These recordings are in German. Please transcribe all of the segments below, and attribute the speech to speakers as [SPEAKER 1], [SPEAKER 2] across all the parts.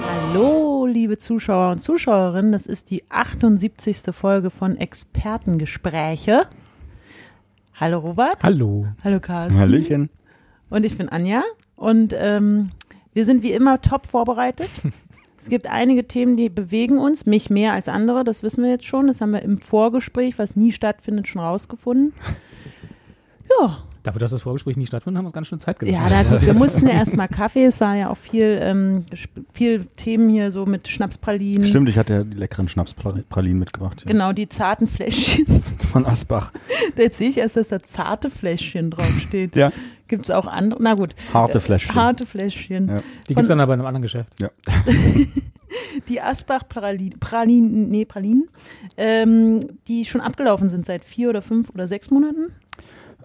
[SPEAKER 1] Hallo, liebe Zuschauer und Zuschauerinnen, das ist die 78. Folge von Expertengespräche. Hallo Robert.
[SPEAKER 2] Hallo.
[SPEAKER 1] Hallo Carsten.
[SPEAKER 3] Hallöchen.
[SPEAKER 1] Und ich bin Anja. Und ähm, wir sind wie immer top vorbereitet. Es gibt einige Themen, die bewegen uns, mich mehr als andere, das wissen wir jetzt schon. Das haben wir im Vorgespräch, was nie stattfindet, schon rausgefunden. Ja,
[SPEAKER 2] Dafür, dass das Vorgespräch nicht stattfindet, haben wir uns ganz schön Zeit
[SPEAKER 3] Genau.
[SPEAKER 2] gelassen.
[SPEAKER 1] ja da, wir mussten ja erstmal Kaffee, es war ja auch viel, ähm, sp- viel Themen hier so mit Schnapspralinen.
[SPEAKER 3] Stimmt, ich hatte ja die leckeren Schnapspralinen mitgebracht. Ja.
[SPEAKER 1] Mhm. Genau, die zarten Fläschchen.
[SPEAKER 3] Von Asbach.
[SPEAKER 1] Jetzt sehe ich erst, dass da zarte Fläschchen draufsteht.
[SPEAKER 3] Ja.
[SPEAKER 1] Gibt es auch andere? Na gut.
[SPEAKER 3] Harte Fläschchen.
[SPEAKER 1] Harte Fläschchen.
[SPEAKER 3] Ja.
[SPEAKER 2] Die gibt es dann aber in einem anderen Geschäft.
[SPEAKER 3] Ja.
[SPEAKER 1] Die Asbach-Pralinen, Pralinen, nee, Pralinen, ähm, die schon abgelaufen sind seit vier oder fünf oder sechs Monaten.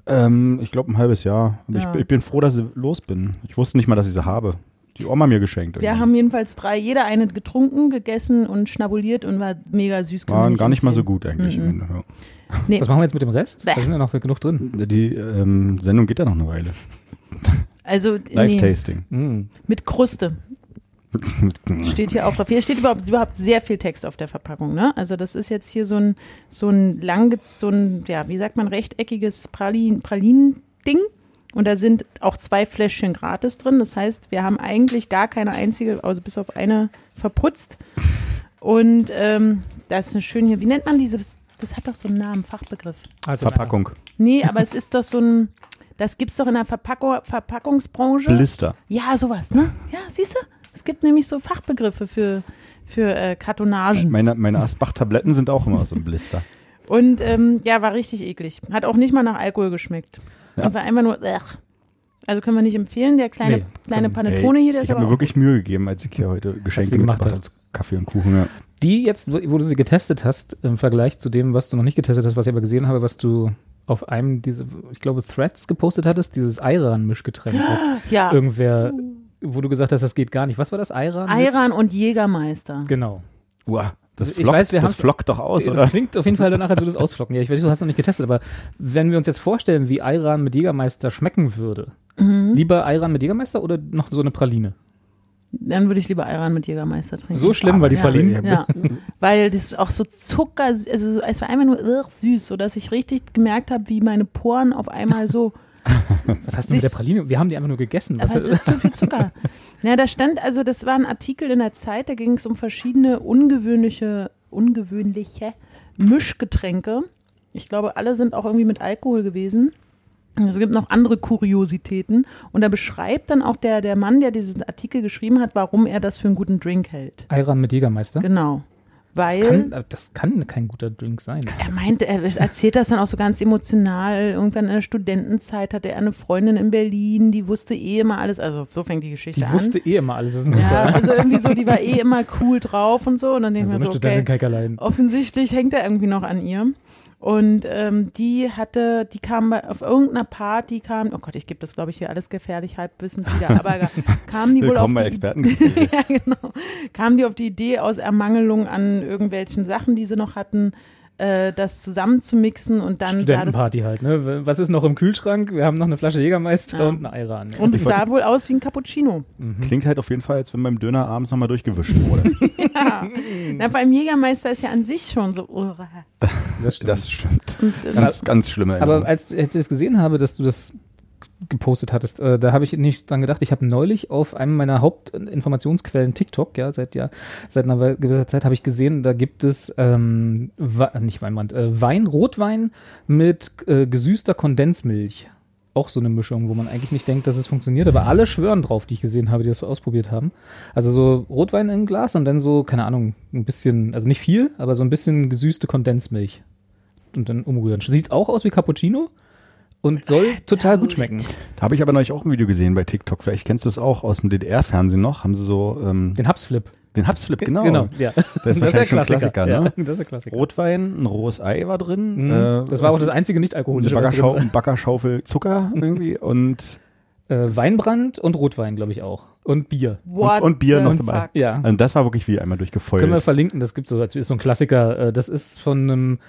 [SPEAKER 3] Ähm, ich glaube, ein halbes Jahr. Aber
[SPEAKER 1] Ja.
[SPEAKER 3] Ich, ich bin froh, dass ich los bin. Ich wusste nicht mal, dass ich sie habe. Die Oma mir geschenkt.
[SPEAKER 1] Wir
[SPEAKER 3] irgendwie.
[SPEAKER 1] haben jedenfalls drei, jeder eine getrunken, gegessen und schnabuliert und war mega süß. kann man
[SPEAKER 3] Waren gar nicht mal so
[SPEAKER 1] empfehlen.
[SPEAKER 3] gut eigentlich.
[SPEAKER 1] Mhm.
[SPEAKER 3] am Ende,
[SPEAKER 2] Was machen wir jetzt mit dem Rest?
[SPEAKER 1] Bäh.
[SPEAKER 2] Da sind ja noch genug drin.
[SPEAKER 3] ja. Die ähm, Sendung geht ja noch eine Weile.
[SPEAKER 1] Also nee,
[SPEAKER 3] Live-Tasting.
[SPEAKER 2] Mm.
[SPEAKER 1] mit Kruste. Steht hier auch drauf. Hier steht überhaupt, überhaupt sehr viel Text auf der Verpackung. Ne? Also das ist jetzt hier so ein, so ein lang, so ein, ja, wie sagt man, rechteckiges Pralin, Pralinen-Ding. Und da sind auch zwei Fläschchen gratis drin. Das heißt, wir haben eigentlich gar keine einzige, also bis auf eine verputzt. Und ähm, das ist eine schöne hier. Wie nennt man diese? Das hat doch so einen Namen, Fachbegriff.
[SPEAKER 2] Also,
[SPEAKER 3] Verpackung.
[SPEAKER 1] Nee, aber es ist doch so ein. Das gibt's doch in der Verpacko Verpackungsbranche.
[SPEAKER 3] Blister.
[SPEAKER 1] Ja, sowas, ne? Ja, siehst du? Es gibt nämlich so Fachbegriffe für, für äh, Kartonagen.
[SPEAKER 3] Meine, meine Asbach-Tabletten sind auch immer so ein Blister.
[SPEAKER 1] Und ähm, ja, war richtig eklig. Hat auch nicht mal nach Alkohol geschmeckt.
[SPEAKER 3] Ja.
[SPEAKER 1] Und war einfach nur, äh. Also können wir nicht empfehlen. Der kleine,
[SPEAKER 2] Nee,
[SPEAKER 1] kleine
[SPEAKER 2] können-
[SPEAKER 1] Panettone hier, der
[SPEAKER 3] ich
[SPEAKER 1] ist
[SPEAKER 3] habe
[SPEAKER 1] aber
[SPEAKER 3] mir
[SPEAKER 1] auch
[SPEAKER 3] wirklich Mühe gegeben, als ich hier heute Geschenke
[SPEAKER 2] gemacht
[SPEAKER 3] mitgebracht
[SPEAKER 2] hast.
[SPEAKER 3] habe. Kaffee und Kuchen. Ja.
[SPEAKER 2] Die jetzt, wo wo du sie getestet hast, im Vergleich zu dem, was du noch nicht getestet hast, was ich aber gesehen habe, was du auf einem diese, ich glaube, Threads gepostet hattest, dieses Ayran-Mischgetränk, was
[SPEAKER 1] gut. Ja,
[SPEAKER 2] irgendwer, wo du gesagt hast, das geht gar nicht. Was war das? Ayran? mit-
[SPEAKER 1] Ayran und Jägermeister.
[SPEAKER 2] Genau.
[SPEAKER 3] Uah, das,
[SPEAKER 2] Also ich
[SPEAKER 3] flockt,
[SPEAKER 2] weiß, wir
[SPEAKER 3] das
[SPEAKER 2] haben's-
[SPEAKER 3] flockt doch aus,
[SPEAKER 2] Das
[SPEAKER 3] oder?
[SPEAKER 2] klingt auf jeden Fall danach, als würde es ausflocken. Ja, ich weiß, du hast noch nicht getestet, aber wenn wir uns jetzt vorstellen, wie Ayran mit Jägermeister schmecken würde,
[SPEAKER 1] Mhm.
[SPEAKER 2] lieber Ayran mit Jägermeister oder noch so eine Praline?
[SPEAKER 1] Dann würde ich lieber Ayran mit Jägermeister trinken.
[SPEAKER 2] So schlimm war die
[SPEAKER 1] ja.
[SPEAKER 2] Pralinen.
[SPEAKER 1] Ja, weil das auch so Zucker, also es war einfach nur irr süß, sodass ich richtig gemerkt habe, wie meine Poren auf einmal so
[SPEAKER 2] Was hast du mit der
[SPEAKER 1] Nicht-
[SPEAKER 2] Praline? Wir haben die einfach nur gegessen.
[SPEAKER 1] Aber es
[SPEAKER 2] Hm, Was,
[SPEAKER 1] ist zu viel Zucker. Na, da stand, also das war ein Artikel in der Zeit, da ging es um verschiedene ungewöhnliche, ungewöhnliche Mischgetränke. Ich glaube, alle sind auch irgendwie mit Alkohol gewesen. Es gibt noch andere Kuriositäten. Und da beschreibt dann auch der, der Mann, der diesen Artikel geschrieben hat, warum er das für einen guten Drink hält.
[SPEAKER 2] Ayran mit Jägermeister?
[SPEAKER 1] Genau.
[SPEAKER 2] Das
[SPEAKER 1] Weil.
[SPEAKER 2] kann, das kann kein guter Drink sein.
[SPEAKER 1] Er meinte, er erzählt das dann auch so ganz emotional. Irgendwann in der Studentenzeit hatte er eine Freundin in Berlin, die wusste eh immer alles. Also so fängt die Geschichte
[SPEAKER 2] Die
[SPEAKER 1] an.
[SPEAKER 2] wusste eh immer alles. Das ist ein
[SPEAKER 1] Ja,
[SPEAKER 2] super. Also
[SPEAKER 1] also irgendwie so, die war eh immer cool drauf und so. Und dann denke ich
[SPEAKER 2] so
[SPEAKER 1] mir so,
[SPEAKER 2] eine
[SPEAKER 3] Also
[SPEAKER 1] okay, Oh,
[SPEAKER 2] Studentenkalkerlein.
[SPEAKER 1] offensichtlich hängt er irgendwie noch an ihr. Und ähm, die hatte, die kam bei, auf irgendeiner Party, kam, oh Gott, ich gebe das, glaube ich, hier alles gefährlich, halbwissend wieder, aber egal. kam die wohl auf
[SPEAKER 3] Willkommen bei
[SPEAKER 1] die
[SPEAKER 3] Experten.
[SPEAKER 1] ja, genau. Kamen die auf die Idee, aus Ermangelung an irgendwelchen Sachen, die sie noch hatten, äh, das zusammenzumixen und dann sah das.
[SPEAKER 2] Studentenparty halt. Ne? Was ist noch im Kühlschrank? Wir haben noch eine Flasche Jägermeister
[SPEAKER 1] Ja.
[SPEAKER 2] und einen Ayran.
[SPEAKER 1] Und es
[SPEAKER 3] Ich wollte-
[SPEAKER 1] sah wohl aus wie ein Cappuccino.
[SPEAKER 3] Klingt halt auf jeden Fall, als wenn beim Döner abends nochmal durchgewischt wurde.
[SPEAKER 1] Ja.
[SPEAKER 3] Mhm.
[SPEAKER 1] Na, beim Jägermeister ist ja an sich schon so. uh,
[SPEAKER 2] Das stimmt.
[SPEAKER 3] Das stimmt.
[SPEAKER 1] Und, äh,
[SPEAKER 3] Ganz, ganz schlimme
[SPEAKER 2] Aber
[SPEAKER 3] Erinnerung.
[SPEAKER 2] als, als ich es gesehen habe, dass du das gepostet hattest, äh, da habe ich nicht dran gedacht. Ich habe neulich auf einem meiner Hauptinformationsquellen TikTok, ja, seit ja, seit einer We- gewisser Zeit habe ich gesehen, da gibt es ähm, Wa- nicht Weinbrand, äh, Wein, Rotwein mit äh, gesüßter Kondensmilch. Auch so eine Mischung, wo man eigentlich nicht denkt, dass es funktioniert, aber alle schwören drauf, die ich gesehen habe, die das ausprobiert haben. Also so Rotwein in ein Glas und dann so, keine Ahnung, ein bisschen, also nicht viel, aber so ein bisschen gesüßte Kondensmilch und dann umrühren. Sieht auch aus wie Cappuccino, und soll total gut schmecken.
[SPEAKER 3] Da habe ich aber neulich auch ein Video gesehen bei TikTok. Vielleicht kennst du es auch aus dem DDR-Fernsehen noch. Haben sie so ähm,
[SPEAKER 2] Den Hapsflip.
[SPEAKER 3] den Hapsflip, genau.
[SPEAKER 2] Genau, ja.
[SPEAKER 3] Das ist wahrscheinlich schon ein Klassiker, ne?
[SPEAKER 2] Ja, das ist der Klassiker.
[SPEAKER 3] Rotwein, ein rohes Ei war drin.
[SPEAKER 2] Mhm.
[SPEAKER 3] äh,
[SPEAKER 2] das war auch das einzige nicht
[SPEAKER 3] eine
[SPEAKER 2] alkoholische. was drin
[SPEAKER 3] Baggerschau ein Baggerschaufel Zucker irgendwie und
[SPEAKER 2] war. Äh, Weinbrand und Rotwein, glaube ich auch. Und Bier.
[SPEAKER 1] What
[SPEAKER 3] und Bier
[SPEAKER 1] the
[SPEAKER 3] noch dabei.
[SPEAKER 1] fuck?
[SPEAKER 2] Ja.
[SPEAKER 3] also das war wirklich wie einmal
[SPEAKER 2] Ah.
[SPEAKER 3] durchgefeuert.
[SPEAKER 2] Können wir verlinken, das gibt so, das ist so ein Klassiker. Äh, Das ist von einem,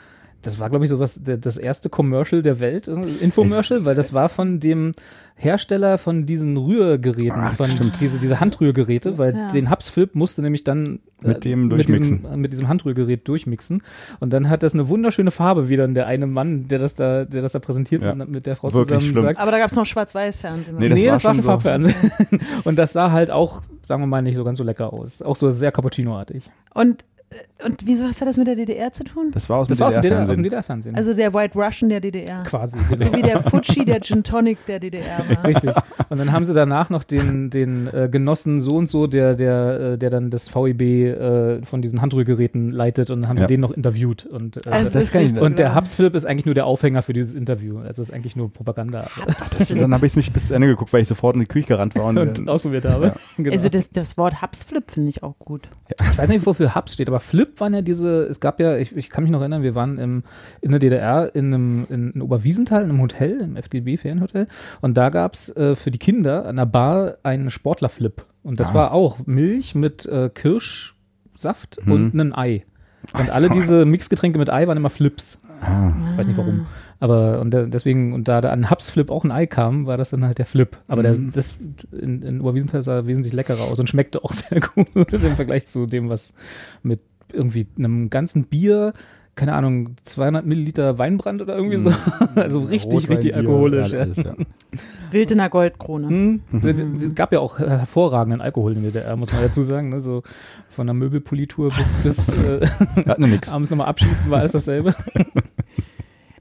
[SPEAKER 2] das war, glaube ich, so was, der- das erste Commercial der Welt, äh, Infomercial, weil das war von dem Hersteller von diesen Rührgeräten,
[SPEAKER 3] Ach,
[SPEAKER 2] von diese, diese Handrührgeräte, weil
[SPEAKER 1] Ja.
[SPEAKER 2] den Hubsflip musste nämlich dann äh,
[SPEAKER 3] Mit dem
[SPEAKER 2] Mit
[SPEAKER 3] durchmixen.
[SPEAKER 2] diesem, mit diesem Handrührgerät durchmixen. Und dann hat das eine wunderschöne Farbe wieder. Und der eine Mann, der das da, der das da präsentiert
[SPEAKER 3] Ja.
[SPEAKER 2] und mit der Frau
[SPEAKER 3] Wirklich
[SPEAKER 2] zusammen
[SPEAKER 3] schlimm. Ah,
[SPEAKER 2] sagt,
[SPEAKER 1] Aber da gab es noch Schwarz-Weiß-Fernsehen.
[SPEAKER 3] Nee,
[SPEAKER 2] Nee, das, war,
[SPEAKER 3] schon
[SPEAKER 2] schon Farbfernsehen. Und das sah halt auch, sagen wir mal, nicht so ganz so lecker aus. Auch so sehr Cappuccino-artig.
[SPEAKER 1] und, äh, und wieso hat das mit der DDR zu tun?
[SPEAKER 3] das war aus dem
[SPEAKER 2] Das war aus dem DDR aus dem DDR-Fernsehen.
[SPEAKER 3] DDR-Fernsehen.
[SPEAKER 1] Also der White Russian der DDR.
[SPEAKER 2] quasi.
[SPEAKER 1] So wie der Fuji der Gin Tonic der DDR war.
[SPEAKER 2] Richtig. Und dann haben sie danach noch den, den äh, Genossen so und so, der, der, äh, der dann das VEB äh, von diesen Handrührgeräten leitet und dann haben sie
[SPEAKER 3] Ja.
[SPEAKER 2] den noch interviewt. Und, äh,
[SPEAKER 1] Also
[SPEAKER 3] das
[SPEAKER 1] ist
[SPEAKER 3] kann ich
[SPEAKER 1] nicht
[SPEAKER 3] nicht.
[SPEAKER 1] zu
[SPEAKER 2] und der
[SPEAKER 1] glauben.
[SPEAKER 2] Hubsflip ist eigentlich nur der Aufhänger für dieses Interview. Also ist eigentlich nur Propaganda.
[SPEAKER 3] Und dann habe ich es nicht bis zu Ende geguckt, weil ich sofort in die Küche gerannt war. Und, äh,
[SPEAKER 2] Und ausprobiert habe. Genau.
[SPEAKER 1] Also das, das Wort Hubsflip finde ich auch gut.
[SPEAKER 2] Ich weiß nicht, wofür Hubs steht, aber Flip waren ja diese, es gab ja, ich, ich kann mich noch erinnern, wir waren im, in der DDR in einem in, in Oberwiesenthal, in einem Hotel, im FDB-Ferienhotel und da gab's äh, für die Kinder an der Bar einen Sportlerflip und das
[SPEAKER 3] Ah.
[SPEAKER 2] war auch Milch mit äh, Kirschsaft
[SPEAKER 3] Hm.
[SPEAKER 2] und einem Ei. Und alle
[SPEAKER 3] so.
[SPEAKER 2] diese Mixgetränke mit Ei waren immer Flips.
[SPEAKER 3] ah,
[SPEAKER 2] Ich weiß nicht warum. Aber und da, deswegen, und da, da an Hubs Flip auch ein Ei kam, war das dann halt der Flip. Aber der,
[SPEAKER 3] Hm.
[SPEAKER 2] das in, in Oberwiesenthal sah wesentlich leckerer aus und schmeckte auch sehr gut im Vergleich zu dem, was mit irgendwie einem ganzen Bier, keine Ahnung, 200 Milliliter Weinbrand oder irgendwie so. Also richtig,
[SPEAKER 3] Rotwein,
[SPEAKER 2] richtig
[SPEAKER 3] Bier,
[SPEAKER 2] alkoholisch.
[SPEAKER 3] Hm. ja,
[SPEAKER 2] Ja.
[SPEAKER 3] alles, ja.
[SPEAKER 1] Wild in der Goldkrone.
[SPEAKER 2] Hm, Es gab ja auch hervorragenden Alkohol in der DDR, muss man dazu sagen. Ne? So von der Möbelpolitur bis, bis äh,
[SPEAKER 3] Hat nur nix.
[SPEAKER 2] abends nochmal abschießen war alles dasselbe.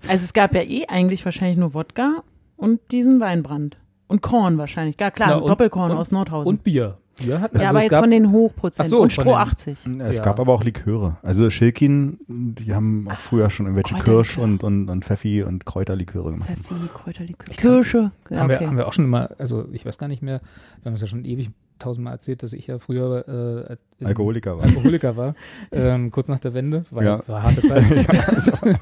[SPEAKER 1] Also es gab ja eh eigentlich wahrscheinlich nur Wodka und diesen Weinbrand. Und Korn wahrscheinlich. Ja klar,
[SPEAKER 2] Na, und-
[SPEAKER 1] Doppelkorn
[SPEAKER 2] und-
[SPEAKER 1] aus Nordhausen.
[SPEAKER 2] Und Bier. Bier hatten Also
[SPEAKER 1] ja, aber
[SPEAKER 2] es
[SPEAKER 1] jetzt von
[SPEAKER 2] gab's-
[SPEAKER 1] den
[SPEAKER 2] Ach
[SPEAKER 1] Hochprozenten.
[SPEAKER 2] so,
[SPEAKER 1] und
[SPEAKER 2] von
[SPEAKER 1] Stroh
[SPEAKER 2] den- Hm.
[SPEAKER 1] 80.
[SPEAKER 3] Es
[SPEAKER 2] Ja.
[SPEAKER 3] gab aber auch Liköre. Also Schilkin, die haben auch früher schon irgendwelche
[SPEAKER 1] Kräuter-
[SPEAKER 3] Kirsch und, und, und Pfeffi und Kräuterliköre gemacht.
[SPEAKER 1] Pfeffi, Kräuterlikör. Kirsche. Ja,
[SPEAKER 2] haben,
[SPEAKER 1] okay.
[SPEAKER 2] wir, haben wir auch schon immer, also ich weiß gar nicht mehr, wir haben es ja schon ewig tausendmal erzählt, dass ich ja früher äh, äh,
[SPEAKER 3] Alkoholiker war.
[SPEAKER 2] Alkoholiker war, ähm, kurz nach der Wende, war,
[SPEAKER 3] Ja.
[SPEAKER 2] war harte Zeit.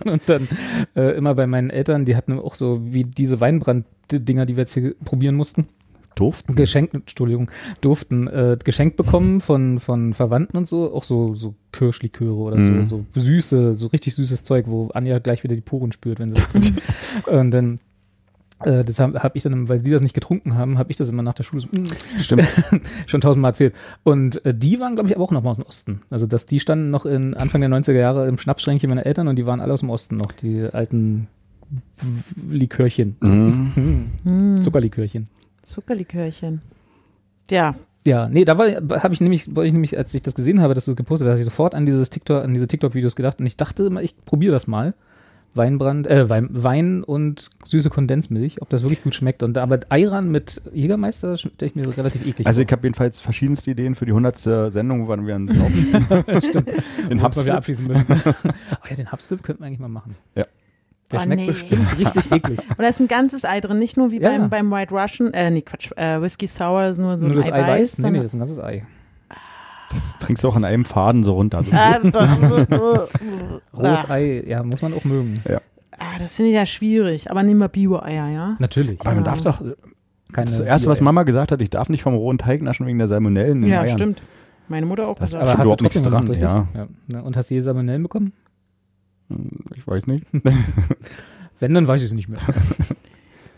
[SPEAKER 2] und dann äh, immer bei meinen Eltern, die hatten auch so wie diese Weinbrand-Dinger, die wir jetzt hier probieren mussten,
[SPEAKER 3] Durften.
[SPEAKER 2] geschenkt, Entschuldigung, durften äh, geschenkt bekommen von, von Verwandten und so, auch so, so Kirschliköre oder
[SPEAKER 3] Mhm.
[SPEAKER 2] so, so süße, so richtig süßes Zeug, wo Anja gleich wieder die Poren spürt, wenn sie das trinkt. und dann äh, das habe hab ich dann, weil sie das nicht getrunken haben, habe ich das immer nach der Schule so, mm,
[SPEAKER 3] Stimmt.
[SPEAKER 2] schon tausendmal erzählt. Und äh, die waren, glaube ich, aber auch noch mal aus dem Osten. Also dass die standen noch in Anfang der 90er Jahre im Schnappschränkchen meiner Eltern und die waren alle aus dem Osten noch, die alten W- Likörchen,
[SPEAKER 3] Mhm.
[SPEAKER 1] Hm,
[SPEAKER 2] Zuckerlikörchen.
[SPEAKER 1] Zuckerlikörchen. Ja,
[SPEAKER 2] Ja, nee, da habe ich nämlich, wollte ich nämlich, als ich das gesehen habe, dass du es gepostet hast, hab ich sofort an dieses TikTok, an diese TikTok-Videos gedacht und ich dachte immer, ich probiere das mal. Weinbrand, äh, Wein, Wein und süße Kondensmilch, ob das wirklich gut schmeckt. Und da- aber Eiran mit Jägermeister stelle ich mir so relativ eklig
[SPEAKER 3] Also
[SPEAKER 2] vor.
[SPEAKER 3] ich habe jedenfalls verschiedenste Ideen für die 100. Sendung, wo wir dann drauf
[SPEAKER 2] Jetzt
[SPEAKER 3] in
[SPEAKER 2] mal wieder
[SPEAKER 3] Hubsflip.
[SPEAKER 2] abschließen müssen. oh ja, den Hubslip könnten wir eigentlich mal machen.
[SPEAKER 3] Ja.
[SPEAKER 2] Der
[SPEAKER 1] Oh,
[SPEAKER 2] schmeckt
[SPEAKER 1] nee.
[SPEAKER 2] bestimmt richtig eklig.
[SPEAKER 1] und da ist ein ganzes Ei drin, nicht nur wie
[SPEAKER 2] Ja,
[SPEAKER 1] beim,
[SPEAKER 2] ja.
[SPEAKER 1] beim White Russian, äh, nee, Quatsch, äh, Whisky Sour ist nur so
[SPEAKER 2] Nur
[SPEAKER 1] ein
[SPEAKER 2] das
[SPEAKER 1] Eiweiß.
[SPEAKER 2] Eiweiß? Nee, nee,
[SPEAKER 1] sondern-
[SPEAKER 2] das ist ein ganzes Ei.
[SPEAKER 3] Das trinkst du auch an einem Faden so runter.
[SPEAKER 2] Ah,
[SPEAKER 3] Also,
[SPEAKER 1] Äh,
[SPEAKER 2] Rohes
[SPEAKER 1] Ah,
[SPEAKER 2] Ei, ja, muss man auch mögen.
[SPEAKER 1] ah, das finde ich ja schwierig, aber nehmen wir Bio-Eier, ja?
[SPEAKER 2] Natürlich.
[SPEAKER 3] aber man darf doch,
[SPEAKER 2] Keine
[SPEAKER 3] das erste, was
[SPEAKER 2] Biereier.
[SPEAKER 3] Mama gesagt hat, ich darf nicht vom rohen Teig naschen wegen der Salmonellen in
[SPEAKER 1] Ja,
[SPEAKER 3] Eiern.
[SPEAKER 1] stimmt. Meine Mutter auch
[SPEAKER 3] Das-
[SPEAKER 1] gesagt.
[SPEAKER 2] Aber hast du
[SPEAKER 3] überhaupt
[SPEAKER 2] trotzdem
[SPEAKER 3] nichts
[SPEAKER 2] gemacht,
[SPEAKER 3] dran,
[SPEAKER 2] richtig?
[SPEAKER 3] ja.
[SPEAKER 2] Ne, Und hast du je Salmonellen bekommen?
[SPEAKER 3] Hm, Ich weiß nicht.
[SPEAKER 2] Wenn, dann weiß ich es nicht mehr.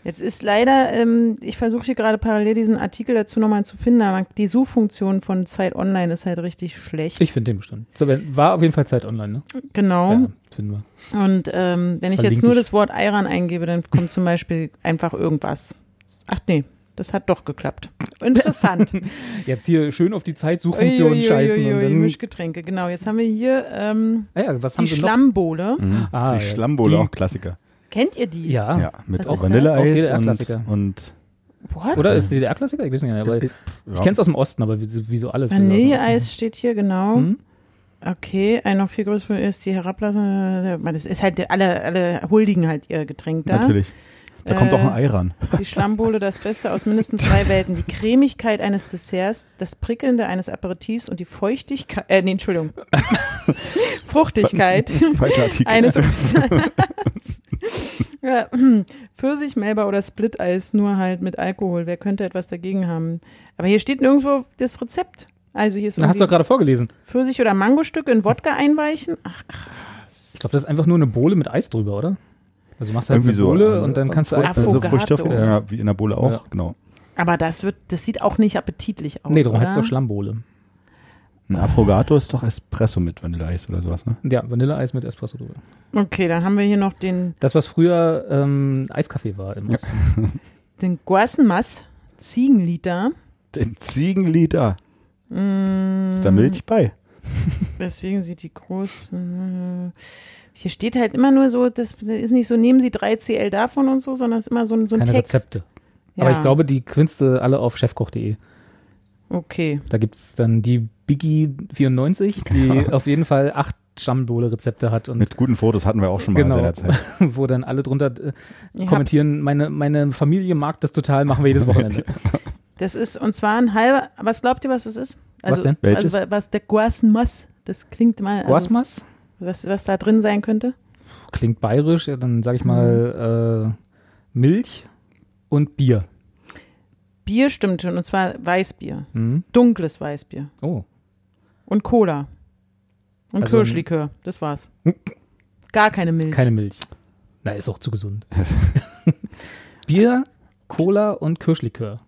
[SPEAKER 1] Jetzt ist leider, ähm, ich versuche hier gerade parallel diesen Artikel dazu nochmal zu finden, aber die Suchfunktion von Zeit Online ist halt richtig schlecht.
[SPEAKER 2] Ich finde den bestimmt. So, wenn- war auf jeden Fall Zeit online, ne?
[SPEAKER 1] genau.
[SPEAKER 2] Ja, finden wir.
[SPEAKER 1] Und ähm, wenn ich
[SPEAKER 2] Verlinke
[SPEAKER 1] jetzt nur
[SPEAKER 2] ich.
[SPEAKER 1] das Wort Eiran eingebe, dann kommt zum Beispiel einfach irgendwas. Ach nee, das hat doch geklappt. Interessant.
[SPEAKER 2] Jetzt hier schön auf die Zeitsuchfunktion
[SPEAKER 1] Uiuiuiui,
[SPEAKER 2] scheißen und dann.
[SPEAKER 1] Mischgetränke, genau. Jetzt haben wir hier ähm,
[SPEAKER 2] Ah ja, was
[SPEAKER 1] die
[SPEAKER 2] haben sie noch?
[SPEAKER 1] Schlammbohle.
[SPEAKER 2] Ah,
[SPEAKER 3] die
[SPEAKER 2] ja.
[SPEAKER 3] Schlammbohle,
[SPEAKER 2] Die-
[SPEAKER 3] auch Klassiker.
[SPEAKER 1] Kennt ihr die?
[SPEAKER 2] Ja.
[SPEAKER 3] ja, mit
[SPEAKER 1] Was
[SPEAKER 3] auch
[SPEAKER 1] ist das?
[SPEAKER 3] Vanilleeis
[SPEAKER 2] Auch DDR-Klassiker.
[SPEAKER 3] und, und
[SPEAKER 1] What?
[SPEAKER 2] Oder ist die DDR-Klassiker? Ich weiß nicht, aber
[SPEAKER 3] ja.
[SPEAKER 2] ich kenne es aus dem Osten, aber wieso wieso alles?
[SPEAKER 1] Ah,
[SPEAKER 2] Wieso aus dem Osten?
[SPEAKER 1] Vanilleeis steht hier, genau.
[SPEAKER 2] Hm?
[SPEAKER 1] Okay, ein noch viel Äh, größeres ist die Herablassung. Das ist halt, der- alle, alle huldigen halt ihr Getränk da.
[SPEAKER 3] Natürlich. Da kommt auch ein Ei ran.
[SPEAKER 1] Die Schlammbohle, das Beste aus mindestens zwei Welten. Die Cremigkeit eines Desserts, das Prickelnde eines Aperitifs und die Feuchtigkeit, äh, nee, Entschuldigung. Fruchtigkeit
[SPEAKER 3] Falscher Artikel.
[SPEAKER 1] eines Obstsats. ja, hm. Pfirsich, Melba oder Split-Eis, nur halt mit Alkohol. Wer könnte etwas dagegen haben? Aber hier steht nirgendwo das Rezept. Also hier ist
[SPEAKER 2] Hast du doch
[SPEAKER 1] irgendwie
[SPEAKER 2] gerade vorgelesen.
[SPEAKER 1] Pfirsich- oder Mangostücke in Wodka einweichen. Ach, krass.
[SPEAKER 2] Ich glaube, das ist einfach nur eine Bohle mit Eis drüber, oder? Also machst du halt
[SPEAKER 3] Irgendwie
[SPEAKER 2] eine
[SPEAKER 3] so. ähm,
[SPEAKER 2] Bohle und dann kannst du Eis
[SPEAKER 3] Eis.
[SPEAKER 1] Affogato.
[SPEAKER 3] So Früchtstoffe, ja, wie in der Bohle auch,
[SPEAKER 2] Also Ja.
[SPEAKER 3] genau.
[SPEAKER 1] Aber das wird, das sieht auch nicht appetitlich aus.
[SPEAKER 2] Nee, darum
[SPEAKER 1] oder?
[SPEAKER 2] heißt es doch Schlammbohle.
[SPEAKER 3] Ein Affogato ist doch Espresso mit Vanilleeis oder sowas, ne?
[SPEAKER 2] Ja, Vanilleeis mit Espresso drüber.
[SPEAKER 1] Okay, dann haben wir hier noch den,
[SPEAKER 2] Das, was früher ähm, Eiskaffee war im Osten.
[SPEAKER 1] den Guasmas Ziegenliter,
[SPEAKER 3] Den Ziegenliter. Ist da Milch bei?
[SPEAKER 1] weswegen sieht die groß. äh, Hier steht halt immer nur so, das ist nicht so, nehmen Sie 3 CL davon und so, sondern es ist immer so ein, so ein
[SPEAKER 2] Keine
[SPEAKER 1] Text.
[SPEAKER 2] Rezepte. Aber
[SPEAKER 1] Ja.
[SPEAKER 2] ich glaube, die quinnst du alle auf chefkoch.de.
[SPEAKER 1] Okay.
[SPEAKER 2] Da gibt es dann die Biggie 94, die auf jeden Fall acht Stammbohle-Rezepte hat und
[SPEAKER 3] Mit guten Fotos hatten wir auch schon mal
[SPEAKER 2] Genau.
[SPEAKER 3] seinerzeit.
[SPEAKER 2] wo dann alle drunter äh,
[SPEAKER 1] Ich
[SPEAKER 2] kommentieren, meine, meine Familie mag das total, machen wir jedes Wochenende.
[SPEAKER 1] hab's. Das ist, und zwar ein halber, was glaubt ihr, was das ist? Also,
[SPEAKER 2] Was denn?
[SPEAKER 3] Welches?
[SPEAKER 1] Also, wa- was der Guasmas, das klingt mal, also,
[SPEAKER 2] Guasmas?
[SPEAKER 1] was, was da drin sein könnte.
[SPEAKER 2] Klingt bayerisch, ja, dann
[SPEAKER 1] Mhm.
[SPEAKER 2] sage ich mal äh, Milch und Bier.
[SPEAKER 1] Bier stimmt schon, und zwar Weißbier,
[SPEAKER 2] Mhm.
[SPEAKER 1] dunkles Weißbier.
[SPEAKER 2] Oh,
[SPEAKER 1] Und Cola. Und
[SPEAKER 2] Also- Hm.
[SPEAKER 1] Kirschlikör. Das war's. Gar keine Milch.
[SPEAKER 2] keine Milch. Na, ist auch zu gesund. Bier, Cola und Kirschlikör.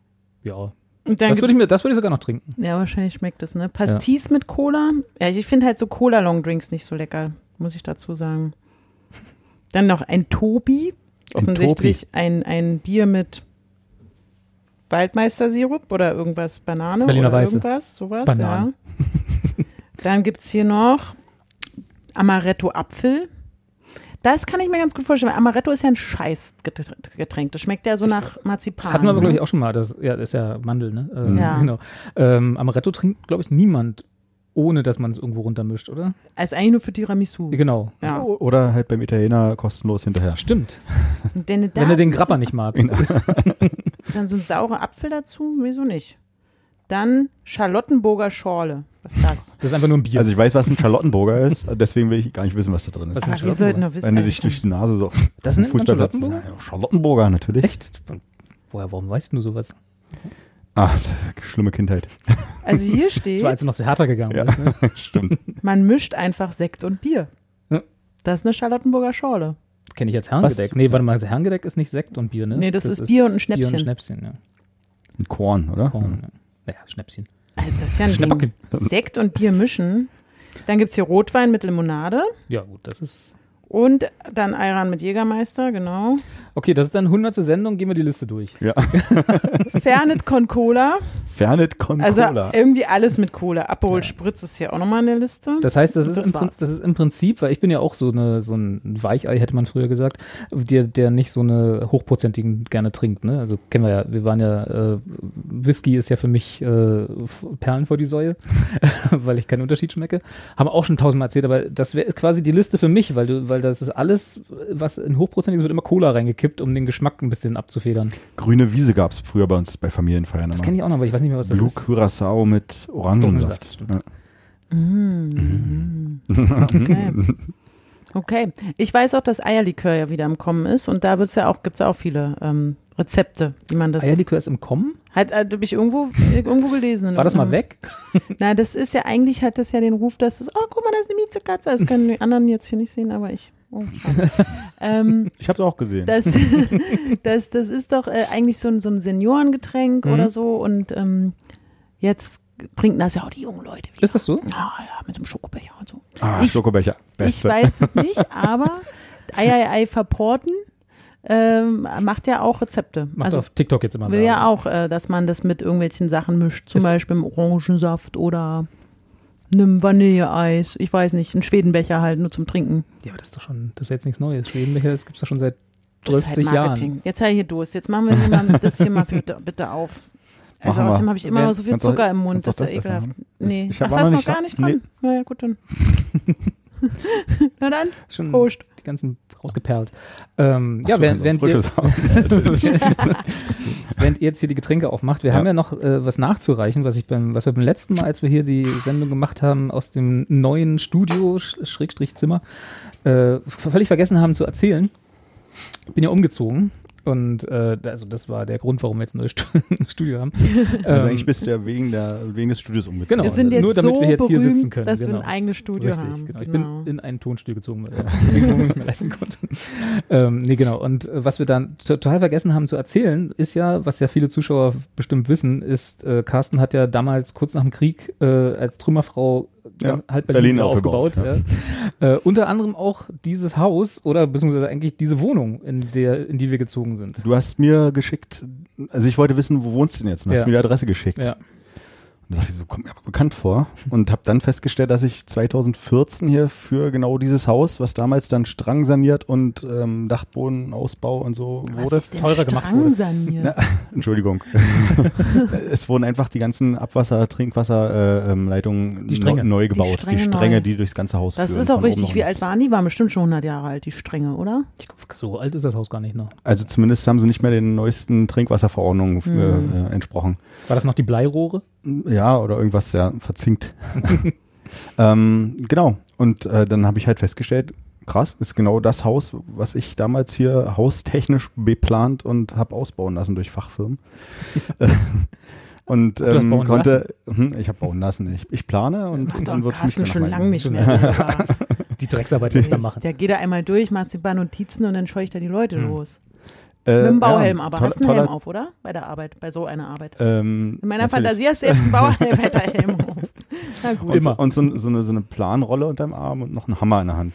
[SPEAKER 2] Ja,
[SPEAKER 1] Und dann
[SPEAKER 2] das würde ich,
[SPEAKER 1] gibt's-
[SPEAKER 2] mir- das würde ich sogar noch trinken.
[SPEAKER 1] ja, wahrscheinlich schmeckt das, ne? Pastis mit Cola. Ja, ich finde halt so Cola-Longdrinks nicht so lecker, muss ich dazu sagen. Dann noch ein Tobi.
[SPEAKER 3] Ein
[SPEAKER 1] Offensichtlich ein, ein Bier mit Waldmeistersirup oder irgendwas, Banane
[SPEAKER 2] Berliner
[SPEAKER 1] oder
[SPEAKER 2] Weiße.
[SPEAKER 1] irgendwas, sowas,
[SPEAKER 2] Banane.
[SPEAKER 1] ja. Dann gibt's hier noch Amaretto-Apfel. Das kann ich mir ganz gut vorstellen. weil Amaretto ist ja ein Scheißgetränk. Das schmeckt ja so nach Marzipan.
[SPEAKER 2] Das hatten wir
[SPEAKER 1] ne?
[SPEAKER 2] aber, glaube ich, auch schon mal. Das, ja, das ist ja Mandel, ne? Ähm,
[SPEAKER 1] Ja.
[SPEAKER 2] Genau. Ähm, Amaretto trinkt, glaube ich, niemand, ohne dass man es irgendwo runtermischt, oder?
[SPEAKER 1] Also eigentlich nur für Tiramisu.
[SPEAKER 2] Genau.
[SPEAKER 1] Ja.
[SPEAKER 3] O- Oder halt beim Italiener kostenlos hinterher.
[SPEAKER 2] Stimmt.
[SPEAKER 1] Und Wenn du,
[SPEAKER 2] Wenn du den
[SPEAKER 1] Grappa
[SPEAKER 2] Grappa nicht magst.
[SPEAKER 1] Ist dann so ein saurer Apfel dazu? Wieso nicht? Dann Charlottenburger Schorle. Was ist das?
[SPEAKER 2] Das ist einfach nur ein Bier.
[SPEAKER 3] Also ich weiß, was ein Charlottenburger ist, deswegen will ich gar nicht wissen, was da drin ist.
[SPEAKER 2] Was
[SPEAKER 1] Aber wir
[SPEAKER 2] Charlottenburger?
[SPEAKER 1] sollten doch wissen.
[SPEAKER 3] Wenn du dich durch die Nase so
[SPEAKER 2] Das
[SPEAKER 3] auf dem
[SPEAKER 2] nennt man
[SPEAKER 3] Fußballplatz-
[SPEAKER 2] Charlottenburger?
[SPEAKER 3] Ja, Charlottenburger, natürlich.
[SPEAKER 2] Echt? Woher, warum weißt du sowas?
[SPEAKER 3] Ah, schlimme Kindheit.
[SPEAKER 1] also hier
[SPEAKER 2] Das war,
[SPEAKER 1] steht,
[SPEAKER 2] als du noch zu Hertha gegangen
[SPEAKER 3] Ja.
[SPEAKER 2] bist. Ne?
[SPEAKER 3] Stimmt.
[SPEAKER 1] man mischt einfach Sekt und Bier.
[SPEAKER 2] Ja.
[SPEAKER 1] Das ist eine Charlottenburger Schorle.
[SPEAKER 2] Kenne ich als Herrengedeck.
[SPEAKER 3] Was?
[SPEAKER 2] Nee, warte mal, also Herrengedeck ist nicht Sekt und Bier, ne?
[SPEAKER 1] Nee, das ist Bier und ein
[SPEAKER 2] Bier und
[SPEAKER 1] Schnäpschen.
[SPEAKER 2] Schnäpschen, ja.
[SPEAKER 3] Ein Korn, oder?
[SPEAKER 2] Korn, ja. Naja, Schnäpschen.
[SPEAKER 1] Also das ist ja ein Ding.
[SPEAKER 2] Schnäppacken.
[SPEAKER 1] Sekt und Bier mischen. Dann gibt es hier Rotwein mit Limonade
[SPEAKER 2] Ja, gut, das ist.
[SPEAKER 1] und dann Ayran mit Jägermeister, genau.
[SPEAKER 2] Okay, das ist dann 100. Sendung, gehen wir die Liste durch.
[SPEAKER 3] Ja.
[SPEAKER 1] Fernet con Cola.
[SPEAKER 3] Fernet con
[SPEAKER 1] Also
[SPEAKER 3] Cola.
[SPEAKER 1] irgendwie alles mit Cola. Aperol Spritz ist hier auch nochmal in der Liste.
[SPEAKER 2] Das heißt, das ist,
[SPEAKER 1] Das
[SPEAKER 2] im, Prin-
[SPEAKER 1] war's.
[SPEAKER 2] das ist im Prinzip, weil ich bin ja auch so, eine, so ein Weichei, hätte man früher gesagt, der, der nicht so eine hochprozentigen gerne trinkt. Ne? Also kennen wir ja, wir waren ja, äh, Whisky ist ja für mich äh, F- Perlen vor die Säue, weil ich keinen Unterschied schmecke. Haben wir auch schon tausendmal erzählt, aber das wäre quasi die Liste für mich, weil, du, weil das ist alles, was in hochprozentiges wird immer Cola reingekippt, um den Geschmack ein bisschen abzufedern.
[SPEAKER 3] Grüne Wiese gab es früher bei uns bei Familienfeiern.
[SPEAKER 1] Genau.
[SPEAKER 2] Das
[SPEAKER 3] immer.
[SPEAKER 2] kenne ich auch noch, aber ich weiß nicht mehr, was das
[SPEAKER 3] Blue
[SPEAKER 2] ist.
[SPEAKER 3] Curacao mit
[SPEAKER 2] Orangensaft,
[SPEAKER 3] Orangensaft.
[SPEAKER 2] stimmt.
[SPEAKER 3] Ja.
[SPEAKER 1] Okay. okay. Ich weiß auch, dass Eierlikör ja wieder im Kommen ist und da wird's ja auch, gibt's ja auch viele ähm, Rezepte, wie man das.
[SPEAKER 2] Eierlikör ist im Kommen?
[SPEAKER 1] Halt, äh, hab ich irgendwo, irgendwo gelesen. in
[SPEAKER 2] War das mal
[SPEAKER 1] einem-
[SPEAKER 2] weg?
[SPEAKER 1] Na, das ist ja eigentlich, hat das ja den Ruf, dass es, oh, guck mal, das ist eine Miezekatze. Das können die anderen jetzt hier nicht sehen, aber ich. Oh, schade. ähm,
[SPEAKER 3] Ich habe es auch gesehen.
[SPEAKER 1] das, das, das ist doch äh, eigentlich so ein, so ein Seniorengetränk
[SPEAKER 2] Mhm.
[SPEAKER 1] oder so und ähm, jetzt trinken das ja auch die jungen Leute wieder.
[SPEAKER 2] Ist das so?
[SPEAKER 1] Ah, ja, mit dem Schokobecher und so.
[SPEAKER 3] ah,
[SPEAKER 1] ich-
[SPEAKER 3] Schokobecher. Beste.
[SPEAKER 1] Ich weiß es nicht, aber III verporten ähm, macht ja auch Rezepte.
[SPEAKER 2] Macht
[SPEAKER 1] also
[SPEAKER 2] auf TikTok jetzt immer
[SPEAKER 1] will
[SPEAKER 2] Werbung.
[SPEAKER 1] ja auch, äh, dass man das mit irgendwelchen Sachen mischt, zum
[SPEAKER 2] Ist-
[SPEAKER 1] Beispiel im Orangensaft oder einem Vanilleeis, ich weiß nicht, einen Schwedenbecher halt nur zum Trinken.
[SPEAKER 2] Ja, aber das ist doch schon, das ist jetzt nichts Neues. Schwedenbecher, das gibt's doch schon seit
[SPEAKER 1] Das ist
[SPEAKER 2] 50
[SPEAKER 1] halt Marketing.
[SPEAKER 2] Jahren.
[SPEAKER 1] Jetzt habe ich hier Durst. Jetzt machen wir hier mal das hier mal für, bitte auf. Also
[SPEAKER 3] Machen wir.
[SPEAKER 1] außerdem habe ich immer
[SPEAKER 2] Wer-
[SPEAKER 1] noch so viel
[SPEAKER 3] kannst du-
[SPEAKER 1] Zucker im Mund,
[SPEAKER 3] kannst du
[SPEAKER 1] das ist ja
[SPEAKER 3] das erstmal
[SPEAKER 1] ekelhaft.
[SPEAKER 3] haben?
[SPEAKER 1] Nee,
[SPEAKER 3] Ich
[SPEAKER 1] Ach,
[SPEAKER 3] hab auch
[SPEAKER 1] war's
[SPEAKER 3] noch
[SPEAKER 1] noch
[SPEAKER 3] nicht
[SPEAKER 1] gar
[SPEAKER 3] da-
[SPEAKER 1] nicht dran. Na ja, gut, dann. Na dann,
[SPEAKER 2] Schon
[SPEAKER 1] Prost.
[SPEAKER 2] die ganzen rausgeperlt. Ähm, ja, während, während, wir,
[SPEAKER 3] genau, frisches Abend, natürlich.
[SPEAKER 2] während ihr jetzt hier die Getränke aufmacht, wir
[SPEAKER 3] Ja.
[SPEAKER 2] haben ja noch äh, was nachzureichen, was ich beim, was wir beim letzten Mal, als wir hier die Sendung gemacht haben, aus dem neuen Studio, Sch- Schrägstrich Zimmer, äh, völlig vergessen haben zu erzählen. Ich bin ja umgezogen und äh, da- also das war der Grund, warum wir jetzt ein neues Stu- Studio haben.
[SPEAKER 3] Also
[SPEAKER 2] Ähm,
[SPEAKER 3] eigentlich bist du ja wegen, der, wegen des Studios umgezogen.
[SPEAKER 2] Genau.
[SPEAKER 1] Wir sind
[SPEAKER 2] nur
[SPEAKER 1] jetzt
[SPEAKER 2] damit
[SPEAKER 1] so
[SPEAKER 2] wir jetzt hier
[SPEAKER 1] berühmt,
[SPEAKER 2] sitzen können,
[SPEAKER 1] dass
[SPEAKER 2] genau.
[SPEAKER 1] wir ein eigenes Studio
[SPEAKER 2] Richtig,
[SPEAKER 1] haben.
[SPEAKER 2] Genau. Ich bin in ein Tonstudio gezogen, weil ich die Wohnung nicht mehr leisten konnte. Ähm, nee, genau. Und äh, was wir dann total vergessen haben zu erzählen, ist ja, was ja viele Zuschauer bestimmt wissen, ist, äh, Carsten hat ja damals kurz nach dem Krieg äh, als Trümmerfrau
[SPEAKER 3] Ja,
[SPEAKER 2] ja, halt
[SPEAKER 3] Berlin
[SPEAKER 2] Berlin, aufgebaut.
[SPEAKER 3] aufgebaut,
[SPEAKER 2] ja. Äh, unter anderem auch dieses Haus oder beziehungsweise eigentlich diese Wohnung, in, der, in die wir gezogen sind.
[SPEAKER 3] Du hast mir geschickt, also ich wollte wissen, wo wohnst du denn jetzt? Und hast
[SPEAKER 2] Ja.
[SPEAKER 3] mir die Adresse geschickt.
[SPEAKER 2] Ja.
[SPEAKER 3] Und da dachte ich so, kommt mir aber bekannt vor. Und habe dann festgestellt, dass ich 2014 hier für genau dieses Haus, was damals dann Strang saniert und ähm, Dachbodenausbau und so
[SPEAKER 1] Was
[SPEAKER 3] wurde.
[SPEAKER 1] ist denn
[SPEAKER 2] teurer gemacht wurde.
[SPEAKER 1] strangsaniert?
[SPEAKER 3] Entschuldigung. es wurden einfach die ganzen Abwasser-, Trinkwasserleitungen äh, ähm, Leitungen
[SPEAKER 2] Die Stränge.
[SPEAKER 3] neu- neu gebaut. Die Stränge,
[SPEAKER 1] Stränge
[SPEAKER 3] die,
[SPEAKER 1] neu.
[SPEAKER 3] durchs ganze Haus
[SPEAKER 1] Das
[SPEAKER 3] führen.
[SPEAKER 1] ist auch
[SPEAKER 3] von oben nach
[SPEAKER 1] richtig. Wie
[SPEAKER 3] unten.
[SPEAKER 1] alt waren die? Waren bestimmt schon 100 Jahre alt, die Stränge, oder?
[SPEAKER 2] So alt ist das Haus gar nicht noch.
[SPEAKER 3] Also zumindest haben sie nicht mehr den neuesten Trinkwasserverordnungen
[SPEAKER 1] Hm.
[SPEAKER 3] äh, äh, entsprochen.
[SPEAKER 2] War das noch die Bleirohre?
[SPEAKER 3] Ja, oder irgendwas, ja, verzinkt. ähm, genau. Und äh, dann habe ich halt festgestellt, krass, ist genau das Haus, was ich damals hier haustechnisch beplant und habe ausbauen lassen durch Fachfirmen. und
[SPEAKER 2] hast
[SPEAKER 3] ähm,
[SPEAKER 2] bauen
[SPEAKER 3] konnte, hm, ich habe bauen lassen, ich, ich plane und,
[SPEAKER 1] Macht
[SPEAKER 3] und
[SPEAKER 1] doch
[SPEAKER 3] dann wird für mich
[SPEAKER 1] Carsten schon
[SPEAKER 3] danach
[SPEAKER 1] lange nicht
[SPEAKER 2] schon
[SPEAKER 1] mehr. so was.
[SPEAKER 2] Die Drecksarbeit, die wir da machen. Hm.
[SPEAKER 1] Der geht da einmal durch, macht sich ein paar Notizen und dann scheucht er die Leute los.
[SPEAKER 3] Äh,
[SPEAKER 1] Mit dem Bauhelm
[SPEAKER 3] ja,
[SPEAKER 1] aber.
[SPEAKER 3] toller-
[SPEAKER 1] hast einen Helm
[SPEAKER 3] toller-
[SPEAKER 1] auf, oder? Bei der Arbeit, bei so einer Arbeit.
[SPEAKER 3] Ähm,
[SPEAKER 1] In meiner
[SPEAKER 3] natürlich.
[SPEAKER 1] Fantasie hast du jetzt einen Bauhelm bei der Helm auf. Na gut,
[SPEAKER 3] Und, so-
[SPEAKER 2] Immer.
[SPEAKER 3] und so, so, eine, so eine Planrolle unterm Arm und noch einen Hammer in der Hand.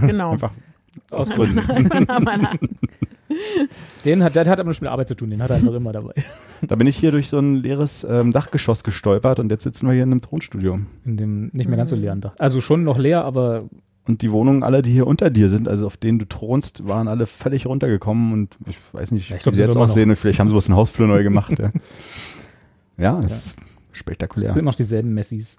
[SPEAKER 1] genau.
[SPEAKER 3] Einfach Aus
[SPEAKER 2] Aus
[SPEAKER 3] Gründen.
[SPEAKER 2] Den hat, der hat aber schon mit Arbeit zu tun, den hat er einfach immer dabei.
[SPEAKER 3] Da bin ich hier durch so ein leeres ähm, Dachgeschoss gestolpert und jetzt sitzen wir hier in einem Tonstudio.
[SPEAKER 2] In dem nicht mehr ganz so
[SPEAKER 1] Mhm.
[SPEAKER 2] leeren Dach. Also schon noch leer, aber
[SPEAKER 3] Und die Wohnungen alle, die hier unter dir sind, also auf denen du thronst, waren alle völlig runtergekommen und ich weiß nicht,
[SPEAKER 2] Ich glaub,
[SPEAKER 3] wie
[SPEAKER 2] sie
[SPEAKER 3] sie jetzt
[SPEAKER 2] sind immer
[SPEAKER 3] aussehen und vielleicht haben sie was in Hausflur neu gemacht. Ja, ja das ist spektakulär.
[SPEAKER 2] sind noch dieselben Messis.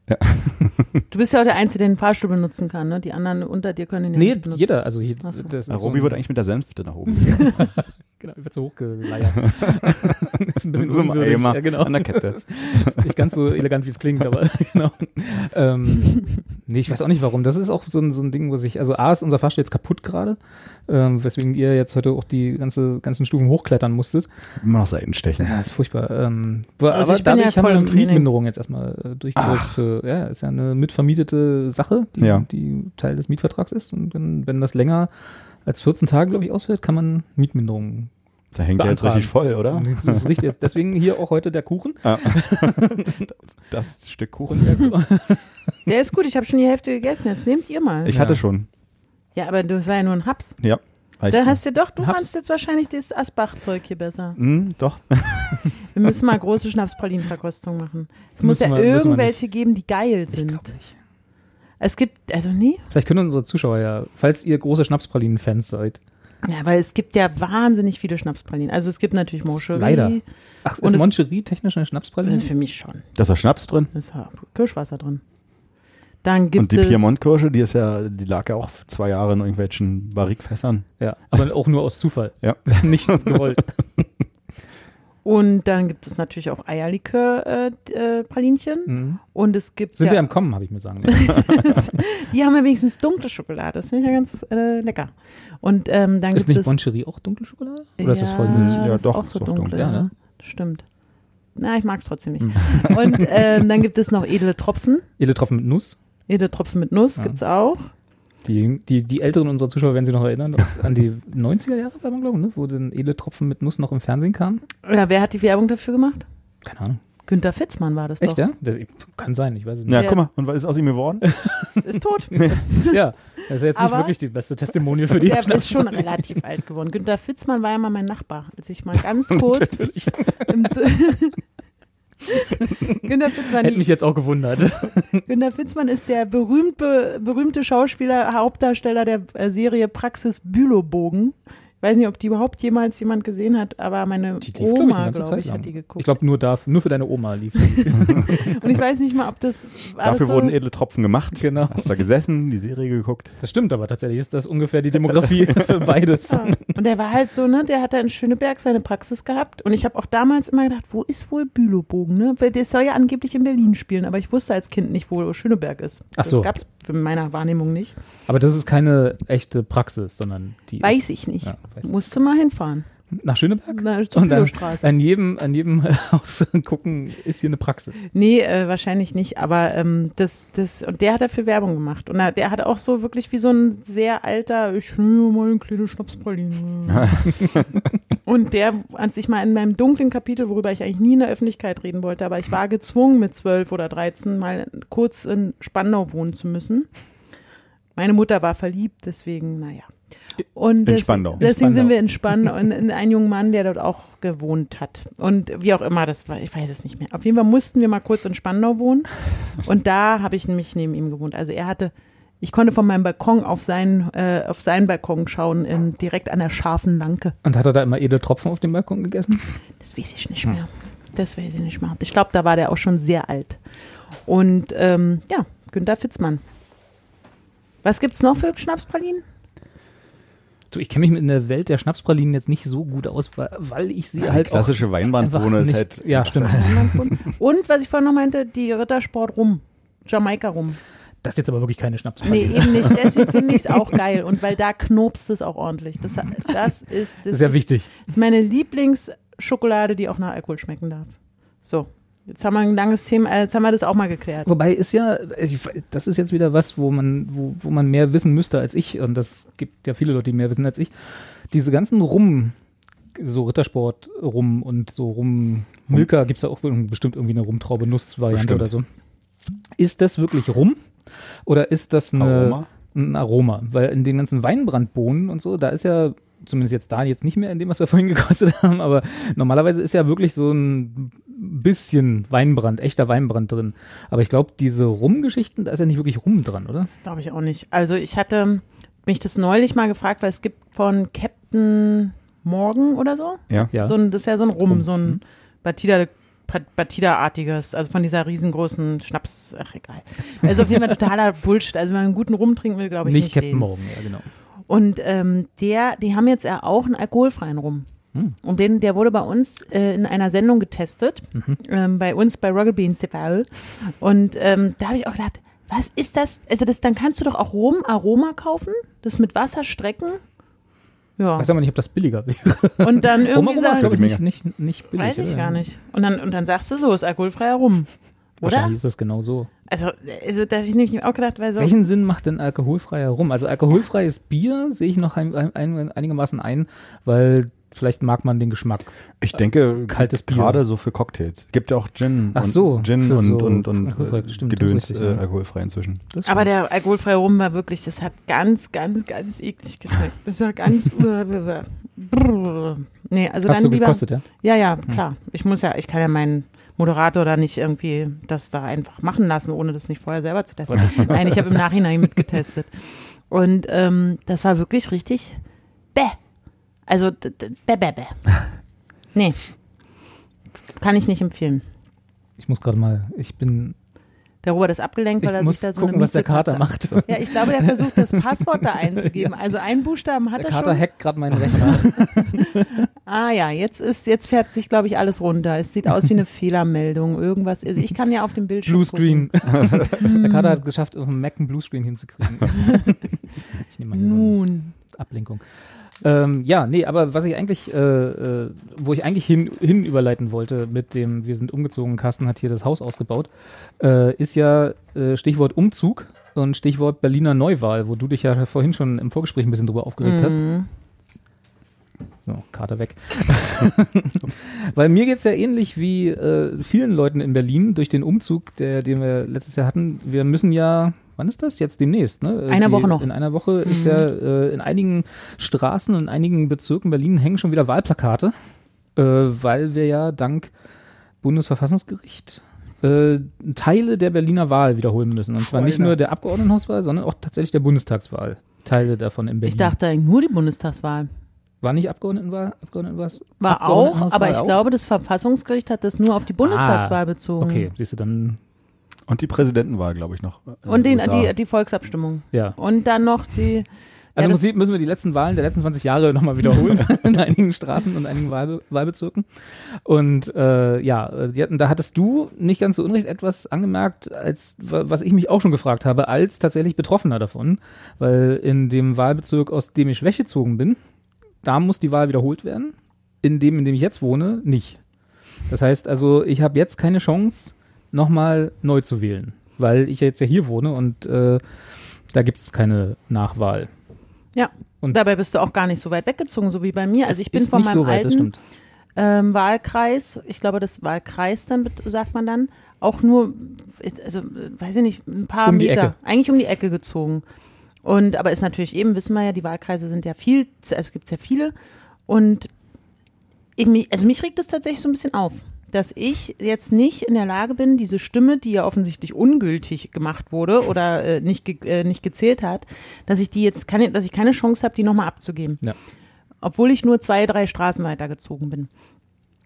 [SPEAKER 1] Du bist ja auch der Einzige, der den Fahrstuhl benutzen kann, ne? Die anderen unter dir können ihn ja
[SPEAKER 2] Nee,
[SPEAKER 1] nicht benutzen.
[SPEAKER 2] jeder. Also hier,
[SPEAKER 1] Ach so.
[SPEAKER 2] das
[SPEAKER 3] Na,
[SPEAKER 2] ist
[SPEAKER 3] Robi
[SPEAKER 2] so,
[SPEAKER 3] wird eigentlich mit der Sänfte nach oben gehen.
[SPEAKER 2] genau, wird so hochgeleiert. ist ein bisschen
[SPEAKER 3] So ein
[SPEAKER 2] unwürdig,
[SPEAKER 3] Eimer
[SPEAKER 2] ja, genau.
[SPEAKER 3] an der Kette.
[SPEAKER 2] Ist nicht ganz so elegant, wie es klingt, aber genau. Ähm, nee, ich weiß auch nicht warum. Das ist auch so ein, so ein Ding, wo sich, also A ist unser Fahrstuhl jetzt kaputt gerade, ähm, weswegen ihr jetzt heute auch die ganze, ganzen Stufen hochklettern musstet.
[SPEAKER 3] Immer noch Seitenstechen.
[SPEAKER 2] Ja, ist furchtbar. Ähm, aber
[SPEAKER 1] Also ich bin
[SPEAKER 2] dadurch
[SPEAKER 1] ja voll
[SPEAKER 2] haben
[SPEAKER 1] im
[SPEAKER 2] wir
[SPEAKER 1] Training.
[SPEAKER 2] Mietminderung jetzt erstmal äh, durchgesetzt. Äh, Ja, ist ja eine mitvermietete Sache, die,
[SPEAKER 3] Ja.
[SPEAKER 2] die Teil des Mietvertrags ist. Und wenn, wenn das länger als 14 Tage, glaube ich, ausfällt, kann man Mietminderung.
[SPEAKER 3] Da hängt er jetzt
[SPEAKER 2] Beantragen.
[SPEAKER 3] richtig voll, oder?
[SPEAKER 2] Das ist richtig. Deswegen hier auch heute der Kuchen.
[SPEAKER 3] Das Stück Kuchen.
[SPEAKER 2] Und der Kuchen.
[SPEAKER 1] Der ist gut, ich habe schon die Hälfte gegessen. Jetzt nehmt ihr mal.
[SPEAKER 3] Ich
[SPEAKER 2] Ja.
[SPEAKER 3] hatte schon.
[SPEAKER 1] ja, aber das war ja nur ein Haps.
[SPEAKER 3] Ja. Ich,
[SPEAKER 1] Da hast du doch, du
[SPEAKER 2] Haps.
[SPEAKER 1] fandst jetzt wahrscheinlich das Asbach-Zeug hier besser.
[SPEAKER 3] Hm, doch.
[SPEAKER 1] Wir müssen mal große Schnapspralinenverkostung machen. Es muss
[SPEAKER 2] Müssen
[SPEAKER 1] ja
[SPEAKER 2] wir- müssen wir
[SPEAKER 1] irgendwelche geben, die geil
[SPEAKER 2] Ich
[SPEAKER 1] sind.
[SPEAKER 2] glaub nicht.
[SPEAKER 1] Es gibt, also nee,
[SPEAKER 2] Vielleicht können unsere Zuschauer ja, falls ihr große Schnapspralinen-Fans seid.
[SPEAKER 1] ja, weil es gibt ja wahnsinnig viele Schnapspralinen. Also es gibt natürlich Moscherie.
[SPEAKER 2] Leider. Ach,
[SPEAKER 1] Und
[SPEAKER 2] ist
[SPEAKER 1] es-
[SPEAKER 2] Moncherie technisch eine Schnapspraline?
[SPEAKER 1] Das ist für mich schon.
[SPEAKER 3] Da ist auch Schnaps drin.
[SPEAKER 1] Da ist ja Kirschwasser drin. Dann gibt
[SPEAKER 3] Und die
[SPEAKER 1] es.
[SPEAKER 3] Piemont-Kirsche, die ist ja, die lag ja auch zwei Jahre in irgendwelchen Barrikfässern.
[SPEAKER 2] Ja, aber auch nur aus Zufall.
[SPEAKER 3] Ja.
[SPEAKER 2] Nicht gewollt.
[SPEAKER 1] Und dann gibt es natürlich auch Eierlikör-Pralinchen. Äh, Pralinchen.
[SPEAKER 2] Mhm.
[SPEAKER 1] Und es gibt
[SPEAKER 2] Sind ja.
[SPEAKER 1] ja,
[SPEAKER 2] im Kommen, habe ich mir sagen lassen.
[SPEAKER 1] die haben ja wenigstens dunkle Schokolade. Das finde ich ja ganz äh, lecker. Und ähm, dann
[SPEAKER 2] Ist
[SPEAKER 1] gibt
[SPEAKER 2] nicht
[SPEAKER 1] es
[SPEAKER 2] Moncherie auch dunkle Schokolade? Oder ist das
[SPEAKER 1] Ja,
[SPEAKER 2] Vollmilch?
[SPEAKER 3] Ja,
[SPEAKER 1] das
[SPEAKER 3] doch,
[SPEAKER 1] ist auch so
[SPEAKER 3] ist doch
[SPEAKER 1] dunkel.
[SPEAKER 2] dunkel, ja, ne? Hm.
[SPEAKER 1] Stimmt. Na, ich mag es trotzdem nicht. Und ähm, dann gibt es noch edle Tropfen.
[SPEAKER 2] Edeltropfen mit Nuss.
[SPEAKER 1] Edle Tropfen mit Nuss
[SPEAKER 2] Ja.
[SPEAKER 1] gibt's auch.
[SPEAKER 2] Die, die, die Älteren unserer Zuschauer werden sich noch erinnern, dass an die 90er Jahre, kann man glauben, ne? wo dann Edeltropfen mit Nuss noch im Fernsehen kam.
[SPEAKER 1] Ja, wer hat die Werbung dafür gemacht?
[SPEAKER 2] Keine Ahnung.
[SPEAKER 1] Günther Fitzmann war das
[SPEAKER 2] Echt,
[SPEAKER 1] doch.
[SPEAKER 2] ja? Das kann sein, ich weiß es nicht.
[SPEAKER 3] Ja,
[SPEAKER 1] Ja.
[SPEAKER 3] guck mal, und was ist aus ihm geworden?
[SPEAKER 1] Ist tot.
[SPEAKER 2] Ja, das ist jetzt nicht
[SPEAKER 1] Aber-
[SPEAKER 2] wirklich die beste Testimonial für die
[SPEAKER 1] Der ist schon relativ alt geworden. Günther Fitzmann war ja mal mein Nachbar, als ich mal ganz kurz.
[SPEAKER 2] Natürlich.
[SPEAKER 1] im Günther Fitzmann,
[SPEAKER 2] Hätte mich jetzt auch gewundert.
[SPEAKER 1] Günter Fitzmann ist der berühmte, berühmte Schauspieler, Hauptdarsteller der äh, Serie Praxis Bülowbogen. weiß nicht, ob die überhaupt jemals jemand gesehen hat, aber meine
[SPEAKER 2] Die lief, glaub ich, eine
[SPEAKER 1] Oma,
[SPEAKER 2] ganze
[SPEAKER 1] glaube
[SPEAKER 2] Zeit
[SPEAKER 1] ich,
[SPEAKER 2] lang.
[SPEAKER 1] hat die geguckt.
[SPEAKER 2] Ich glaube, nur, da- nur für deine Oma lief.
[SPEAKER 1] Und ich weiß nicht mal, ob das war das
[SPEAKER 3] Dafür
[SPEAKER 1] so,
[SPEAKER 3] wurden edle Tropfen gemacht.
[SPEAKER 2] Genau.
[SPEAKER 3] Hast da gesessen, die Serie geguckt.
[SPEAKER 2] Das stimmt aber tatsächlich. Ist das ungefähr die Demografie für beides.
[SPEAKER 1] Ja. Und der war halt so, ne, der hat da in Schöneberg seine Praxis gehabt. Und ich habe auch damals immer gedacht, wo ist wohl Bülowbogen, ne? Weil der soll ja angeblich in Berlin spielen, aber ich wusste als Kind nicht, wo Schöneberg ist.
[SPEAKER 2] Ach so.
[SPEAKER 1] Das gab es in meiner Wahrnehmung nicht.
[SPEAKER 2] Aber das ist keine echte Praxis, sondern die.
[SPEAKER 1] Weiß
[SPEAKER 2] ist,
[SPEAKER 1] ich nicht.
[SPEAKER 2] Ja, weiß ich.
[SPEAKER 1] Musste mal hinfahren.
[SPEAKER 2] Nach Schöneberg?
[SPEAKER 1] Na, zur
[SPEAKER 2] Und dann
[SPEAKER 1] Bülowstraße.
[SPEAKER 2] an jedem, an jedem Haus gucken, ist hier eine Praxis.
[SPEAKER 1] Nee, äh, wahrscheinlich nicht, aber ähm, das, das, und der hat dafür Werbung gemacht. Und er, der hat auch so wirklich wie so ein sehr alter, ich nehme mal einen kleinen Schnapspralinen. und der, als ich mal in meinem dunklen Kapitel, worüber ich eigentlich nie in der Öffentlichkeit reden wollte, aber ich war gezwungen, mit zwölf oder dreizehn mal kurz in Spandau wohnen zu müssen. Meine Mutter war verliebt, deswegen, naja. Und
[SPEAKER 3] In
[SPEAKER 1] des-
[SPEAKER 3] Spandau.
[SPEAKER 1] Deswegen
[SPEAKER 2] In Spandau.
[SPEAKER 1] sind wir in Spandau und in einen jungen Mann, der dort auch gewohnt hat. Und wie auch immer, das war, ich weiß es nicht mehr. Auf jeden Fall mussten wir mal kurz in Spandau wohnen. Und da habe ich nämlich neben ihm gewohnt. Also er hatte, ich konnte von meinem Balkon auf seinen, äh, auf seinen Balkon schauen, in, direkt an der scharfen Lanke.
[SPEAKER 2] Und hat er da immer edle Tropfen auf dem Balkon gegessen?
[SPEAKER 1] Das weiß ich nicht mehr. Das weiß ich nicht mehr. Ich glaube, da war der auch schon sehr alt. Und ähm, ja, Günther Fitzmann. Was gibt's noch für Schnapspralinen?
[SPEAKER 2] Du, ich kenne mich in der Welt der Schnapspralinen jetzt nicht so gut aus, weil- weil ich sie halt
[SPEAKER 3] die klassische
[SPEAKER 2] auch einfach
[SPEAKER 3] Weinbandbohne ist
[SPEAKER 2] nicht-
[SPEAKER 3] halt.
[SPEAKER 2] Ja, stimmt.
[SPEAKER 1] Und was ich vorhin noch meinte, die Rittersport rum. Jamaika rum.
[SPEAKER 2] Das ist jetzt aber wirklich keine Schnapspraline.
[SPEAKER 1] Nee, eben nicht. Deswegen finde ich es auch geil. Und weil da knobst es auch ordentlich. Das, das ist das
[SPEAKER 2] Das ist ja wichtig.
[SPEAKER 1] ist meine Lieblingsschokolade, die auch nach Alkohol schmecken darf. So, jetzt haben wir ein langes Thema, äh, jetzt haben wir das auch mal geklärt.
[SPEAKER 2] Wobei ist ja, ich, das ist jetzt wieder was, wo man, wo, wo man mehr wissen müsste als ich, und das gibt ja viele Leute, die mehr wissen als ich. Diese ganzen Rum, so Rittersport rum und so rum, Milka gibt's da auch bestimmt irgendwie eine Rumtraube Nuss-Variante
[SPEAKER 3] Bestimmt.
[SPEAKER 2] oder so. Ist das wirklich rum? Oder ist das eine,
[SPEAKER 3] Aroma?
[SPEAKER 2] ein Aroma? Weil in den ganzen Weinbrandbohnen und so, da ist ja, zumindest jetzt da jetzt nicht mehr in dem, was wir vorhin gekostet haben, aber normalerweise ist ja wirklich so ein bisschen Weinbrand, echter Weinbrand drin. Aber ich glaube, diese Rumgeschichten, da ist ja nicht wirklich Rum dran, oder?
[SPEAKER 1] Das glaube ich auch nicht. Also ich hatte mich das neulich mal gefragt, weil es gibt von Captain Morgan oder so.
[SPEAKER 3] Ja.
[SPEAKER 2] Ja. hm.
[SPEAKER 1] So ein, das ist ja so ein Rum, so ein Batida, Pat- Batida-artiges, also von dieser riesengroßen Schnaps, ach egal. Also auf jeden Fall totaler Bullshit. Also wenn man einen guten Rum trinken will, glaube ich
[SPEAKER 2] nicht,
[SPEAKER 1] nicht. Oh.
[SPEAKER 2] Captain
[SPEAKER 1] den.
[SPEAKER 2] Morgan, ja, genau.
[SPEAKER 1] Und ähm, der, die haben jetzt ja auch einen alkoholfreien Rum.
[SPEAKER 2] Hm.
[SPEAKER 1] Und den, der wurde bei uns äh, in einer Sendung getestet,
[SPEAKER 2] Mhm.
[SPEAKER 1] ähm, bei uns bei Ruggle Beans TV. Und ähm, da habe ich auch gedacht, was ist das? Also das, dann kannst du doch auch Rum Aroma kaufen, das mit Wasser strecken. Ja.
[SPEAKER 2] Ich weiß aber nicht, ob das billiger wäre.
[SPEAKER 1] Und dann
[SPEAKER 2] Rum
[SPEAKER 1] irgendwie
[SPEAKER 2] aber Also, ist,
[SPEAKER 1] sagen,
[SPEAKER 2] glaube ich,
[SPEAKER 3] Die
[SPEAKER 2] nicht, nicht, nicht billig.
[SPEAKER 1] weiß ich
[SPEAKER 2] oder?
[SPEAKER 1] gar nicht. Und dann und dann sagst du so, ist alkoholfreier Rum, oder?
[SPEAKER 2] Wahrscheinlich ist das genau so.
[SPEAKER 1] Also also da habe ich nämlich auch gedacht, weil so
[SPEAKER 2] Welchen Sinn macht denn alkoholfreier Rum? Also alkoholfreies Bier sehe ich noch ein, ein, ein, einigermaßen ein, weil vielleicht mag man den Geschmack.
[SPEAKER 3] Ich denke,
[SPEAKER 2] Kaltes Bier.
[SPEAKER 3] gerade so für Cocktails. Gibt ja auch Gin.
[SPEAKER 2] Ach
[SPEAKER 3] und-
[SPEAKER 2] so,
[SPEAKER 3] Gin
[SPEAKER 2] für
[SPEAKER 3] und,
[SPEAKER 2] so
[SPEAKER 3] und, und
[SPEAKER 2] alkoholfrei,
[SPEAKER 3] äh,
[SPEAKER 2] stimmt, das ist
[SPEAKER 3] Gedöns
[SPEAKER 2] richtig,
[SPEAKER 3] äh,
[SPEAKER 2] ja.
[SPEAKER 3] alkoholfrei inzwischen.
[SPEAKER 1] Aber der alkoholfreie Rum war wirklich, das hat ganz, ganz, ganz eklig geschmeckt. Das war ganz. brrr. nee, also
[SPEAKER 2] Hast
[SPEAKER 1] dann
[SPEAKER 2] du
[SPEAKER 1] lieber.
[SPEAKER 2] gekostet, Hm. ja?
[SPEAKER 1] Ja, ja, klar. Ich muss ja, ich kann ja meinen Moderator da nicht irgendwie das da einfach machen lassen, ohne das nicht vorher selber zu testen. Nein, ich habe im Nachhinein mitgetestet. Und ähm, das war wirklich richtig bäh. Also d- d- bäh, bäh, bäh. Nee. Kann ich nicht empfehlen.
[SPEAKER 2] Ich muss gerade mal, ich bin,
[SPEAKER 1] Der Robert ist abgelenkt, weil
[SPEAKER 2] ich
[SPEAKER 1] er
[SPEAKER 2] muss
[SPEAKER 1] sich da so
[SPEAKER 2] gucken,
[SPEAKER 1] eine
[SPEAKER 2] was der
[SPEAKER 1] miese Katze
[SPEAKER 2] Kater macht.
[SPEAKER 1] Ja, ich glaube, der versucht, das Passwort da einzugeben. Also einen Buchstaben hat
[SPEAKER 2] Der
[SPEAKER 1] er
[SPEAKER 2] Kater
[SPEAKER 1] schon.
[SPEAKER 2] hackt gerade meinen Rechner.
[SPEAKER 1] Ah ja, jetzt ist jetzt fährt sich, glaube ich, alles runter. Es sieht aus wie eine Fehlermeldung. Irgendwas. Also ich kann ja auf dem Bildschirm.
[SPEAKER 2] Bluescreen.
[SPEAKER 1] Hm.
[SPEAKER 2] der Kater hat geschafft, auf dem Mac einen Bluescreen hinzukriegen. ich
[SPEAKER 1] Gucken.
[SPEAKER 2] nehme mal hier so eine
[SPEAKER 1] Nun.
[SPEAKER 2] Ablenkung. Ähm, ja, nee, aber was ich eigentlich, äh, äh, wo ich eigentlich hin, hin überleiten wollte mit dem, wir sind umgezogen, Carsten hat hier das Haus ausgebaut, äh, ist ja äh, Stichwort Umzug und Stichwort Berliner Neuwahl, wo du dich ja vorhin schon im Vorgespräch ein bisschen drüber aufgeregt hast.
[SPEAKER 1] Mhm.
[SPEAKER 2] So, Karte weg. Weil mir geht's ja ähnlich wie äh, vielen Leuten in Berlin durch den Umzug, der, den wir letztes Jahr hatten. Wir müssen ja, wann ist das? Jetzt demnächst, ne?
[SPEAKER 1] Einer
[SPEAKER 2] Irgendwie
[SPEAKER 1] Woche noch. Mhm.
[SPEAKER 2] In einer Woche ist ja äh, in einigen Straßen, in einigen Bezirken Berlin hängen schon wieder Wahlplakate, äh, weil wir ja dank Bundesverfassungsgericht äh, Teile der Berliner Wahl wiederholen müssen. Und zwar nicht
[SPEAKER 3] Schweine.
[SPEAKER 2] nur der Abgeordnetenhauswahl, sondern auch tatsächlich der Bundestagswahl. Teile davon in Berlin.
[SPEAKER 1] Ich dachte eigentlich nur die Bundestagswahl.
[SPEAKER 2] War nicht Abgeordnetenwahl? Abgeordnetenwas?
[SPEAKER 1] War auch, aber ich glaube, das Verfassungsgericht hat das nur auf die Bundestagswahl bezogen.
[SPEAKER 2] Ah, Okay, siehst du, dann,
[SPEAKER 3] Und die Präsidentenwahl, glaube ich, noch. äh,
[SPEAKER 1] Und den,
[SPEAKER 3] USA.
[SPEAKER 1] die, die Volksabstimmung.
[SPEAKER 2] ja.
[SPEAKER 1] Und dann noch die.
[SPEAKER 2] Also im
[SPEAKER 1] das-
[SPEAKER 2] Prinzip müssen wir die letzten Wahlen der letzten 20 Jahre nochmal wiederholen in einigen Straßen und einigen Wahlbe Wahlbezirken. Und äh, ja, äh, die hatten, da hattest du nicht ganz so unrecht etwas angemerkt, als wa- was ich mich auch schon gefragt habe, als tatsächlich Betroffener davon, weil in dem Wahlbezirk, aus dem ich weggezogen bin, da muss die Wahl wiederholt werden, in dem, in dem ich jetzt wohne, nicht. Das heißt also, ich habe jetzt keine Chance, nochmal neu zu wählen, weil ich ja jetzt ja hier wohne und äh, da gibt es keine Nachwahl.
[SPEAKER 1] Ja.
[SPEAKER 2] Und-
[SPEAKER 1] Dabei bist du auch gar nicht so weit weggezogen, so wie bei mir. Also ich bin
[SPEAKER 2] Ist
[SPEAKER 1] von
[SPEAKER 2] nicht
[SPEAKER 1] meinem
[SPEAKER 2] so weit,
[SPEAKER 1] alten
[SPEAKER 2] das stimmt.
[SPEAKER 1] ähm, Wahlkreis, ich glaube, das Wahlkreis dann bet- sagt man dann, auch nur, also äh, weiß ich nicht, ein paar
[SPEAKER 2] Um die
[SPEAKER 1] Meter,
[SPEAKER 2] Ecke.
[SPEAKER 1] eigentlich um die Ecke gezogen. Und aber ist natürlich eben, wissen wir ja, die Wahlkreise sind ja viel, also gibt es ja viele. Und ich, mi- also mich regt es tatsächlich so ein bisschen auf, dass ich jetzt nicht in der Lage bin, diese Stimme, die ja offensichtlich ungültig gemacht wurde oder äh, nicht, ge äh, nicht gezählt hat, dass ich die jetzt keine, dass ich keine Chance habe, die nochmal abzugeben.
[SPEAKER 2] Ja.
[SPEAKER 1] Obwohl ich nur zwei, drei Straßen weitergezogen bin.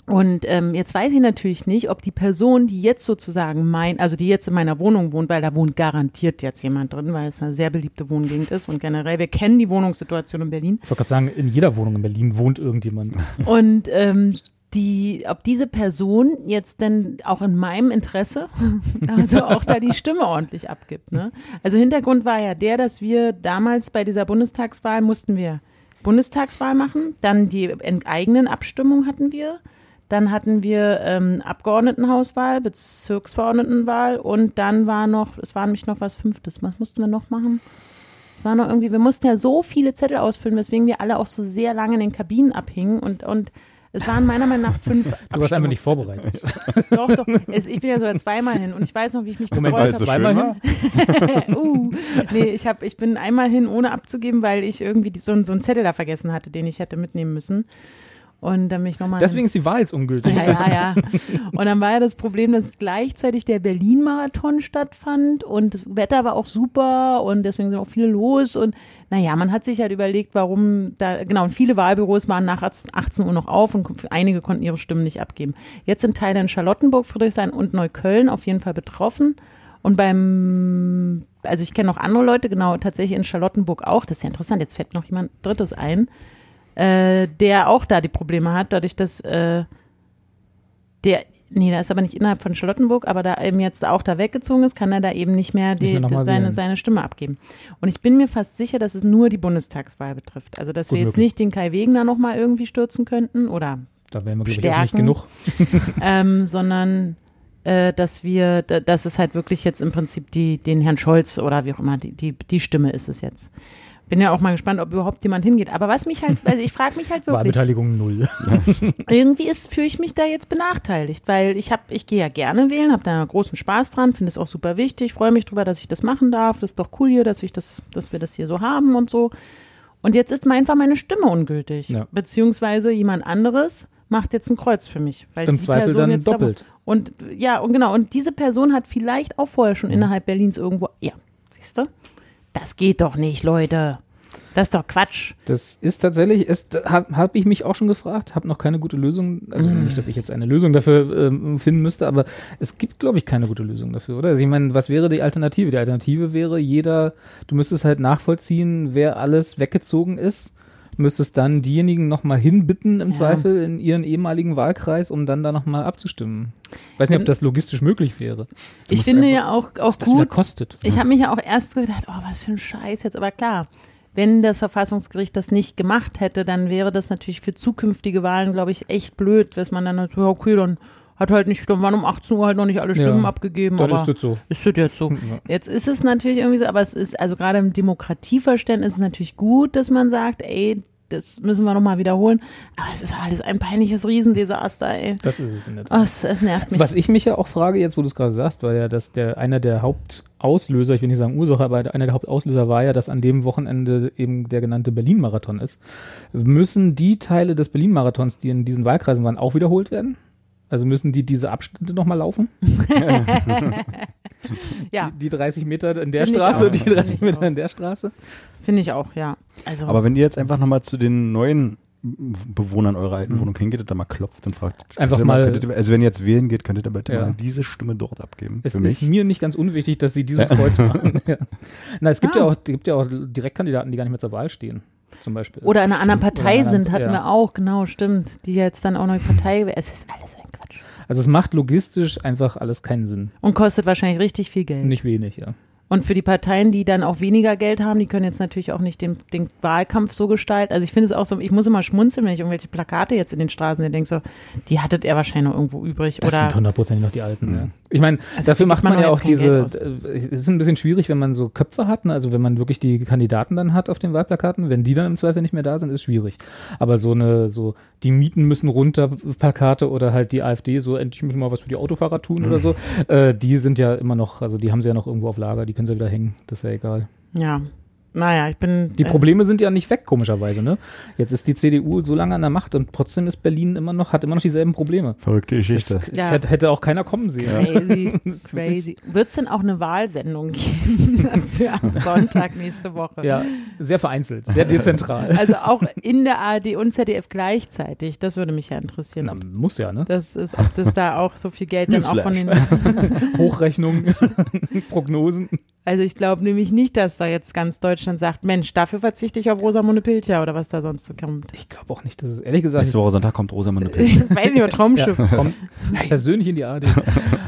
[SPEAKER 1] Und ähm, jetzt weiß ich natürlich nicht, ob die Person, die jetzt sozusagen mein, also die jetzt in meiner Wohnung wohnt, weil da wohnt garantiert jetzt jemand drin, weil es eine sehr beliebte Wohngegend ist und generell, wir kennen die Wohnungssituation in Berlin.
[SPEAKER 2] Ich wollte gerade sagen, in jeder Wohnung in Berlin wohnt irgendjemand.
[SPEAKER 1] Und ähm, die, ob diese Person jetzt denn auch in meinem Interesse, also auch da die Stimme ordentlich abgibt. Ne? Also Hintergrund war ja der, dass wir damals bei dieser Bundestagswahl mussten wir Bundestagswahl machen, dann die enteigenen Abstimmung hatten wir, dann hatten wir ähm, Abgeordnetenhauswahl, Bezirksverordnetenwahl und dann war noch, es war nämlich noch was Fünftes. Was mussten wir noch machen? Es war noch irgendwie, wir mussten ja so viele Zettel ausfüllen, weswegen wir alle auch so sehr lange in den Kabinen abhingen und, und es waren meiner Meinung nach fünf.
[SPEAKER 2] Du warst einfach nicht
[SPEAKER 1] Abstimmungs-
[SPEAKER 2] vorbereitet.
[SPEAKER 1] Doch, doch. Es, ich bin ja sogar zweimal hin und ich weiß noch, wie ich mich
[SPEAKER 2] Moment,
[SPEAKER 1] gefreut
[SPEAKER 3] Weil es so
[SPEAKER 1] habe.
[SPEAKER 3] schön
[SPEAKER 2] Zweimal
[SPEAKER 3] war.
[SPEAKER 1] uh, nee, ich, hab, ich bin einmal hin, ohne abzugeben, weil ich irgendwie die, so, einen- so einen Zettel da vergessen hatte, den ich hätte mitnehmen müssen. Und dann bin ich nochmal.
[SPEAKER 2] Deswegen ist die Wahl jetzt ungültig.
[SPEAKER 1] Ja, ja, ja. Und dann war ja das Problem, dass gleichzeitig der Berlin-Marathon stattfand und das Wetter war auch super und deswegen sind auch viele los. Und naja, man hat sich halt überlegt, warum da, genau, und viele Wahlbüros waren nach 18 Uhr noch auf und einige konnten ihre Stimmen nicht abgeben. Jetzt sind Teile in Charlottenburg, Friedrichshain und Neukölln auf jeden Fall betroffen. Und beim, also ich kenne noch andere Leute, genau, tatsächlich in Charlottenburg auch. Das ist ja interessant, jetzt fällt noch jemand Drittes ein, äh, der auch da die Probleme hat, dadurch, dass äh, der, nee, da ist aber nicht innerhalb von Charlottenburg, aber da eben jetzt auch da weggezogen ist, kann er da eben nicht mehr, die,
[SPEAKER 2] Nicht mehr nochmal
[SPEAKER 1] seine,
[SPEAKER 2] wählen.
[SPEAKER 1] seine Stimme abgeben. Und ich bin mir fast sicher, dass es nur die Bundestagswahl betrifft. Also, dass
[SPEAKER 2] Gut
[SPEAKER 1] wir jetzt
[SPEAKER 2] möglich.
[SPEAKER 1] nicht den Kai Wegener nochmal irgendwie stürzen könnten oder
[SPEAKER 2] Da wären wir, glaube ich, auch nicht
[SPEAKER 1] Stärken.
[SPEAKER 2] genug.
[SPEAKER 1] ähm, sondern äh, dass wir, da- dass es halt wirklich jetzt im Prinzip die, den Herrn Scholz oder wie auch immer, die, die, die Stimme ist es jetzt. Bin ja auch mal gespannt, ob überhaupt jemand hingeht. Aber was mich halt, also ich frage mich halt wirklich,
[SPEAKER 2] Wahlbeteiligung null.
[SPEAKER 1] irgendwie ist, fühle ich mich da jetzt benachteiligt, weil ich habe, ich gehe ja gerne wählen, habe da großen Spaß dran, finde es auch super wichtig, freue mich drüber, dass ich das machen darf, das ist doch cool hier, dass ich das, dass wir das hier so haben und so. Und jetzt ist mir einfach meine Stimme ungültig,
[SPEAKER 2] Ja.
[SPEAKER 1] beziehungsweise jemand anderes macht jetzt ein Kreuz für mich, weil
[SPEAKER 2] Im
[SPEAKER 1] die
[SPEAKER 2] Zweifel
[SPEAKER 1] Person
[SPEAKER 2] dann
[SPEAKER 1] jetzt
[SPEAKER 2] doppelt.
[SPEAKER 1] Da, und ja, und genau, und diese Person hat vielleicht auch vorher
[SPEAKER 2] Mhm.
[SPEAKER 1] schon innerhalb Berlins irgendwo, ja, siehst du, das geht doch nicht, Leute, das ist doch Quatsch.
[SPEAKER 2] Das ist tatsächlich, ist, habe hab ich mich auch schon gefragt, habe noch keine gute Lösung. Also
[SPEAKER 1] Mhm.
[SPEAKER 2] nicht, dass ich jetzt eine Lösung dafür ähm, finden müsste, aber es gibt, glaube ich, keine gute Lösung dafür, oder? Also ich meine, was wäre die Alternative? Die Alternative wäre, jeder, du müsstest halt nachvollziehen, wer alles weggezogen ist, müsstest dann diejenigen nochmal hinbitten im
[SPEAKER 1] Ja.
[SPEAKER 2] Zweifel in ihren ehemaligen Wahlkreis, um dann da nochmal abzustimmen. weiß nicht, ob
[SPEAKER 1] Ähm,
[SPEAKER 2] das logistisch möglich wäre.
[SPEAKER 1] Ich finde ja auch, auch
[SPEAKER 2] Das wieder
[SPEAKER 1] gut,
[SPEAKER 2] kostet.
[SPEAKER 1] Ich habe mich ja auch erst gedacht, oh, was für ein Scheiß jetzt. Aber klar, wenn das Verfassungsgericht das nicht gemacht hätte, dann wäre das natürlich für zukünftige Wahlen, glaube ich, echt blöd, dass man dann, sagt, ja, okay, dann hat halt nicht, dann waren um 18 Uhr halt noch nicht alle Stimmen
[SPEAKER 2] Ja,
[SPEAKER 1] abgegeben.
[SPEAKER 2] Dann
[SPEAKER 1] aber
[SPEAKER 2] ist das Hm, so.
[SPEAKER 1] ist das jetzt so? Jetzt ist es natürlich irgendwie so, aber es ist, also gerade im Demokratieverständnis ist es natürlich gut, dass man sagt, ey, das müssen wir nochmal wiederholen. Aber es ist alles ein peinliches Riesendesaster, ey.
[SPEAKER 2] Das ist es in der Tat.
[SPEAKER 1] Oh, es, es nervt mich.
[SPEAKER 2] Was ich mich ja auch frage, jetzt wo du es gerade sagst, war ja, dass der einer der Hauptauslöser, ich will nicht sagen Ursache, aber einer der Hauptauslöser war ja, dass an dem Wochenende eben der genannte Berlin-Marathon ist. Müssen die Teile des Berlin-Marathons, die in diesen Wahlkreisen waren, auch wiederholt werden? Also müssen die diese Abschnitte nochmal laufen?
[SPEAKER 1] ja,
[SPEAKER 2] Die 30 Meter in der
[SPEAKER 1] Finde ich
[SPEAKER 2] Straße,
[SPEAKER 1] auch.
[SPEAKER 2] die 30
[SPEAKER 1] Finde ich
[SPEAKER 2] Meter
[SPEAKER 1] auch.
[SPEAKER 2] in der Straße?
[SPEAKER 1] finde ich auch, ja. Also,
[SPEAKER 3] Aber wenn ihr jetzt einfach nochmal zu den neuen Bewohnern eurer alten Wohnung hingeht und da mal klopft und fragt.
[SPEAKER 2] Mhm. Einfach
[SPEAKER 3] könntet ihr
[SPEAKER 2] mal-
[SPEAKER 3] Könntet, ihr- also wenn ihr jetzt wählen geht, könntet ihr bitte
[SPEAKER 2] Ja.
[SPEAKER 3] mal diese Stimme dort abgeben.
[SPEAKER 2] Es
[SPEAKER 3] für
[SPEAKER 2] ist
[SPEAKER 3] mich.
[SPEAKER 2] mir nicht ganz unwichtig, dass sie dieses Kreuz machen. ja. Na, es
[SPEAKER 1] Ah.
[SPEAKER 2] gibt ja. auch, gibt ja auch Direktkandidaten, die gar nicht mehr zur Wahl stehen, zum Beispiel.
[SPEAKER 1] Oder in einer anderen Partei
[SPEAKER 2] Oder in einer-
[SPEAKER 1] sind, hatten
[SPEAKER 2] ja.
[SPEAKER 1] wir auch, genau, stimmt. Die jetzt dann auch noch die Partei. Es ist alles ein Quatsch.
[SPEAKER 2] Also es macht logistisch einfach alles keinen Sinn.
[SPEAKER 1] Und kostet wahrscheinlich richtig viel Geld.
[SPEAKER 2] Nicht wenig, ja.
[SPEAKER 1] Und für die Parteien, die dann auch weniger Geld haben, die können jetzt natürlich auch nicht den, den Wahlkampf so gestalten. Also ich finde es auch so, ich muss immer schmunzeln, wenn ich irgendwelche Plakate jetzt in den Straßen sehe, denke so, die hattet er wahrscheinlich noch irgendwo übrig. oder
[SPEAKER 2] hundertprozentig noch die alten. Ja. Hm. Ich meine,
[SPEAKER 1] Also
[SPEAKER 2] dafür
[SPEAKER 1] gibt
[SPEAKER 2] macht
[SPEAKER 1] man
[SPEAKER 2] man ja
[SPEAKER 1] jetzt
[SPEAKER 2] auch
[SPEAKER 1] kein
[SPEAKER 2] diese.
[SPEAKER 1] Geld
[SPEAKER 2] äh, Es ist ein bisschen schwierig, wenn man so Köpfe hat, ne? also wenn man wirklich die Kandidaten dann hat auf den Wahlplakaten. Wenn die dann im Zweifel nicht mehr da sind, ist schwierig. Aber so eine, so die Mieten müssen runter Plakate oder halt die AfD so endlich müssen wir mal was für die Autofahrer tun oder so. Äh, die sind ja immer noch, also die haben sie ja noch irgendwo auf Lager, die können sie wieder hängen. Das ist ja egal.
[SPEAKER 1] ja. Naja, ich bin. äh,
[SPEAKER 2] Die Probleme sind ja nicht weg, komischerweise. Ne? Jetzt ist die CDU so lange an der Macht und trotzdem ist Berlin immer noch, hat immer noch dieselben Probleme.
[SPEAKER 3] Verrückte Geschichte.
[SPEAKER 2] Das
[SPEAKER 1] Ja.
[SPEAKER 2] hätte- hätte auch keiner kommen sehen.
[SPEAKER 1] äh, crazy, crazy. Wird es denn auch eine Wahlsendung geben für am Sonntag nächste Woche?
[SPEAKER 2] Ja, sehr vereinzelt, sehr dezentral.
[SPEAKER 1] Also auch in der ARD und ZDF gleichzeitig. Das würde mich ja interessieren.
[SPEAKER 2] Na, muss ja, ne?
[SPEAKER 1] Das ist, ob das da auch so viel Geld dann auch von den.
[SPEAKER 2] Hochrechnungen, Prognosen.
[SPEAKER 1] Also ich glaube nämlich nicht, dass da jetzt ganz Deutschland sagt, Mensch, dafür verzichte ich auf Rosamunde Pilcher oder was da sonst so kommt.
[SPEAKER 2] Ich glaube auch nicht, dass es, ehrlich gesagt,
[SPEAKER 3] Nächste Woche Sonntag kommt Rosamunde Pilcher.
[SPEAKER 1] Ich weiß nicht, ob Traumschiff.
[SPEAKER 2] ja, kommt persönlich in die AD.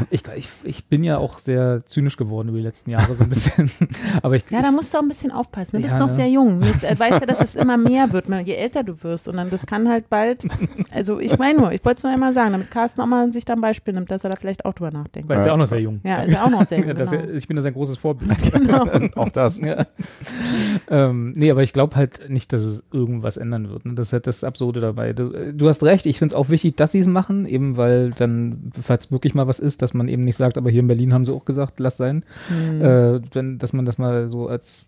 [SPEAKER 2] Ich, glaub, ich, ich bin ja auch sehr zynisch geworden über die letzten Jahre, so ein bisschen. Aber ich,
[SPEAKER 1] Ja, da musst du auch ein bisschen aufpassen. Du bist
[SPEAKER 2] Ja,
[SPEAKER 1] noch
[SPEAKER 2] ne?
[SPEAKER 1] sehr jung. Du äh, weißt ja, dass es immer mehr wird, ne, je älter du wirst. Und dann, das kann halt bald, also ich meine nur, ich wollte es nur einmal sagen, damit Carsten auch mal sich da ein Beispiel nimmt, dass er da vielleicht auch drüber nachdenkt.
[SPEAKER 2] weil es ja auch noch sehr jung.
[SPEAKER 1] Ja, ist ja auch noch sehr jung.
[SPEAKER 2] Ja, das, ist ja-
[SPEAKER 1] Genau.
[SPEAKER 2] ich bin da sein großes Vorbild.
[SPEAKER 3] Auch das.
[SPEAKER 2] Ja. ähm, nee, aber ich glaube halt nicht, dass es irgendwas ändern wird. Ne? Das ist halt das Absurde dabei. Du, äh, du hast recht, ich finde es auch wichtig, dass sie es machen, eben weil dann, falls wirklich mal was ist, dass man eben nicht sagt, aber hier in Berlin haben sie auch gesagt, lass sein. Äh, wenn, dass man das mal so als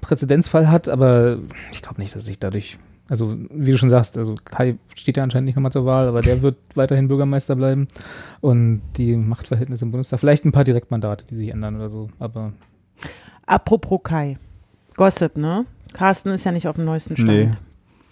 [SPEAKER 2] Präzedenzfall hat, aber ich glaube nicht, dass sich dadurch. Also, wie du schon sagst, also Kai steht ja anscheinend nicht nochmal zur Wahl, aber der wird weiterhin Bürgermeister bleiben. Und die Machtverhältnisse im Bundestag, vielleicht ein paar Direktmandate, die sich ändern oder so, aber
[SPEAKER 1] Apropos Kai. Gossip, ne? Carsten ist ja nicht auf dem neuesten Stand.
[SPEAKER 3] Nee.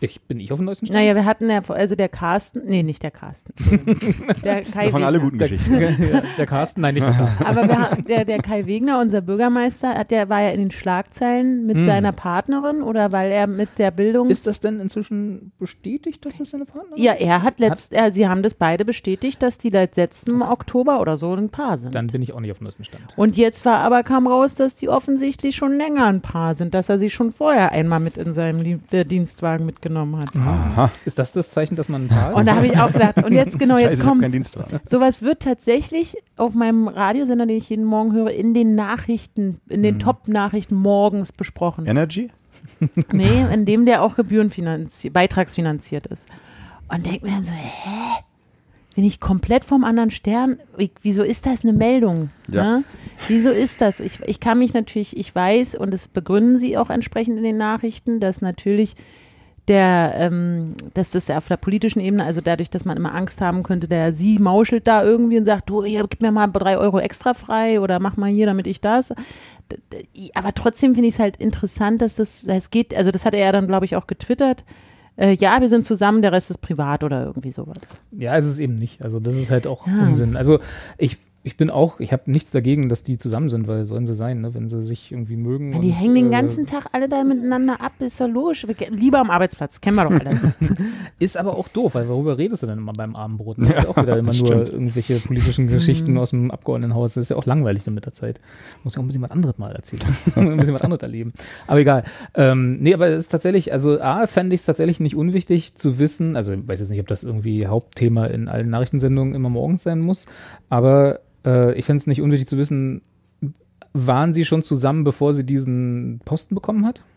[SPEAKER 2] Ich bin ich auf dem neuesten Stand.
[SPEAKER 1] Naja, wir hatten ja, vor- also der Carsten, nee, nicht der Carsten. Der Kai
[SPEAKER 3] Da fangen alle
[SPEAKER 1] Wegner.
[SPEAKER 3] guten Geschichten an.
[SPEAKER 2] Der, der Carsten, nein, nicht der Carsten.
[SPEAKER 1] Aber wir, ha- der, der Kai Wegner, unser Bürgermeister, hat der, war ja in den Schlagzeilen
[SPEAKER 3] Hm.
[SPEAKER 1] mit seiner Partnerin oder weil er mit der Bildung.
[SPEAKER 2] Ist das denn inzwischen bestätigt, dass das seine Partnerin
[SPEAKER 1] ja,
[SPEAKER 2] ist?
[SPEAKER 1] er hat letzt, er, sie haben das beide bestätigt, dass die seit letztem Oktober oder so ein Paar sind.
[SPEAKER 2] Dann bin ich auch nicht auf dem neuesten Stand.
[SPEAKER 1] Und jetzt war aber kam raus, dass die offensichtlich schon länger ein Paar sind, dass er sie schon vorher einmal mit in seinem Lie- äh, Dienstwagen mitgenommen hat.
[SPEAKER 3] Aha.
[SPEAKER 2] Ist das das Zeichen, dass man ein Paar
[SPEAKER 1] Und da habe ich auch gedacht, und jetzt genau,
[SPEAKER 3] Scheiße,
[SPEAKER 1] jetzt
[SPEAKER 3] ich hab
[SPEAKER 1] kommt
[SPEAKER 3] keinen Dienstwagen.
[SPEAKER 1] Sowas wird tatsächlich auf meinem Radiosender, den ich jeden Morgen höre, in den Nachrichten, in
[SPEAKER 3] Mhm.
[SPEAKER 1] den Top-Nachrichten morgens besprochen.
[SPEAKER 3] Energy?
[SPEAKER 1] Nee, in dem der auch gebührenfinanziert, beitragsfinanziert ist. Und denkt mir dann so, hä? Bin ich komplett vom anderen Stern? Wie- Wieso ist das eine Meldung?
[SPEAKER 3] Ja.
[SPEAKER 1] Ne? Wieso ist das? Ich, ich kann mich natürlich, ich weiß, und das begründen sie auch entsprechend in den Nachrichten, dass natürlich der, ähm, dass das auf der politischen Ebene, also dadurch, dass man immer Angst haben könnte, der sie mauschelt da irgendwie und sagt, du, hier, gib mir mal drei Euro extra frei oder mach mal hier, damit ich das. D- d- Aber trotzdem finde ich es halt interessant, dass das, es geht, also das hat er ja dann, glaube ich, auch getwittert. Äh, ja, wir sind zusammen, der Rest ist privat oder irgendwie sowas.
[SPEAKER 2] Ja, es ist eben nicht. Also das ist halt auch Unsinn. Also ich, ich bin auch, ich habe nichts dagegen, dass die zusammen sind, weil sollen sie sein, ne? wenn sie sich irgendwie mögen.
[SPEAKER 1] Die
[SPEAKER 2] und,
[SPEAKER 1] hängen den
[SPEAKER 2] äh,
[SPEAKER 1] ganzen Tag alle da miteinander ab, ist doch logisch. Wir ge- Lieber am Arbeitsplatz, kennen wir doch alle.
[SPEAKER 2] Ist aber auch doof, weil worüber redest du denn immer beim Abendbrot? Das ist ja auch wieder immer nur irgendwelche politischen Geschichten aus dem Abgeordnetenhaus. Das ist ja auch langweilig dann mit der Zeit. Muss ja auch ein bisschen was anderes mal erzählen. ein bisschen was anderes erleben. Aber egal. Ähm, nee, aber es ist tatsächlich, also A, fände ich es tatsächlich nicht unwichtig zu wissen, also ich weiß jetzt nicht, ob das irgendwie Hauptthema in allen Nachrichtensendungen immer morgens sein muss, aber äh, ich fände es nicht unwichtig zu wissen, waren sie schon zusammen, bevor sie diesen Posten bekommen hat?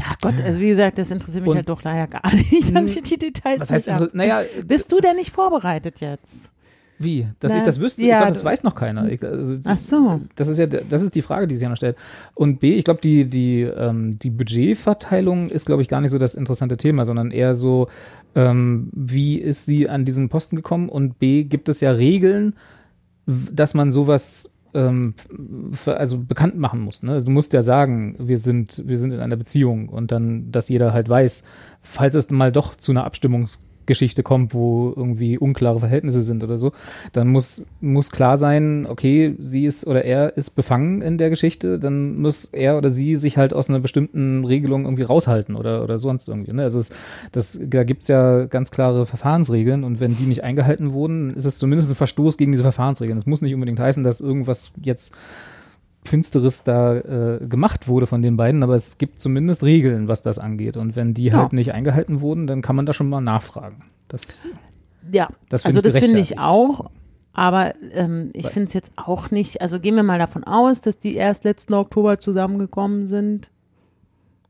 [SPEAKER 1] Ja Gott, also wie gesagt, das interessiert mich
[SPEAKER 2] Und- Hm.
[SPEAKER 1] halt doch leider gar nicht, dass ich die Details
[SPEAKER 2] Was heißt, also
[SPEAKER 1] nicht hab.
[SPEAKER 2] inter- naja,
[SPEAKER 1] Bist du denn nicht vorbereitet jetzt?
[SPEAKER 2] wie? Dass
[SPEAKER 1] Na,
[SPEAKER 2] ich das wüsste?
[SPEAKER 1] ja,
[SPEAKER 2] ich glaube, das
[SPEAKER 1] du-
[SPEAKER 2] weiß noch keiner. Ich, also,
[SPEAKER 1] Ach so.
[SPEAKER 2] Das ist ja, das ist die Frage, die sich einer stellt. Und B, ich glaube, die, die, ähm, die Budgetverteilung ist, glaube ich, gar nicht so das interessante Thema, sondern eher so, ähm, wie ist sie an diesen Posten gekommen? Und B, gibt es ja Regeln, w- dass man sowas ähm, ver- also bekannt machen musst. Ne? Also Du musst ja sagen, wir sind, wir sind in einer Beziehung und dann, dass jeder halt weiß, falls es mal doch zu einer Abstimmungsgeschichte kommt, wo irgendwie unklare Verhältnisse sind oder so, dann muss, muss klar sein, okay, sie ist oder er ist befangen in der Geschichte, dann muss er oder sie sich halt aus einer bestimmten Regelung irgendwie raushalten oder, oder sonst irgendwie. Ne? Also es, das, da gibt's ja ganz klare Verfahrensregeln und wenn die nicht eingehalten wurden, ist es zumindest ein Verstoß gegen diese Verfahrensregeln. Es muss nicht unbedingt heißen, dass irgendwas jetzt Finsteres da äh, gemacht wurde von den beiden, aber es gibt zumindest Regeln, was das angeht. Und wenn die halt nicht eingehalten wurden, dann kann man da schon mal nachfragen. Das,
[SPEAKER 1] Ja,
[SPEAKER 2] Das find
[SPEAKER 1] also
[SPEAKER 2] ich
[SPEAKER 1] das finde ich
[SPEAKER 2] gerechtfertigt.
[SPEAKER 1] auch. Aber ähm, ich finde es jetzt auch nicht, also gehen wir mal davon aus, dass die erst letzten Oktober zusammengekommen sind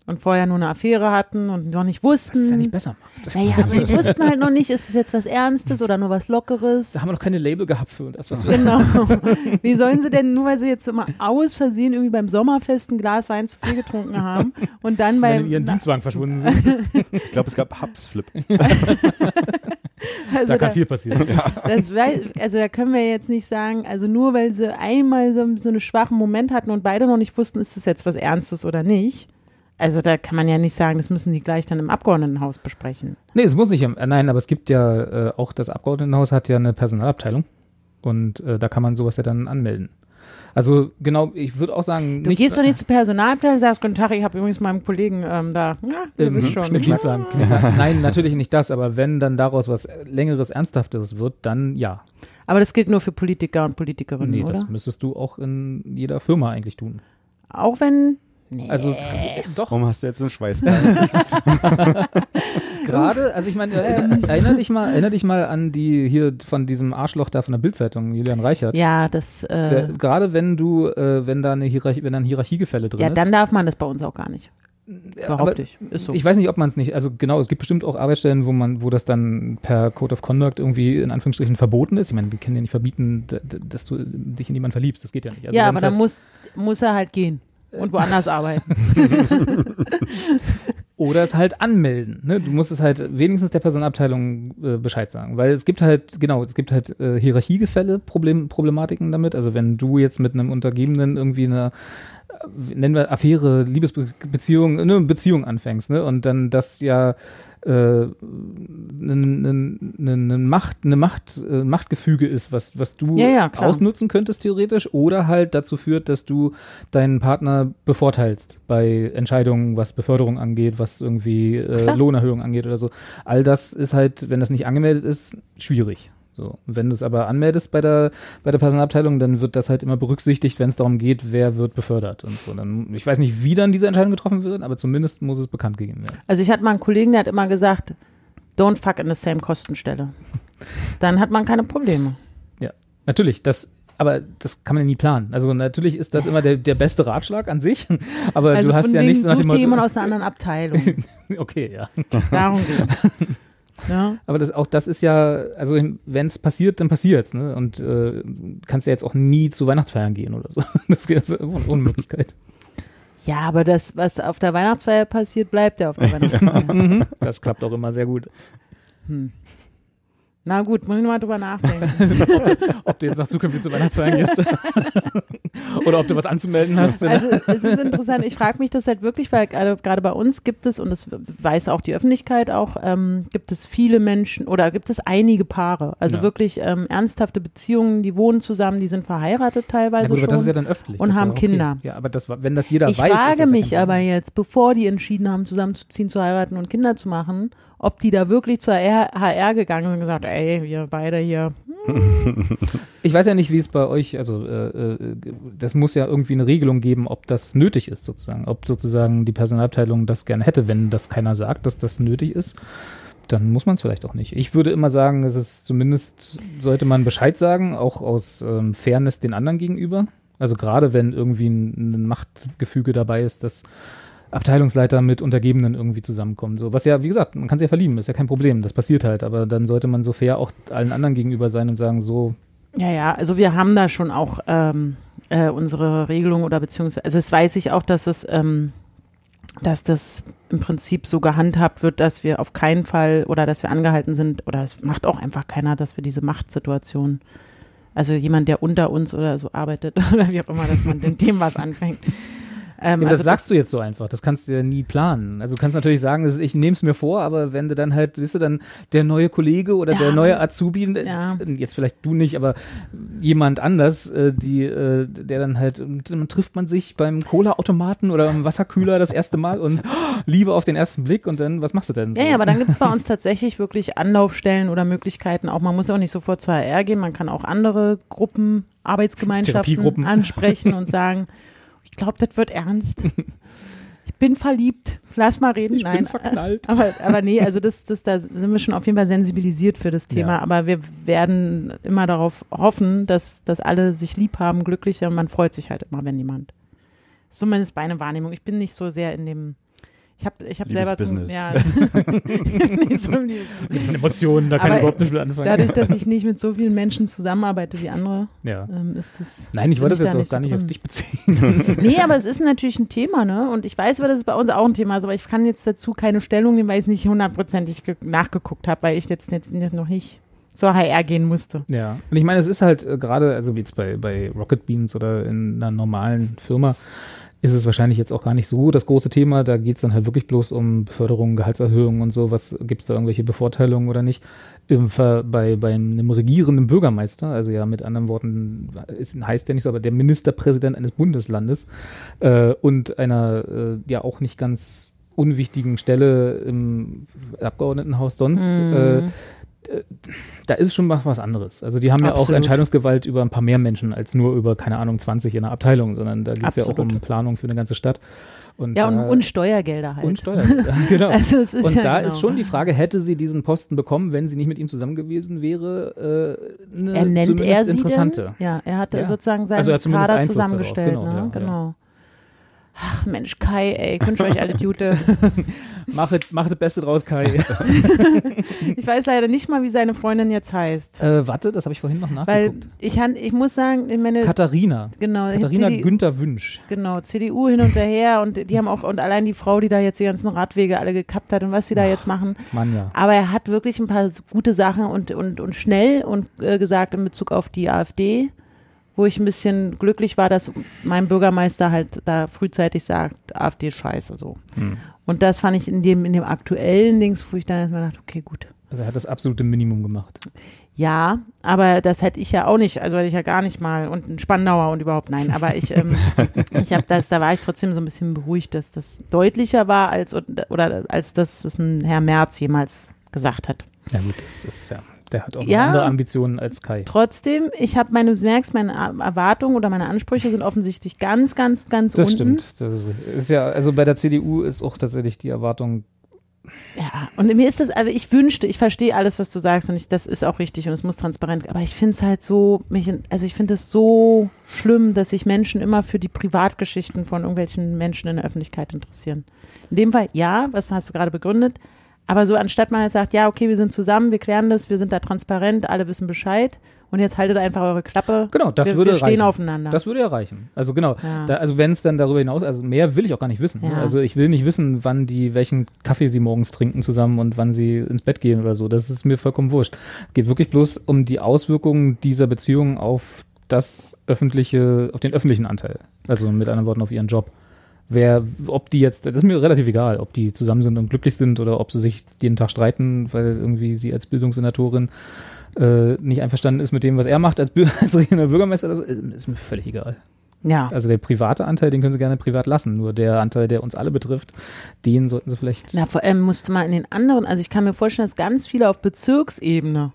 [SPEAKER 1] und vorher nur eine Affäre hatten und noch nicht
[SPEAKER 2] das ist ja
[SPEAKER 1] wussten.
[SPEAKER 2] nicht besser macht. Das,
[SPEAKER 1] naja, aber die wussten halt noch nicht, ist es jetzt was Ernstes oder nur was Lockeres?
[SPEAKER 2] da haben wir noch keine Label gehabt für das, was wir.
[SPEAKER 1] Genau. Wie sollen sie denn, nur weil sie jetzt immer aus Versehen irgendwie beim Sommerfest ein Glas Wein zu viel getrunken haben und dann
[SPEAKER 2] Wenn in
[SPEAKER 1] beim,
[SPEAKER 2] ihren Dienstwagen verschwunden sind,
[SPEAKER 3] Ich glaube, es gab Hubsflip.
[SPEAKER 1] also
[SPEAKER 2] da kann viel passieren.
[SPEAKER 1] Das wei- also da können wir jetzt nicht sagen, also nur weil sie einmal so, so einen schwachen Moment hatten und beide noch nicht wussten, ist das jetzt was Ernstes oder nicht. Also da kann man ja nicht sagen, das müssen die gleich dann im Abgeordnetenhaus besprechen.
[SPEAKER 2] Nee, es muss nicht. im- äh, Nein, aber es gibt ja äh, auch das Abgeordnetenhaus hat ja eine Personalabteilung und äh, da kann man sowas ja dann anmelden. Also genau, ich würde auch sagen,
[SPEAKER 1] Du
[SPEAKER 2] nicht
[SPEAKER 1] gehst doch nicht zu Personalplan und sagst, guten Tag, ich habe übrigens meinem Kollegen ähm, da, ja, ihr
[SPEAKER 2] Ähm,
[SPEAKER 1] wisst schon. ne?
[SPEAKER 2] Schnick, Dienstwagen, Knick. Nein, natürlich nicht das, aber wenn dann daraus was längeres, ernsthafteres wird, dann ja.
[SPEAKER 1] Aber das gilt nur für Politiker und Politikerinnen,
[SPEAKER 2] Nee, das
[SPEAKER 1] Hm, oder?
[SPEAKER 2] müsstest du auch in jeder Firma eigentlich tun.
[SPEAKER 1] Auch wenn, nee,
[SPEAKER 2] Also äh, doch,
[SPEAKER 3] Warum hast du jetzt einen Schweißball?
[SPEAKER 2] gerade, also ich meine, äh, erinnere dich mal, erinnere dich mal an die hier von diesem Arschloch da von der Bildzeitung, Julian Reichert.
[SPEAKER 1] ja, das, äh,
[SPEAKER 2] Der- Gerade wenn du, äh, wenn da eine Hierarchie, wenn da ein Hierarchiegefälle drin
[SPEAKER 1] ja,
[SPEAKER 2] ist.
[SPEAKER 1] dann darf man das bei uns auch gar nicht.
[SPEAKER 2] aber-
[SPEAKER 1] Behaupte ich. Ist so.
[SPEAKER 2] Ich weiß nicht, ob man es nicht, also genau, es gibt bestimmt auch Arbeitsstellen, wo man, wo das dann per Code of Conduct irgendwie in Anführungsstrichen verboten ist. Ich meine, wir können ja nicht verbieten, d- d- dass du dich in jemanden verliebst. Das geht ja nicht. Also
[SPEAKER 1] ja, aber
[SPEAKER 2] wenn's
[SPEAKER 1] dann
[SPEAKER 2] halt-
[SPEAKER 1] muss, muss er halt gehen und woanders arbeiten.
[SPEAKER 2] Oder es halt anmelden. Ne? Du musst es halt wenigstens der Personalabteilung äh, Bescheid sagen. Weil es gibt halt, genau, es gibt halt äh, Hierarchiegefälle, Problem, Problematiken damit. Also wenn du jetzt mit einem Untergebenen irgendwie eine, äh, nennen wir Affäre, Liebesbeziehung, eine Beziehung anfängst, ne? Und dann das ja äh, eine, Macht, eine Macht, äh, Machtgefüge ist, was, was du
[SPEAKER 1] Ja, ja, klar.
[SPEAKER 2] ausnutzen könntest theoretisch, oder halt dazu führt, dass du deinen Partner bevorteilst bei Entscheidungen, was Beförderung angeht, was irgendwie äh,
[SPEAKER 1] Klar.
[SPEAKER 2] Lohnerhöhung angeht oder so. All das ist halt, wenn das nicht angemeldet ist, schwierig. So. Und Wenn du es aber anmeldest bei der, bei der Personalabteilung, dann wird das halt immer berücksichtigt, wenn es darum geht, wer wird befördert und so. Dann, ich weiß nicht, wie dann diese Entscheidung getroffen wird, aber zumindest muss es bekannt gegeben werden.
[SPEAKER 1] Also ich hatte mal einen Kollegen, der hat immer gesagt, don't fuck in the same Kostenstelle. Dann hat man keine Probleme.
[SPEAKER 2] Ja, natürlich, das aber das kann man ja nie planen. Also natürlich ist das immer der, der beste Ratschlag an sich, aber
[SPEAKER 1] Also
[SPEAKER 2] du hast
[SPEAKER 1] von
[SPEAKER 2] ja
[SPEAKER 1] wegen,
[SPEAKER 2] nichts nach
[SPEAKER 1] such
[SPEAKER 2] dem
[SPEAKER 1] dir jemand
[SPEAKER 2] Motto,
[SPEAKER 1] aus einer anderen Abteilung.
[SPEAKER 2] okay, ja.
[SPEAKER 1] Darum geht's. Ja.
[SPEAKER 2] Aber das, auch das ist ja, also wenn es passiert, dann passiert's, ne? Und äh, kannst ja jetzt auch nie zu Weihnachtsfeiern gehen oder so. Das geht- das ist eine Unmöglichkeit.
[SPEAKER 1] ja, aber das, was auf der Weihnachtsfeier passiert, bleibt ja auf der Weihnachtsfeier.
[SPEAKER 2] Mhm. Das klappt auch immer sehr gut.
[SPEAKER 1] Na gut, muss ich noch mal drüber nachdenken.
[SPEAKER 2] Ob du jetzt noch zukünftig zu Weihnachtsfeiern gehst oder ob du was anzumelden hast. ne?
[SPEAKER 1] Also es ist interessant, ich frage mich das halt wirklich, weil gerade gerade bei uns gibt es, und das weiß auch die Öffentlichkeit auch, ähm, gibt es viele Menschen oder gibt es einige Paare, also
[SPEAKER 2] Ja.
[SPEAKER 1] wirklich ähm, ernsthafte Beziehungen, die wohnen zusammen, die sind verheiratet teilweise
[SPEAKER 2] ja, gut, aber
[SPEAKER 1] Also schon.
[SPEAKER 2] das ist ja dann öffentlich.
[SPEAKER 1] Und
[SPEAKER 2] das ist
[SPEAKER 1] haben
[SPEAKER 2] ja okay.
[SPEAKER 1] Kinder.
[SPEAKER 2] Ja, aber das, war- wenn das jeder
[SPEAKER 1] Ich
[SPEAKER 2] weiß. ist das ja
[SPEAKER 1] frage
[SPEAKER 2] kein
[SPEAKER 1] mich
[SPEAKER 2] Problem.
[SPEAKER 1] aber jetzt, bevor die entschieden haben, zusammenzuziehen, zu heiraten und Kinder zu machen, ob die da wirklich zur R- HR gegangen sind und gesagt, ey, wir beide hier.
[SPEAKER 2] Ich weiß ja nicht, wie es bei euch, also äh, äh, das muss ja irgendwie eine Regelung geben, ob das nötig ist sozusagen, ob sozusagen die Personalabteilung das gerne hätte, wenn das keiner sagt, dass das nötig ist. Dann muss man es vielleicht auch nicht. Ich würde immer sagen, es ist zumindest, sollte man Bescheid sagen, auch aus ähm, Fairness den anderen gegenüber. Also gerade wenn irgendwie ein, ein Machtgefüge dabei ist, dass Abteilungsleiter mit Untergebenen irgendwie zusammenkommen. So, was ja, wie gesagt, man kann sich ja verlieben, ist ja kein Problem, das passiert halt, aber dann sollte man so fair auch allen anderen gegenüber sein und sagen, so,
[SPEAKER 1] Ja, ja, also wir haben da schon auch ähm, äh, unsere Regelung oder beziehungsweise, also es weiß ich auch, dass es, ähm, dass das im Prinzip so gehandhabt wird, dass wir auf keinen Fall oder dass wir angehalten sind oder es macht auch einfach keiner, dass wir diese Machtsituation Also jemand, der unter uns oder so arbeitet oder wie auch immer, dass man mit dem was anfängt.
[SPEAKER 2] Ähm, ja, also das sagst das du jetzt so einfach. Das kannst du ja nie planen. Also du kannst natürlich sagen, ist, ich nehme es mir vor, aber wenn du dann halt, wisst du, dann der neue Kollege oder ja, der neue Azubi, ja. jetzt vielleicht du nicht, aber jemand anders, äh, die, äh, der dann halt, dann trifft man sich beim Cola-Automaten oder im Wasserkühler das erste Mal und oh, Liebe auf den ersten Blick und dann, was machst du denn?
[SPEAKER 1] So? Ja, ja, aber dann gibt es bei uns tatsächlich wirklich Anlaufstellen oder Möglichkeiten. Auch man muss auch nicht sofort zur HR gehen, man kann auch andere Gruppen, Arbeitsgemeinschaften ansprechen und sagen, ich glaube, das wird ernst. Ich bin verliebt. Lass mal reden.
[SPEAKER 2] Ich
[SPEAKER 1] Nein,
[SPEAKER 2] bin verknallt.
[SPEAKER 1] Aber, aber nee, also das, das, da sind wir schon auf jeden Fall sensibilisiert für das Thema. Ja. Aber wir werden immer darauf hoffen, dass, dass alle sich lieb haben, glücklicher. Und man freut sich halt immer, wenn jemand. Zumindest bei einer Wahrnehmung. Ich bin nicht so sehr in dem. Ich habe ich hab selber
[SPEAKER 3] Business. zum,
[SPEAKER 1] ja,
[SPEAKER 2] nicht so mit den Emotionen, da kann ich überhaupt nicht mit anfangen.
[SPEAKER 1] Dadurch, dass ich nicht mit so vielen Menschen zusammenarbeite wie andere,
[SPEAKER 2] ja.
[SPEAKER 1] ähm, ist das.
[SPEAKER 2] Nein, ich wollte das jetzt auch so gar nicht drin. auf dich beziehen.
[SPEAKER 1] nee, aber es ist natürlich ein Thema, ne? Und ich weiß aber, dass es bei uns auch ein Thema ist, aber ich kann jetzt dazu keine Stellung nehmen, weil ich es nicht hundertprozentig nachgeguckt habe, weil ich jetzt, jetzt noch nicht zur HR gehen musste.
[SPEAKER 2] Ja, und ich meine, es ist halt äh, gerade, also wie jetzt bei, bei Rocket Beans oder in einer normalen Firma, ist es wahrscheinlich jetzt auch gar nicht so das große Thema. Da geht es dann halt wirklich bloß um Beförderung, Gehaltserhöhung und so. Was gibt es da irgendwelche Bevorteilungen oder nicht? Im Ver bei, bei einem regierenden Bürgermeister, also ja mit anderen Worten, ist, heißt der nicht so, aber der Ministerpräsident eines Bundeslandes äh, und einer äh, ja auch nicht ganz unwichtigen Stelle im Abgeordnetenhaus sonst. Mhm. Äh, da ist schon was anderes. Also die haben Absolut. ja auch Entscheidungsgewalt über ein paar mehr Menschen als nur über, keine Ahnung, 20 in einer Abteilung, sondern da geht es ja auch um Planung für eine ganze Stadt.
[SPEAKER 1] Und ja, und, und, Steuergelder halt.
[SPEAKER 2] Und Steuergelder, genau.
[SPEAKER 1] Also
[SPEAKER 2] es ist und
[SPEAKER 1] ja
[SPEAKER 2] da
[SPEAKER 1] genau.
[SPEAKER 2] ist schon die Frage, hätte sie diesen Posten bekommen, wenn sie nicht mit ihm zusammen gewesen wäre, äh, eine
[SPEAKER 1] er nennt er sie
[SPEAKER 2] interessante.
[SPEAKER 1] Denn? Ja, er hat ja. sozusagen seinen also Kader Einfluss zusammengestellt.
[SPEAKER 2] Darauf. Genau,
[SPEAKER 1] ne? ja, genau. Ja. Ach Mensch, Kai, ey, ich wünsche euch alle Gute.
[SPEAKER 2] machet, machet das Beste draus, Kai.
[SPEAKER 1] ich weiß leider nicht mal, wie seine Freundin jetzt heißt.
[SPEAKER 2] Äh, warte, das habe ich vorhin noch nachgeguckt.
[SPEAKER 1] Weil äh, ich, ich muss sagen, ich meine.
[SPEAKER 2] Katharina.
[SPEAKER 1] Genau,
[SPEAKER 2] Katharina CD Günther Wünsch.
[SPEAKER 1] Genau, CDU hin und her und die haben auch, und allein die Frau, die da jetzt die ganzen Radwege alle gekappt hat und was sie da jetzt machen.
[SPEAKER 2] Mann, ja.
[SPEAKER 1] Aber er hat wirklich ein paar gute Sachen und, und, und schnell und äh, gesagt in Bezug auf die AfD wo ich ein bisschen glücklich war, dass mein Bürgermeister halt da frühzeitig sagt, AfD scheiße so. Hm. Und das fand ich in dem, in dem aktuellen Dings, wo ich dann erstmal dachte, okay, gut.
[SPEAKER 2] Also er hat das absolute Minimum gemacht.
[SPEAKER 1] Ja, aber das hätte ich ja auch nicht, also hätte ich ja gar nicht mal und ein Spandauer und überhaupt nein. Aber ich, ähm, ich habe das, da war ich trotzdem so ein bisschen beruhigt, dass das deutlicher war als oder als dass es ein Herr Merz jemals gesagt hat.
[SPEAKER 2] Ja gut, das ist ja der hat auch ja, andere Ambitionen als Kai.
[SPEAKER 1] Trotzdem, ich habe meine, du merkst, meine Erwartungen oder meine Ansprüche sind offensichtlich ganz, ganz, ganz
[SPEAKER 2] das
[SPEAKER 1] unten.
[SPEAKER 2] Stimmt. Das stimmt. Ist ja, also bei der CDU ist auch tatsächlich die Erwartung.
[SPEAKER 1] Ja, und mir ist das, also ich wünschte, ich verstehe alles, was du sagst und ich, das ist auch richtig und es muss transparent, aber ich finde es halt so, mich, also ich finde es so schlimm, dass sich Menschen immer für die Privatgeschichten von irgendwelchen Menschen in der Öffentlichkeit interessieren. In dem Fall, ja, was hast du gerade begründet, aber so anstatt man halt sagt, ja, okay, wir sind zusammen, wir klären das, wir sind da transparent, alle wissen Bescheid und jetzt haltet einfach eure Klappe.
[SPEAKER 2] Genau, das
[SPEAKER 1] wir,
[SPEAKER 2] würde
[SPEAKER 1] wir stehen
[SPEAKER 2] reichen.
[SPEAKER 1] aufeinander.
[SPEAKER 2] Das würde ja reichen. Also genau,
[SPEAKER 1] Ja.
[SPEAKER 2] da, also wenn es dann darüber hinaus, also mehr will ich auch gar nicht wissen.
[SPEAKER 1] Ja.
[SPEAKER 2] Also ich will nicht wissen, wann die welchen Kaffee sie morgens trinken zusammen und wann sie ins Bett gehen oder so. Das ist mir vollkommen wurscht. Geht wirklich bloß um die Auswirkungen dieser Beziehung auf das öffentliche, auf den öffentlichen Anteil. Also mit anderen Worten auf ihren Job wer, ob die jetzt, das ist mir relativ egal, ob die zusammen sind und glücklich sind oder ob sie sich jeden Tag streiten, weil irgendwie sie als Bildungssenatorin äh, nicht einverstanden ist mit dem, was er macht als, Bü- als regierender Bürgermeister. Also, ist mir völlig egal.
[SPEAKER 1] Ja.
[SPEAKER 2] Also der private Anteil, den können sie gerne privat lassen. Nur der Anteil, der uns alle betrifft, den sollten sie vielleicht.
[SPEAKER 1] Na, vor allem musste man in den anderen, also ich kann mir vorstellen, dass ganz viele auf Bezirksebene.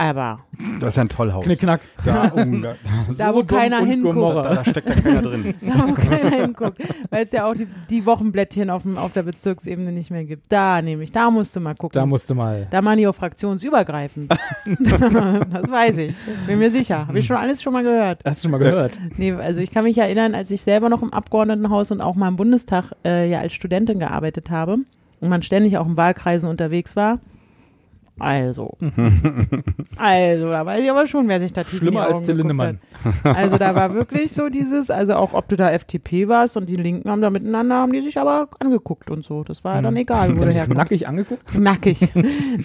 [SPEAKER 1] Aber
[SPEAKER 3] Das ist ein Tollhaus.
[SPEAKER 2] Knick, knack.
[SPEAKER 3] Da, um, da,
[SPEAKER 1] da, wo keiner hinguckt,
[SPEAKER 3] da, da steckt ja keiner drin.
[SPEAKER 1] da wo keiner hinguckt, weil es ja auch die, die Wochenblättchen auf, dem, auf der Bezirksebene nicht mehr gibt. Da nämlich, da musst du mal gucken.
[SPEAKER 2] Da musst du mal.
[SPEAKER 1] Da machen die auch fraktionsübergreifend. das weiß ich. Bin mir sicher. Habe ich schon alles schon mal gehört.
[SPEAKER 2] Hast du schon mal gehört?
[SPEAKER 1] Nee, also ich kann mich erinnern, als ich selber noch im Abgeordnetenhaus und auch mal im Bundestag äh, ja als Studentin gearbeitet habe und man ständig auch in Wahlkreisen unterwegs war. Also. also, da weiß ich aber schon, wer sich da tief in die
[SPEAKER 2] Schlimmer als
[SPEAKER 1] Augen
[SPEAKER 2] Till
[SPEAKER 1] geguckt
[SPEAKER 2] Lindemann.
[SPEAKER 1] hat. Also, da war wirklich so dieses, also auch ob du da FDP warst und die Linken haben da miteinander, haben die sich aber angeguckt und so. Das war ja dann egal, wo
[SPEAKER 2] Die
[SPEAKER 1] du
[SPEAKER 2] haben sich
[SPEAKER 1] herkommst.
[SPEAKER 2] nackig angeguckt.
[SPEAKER 1] Nackig.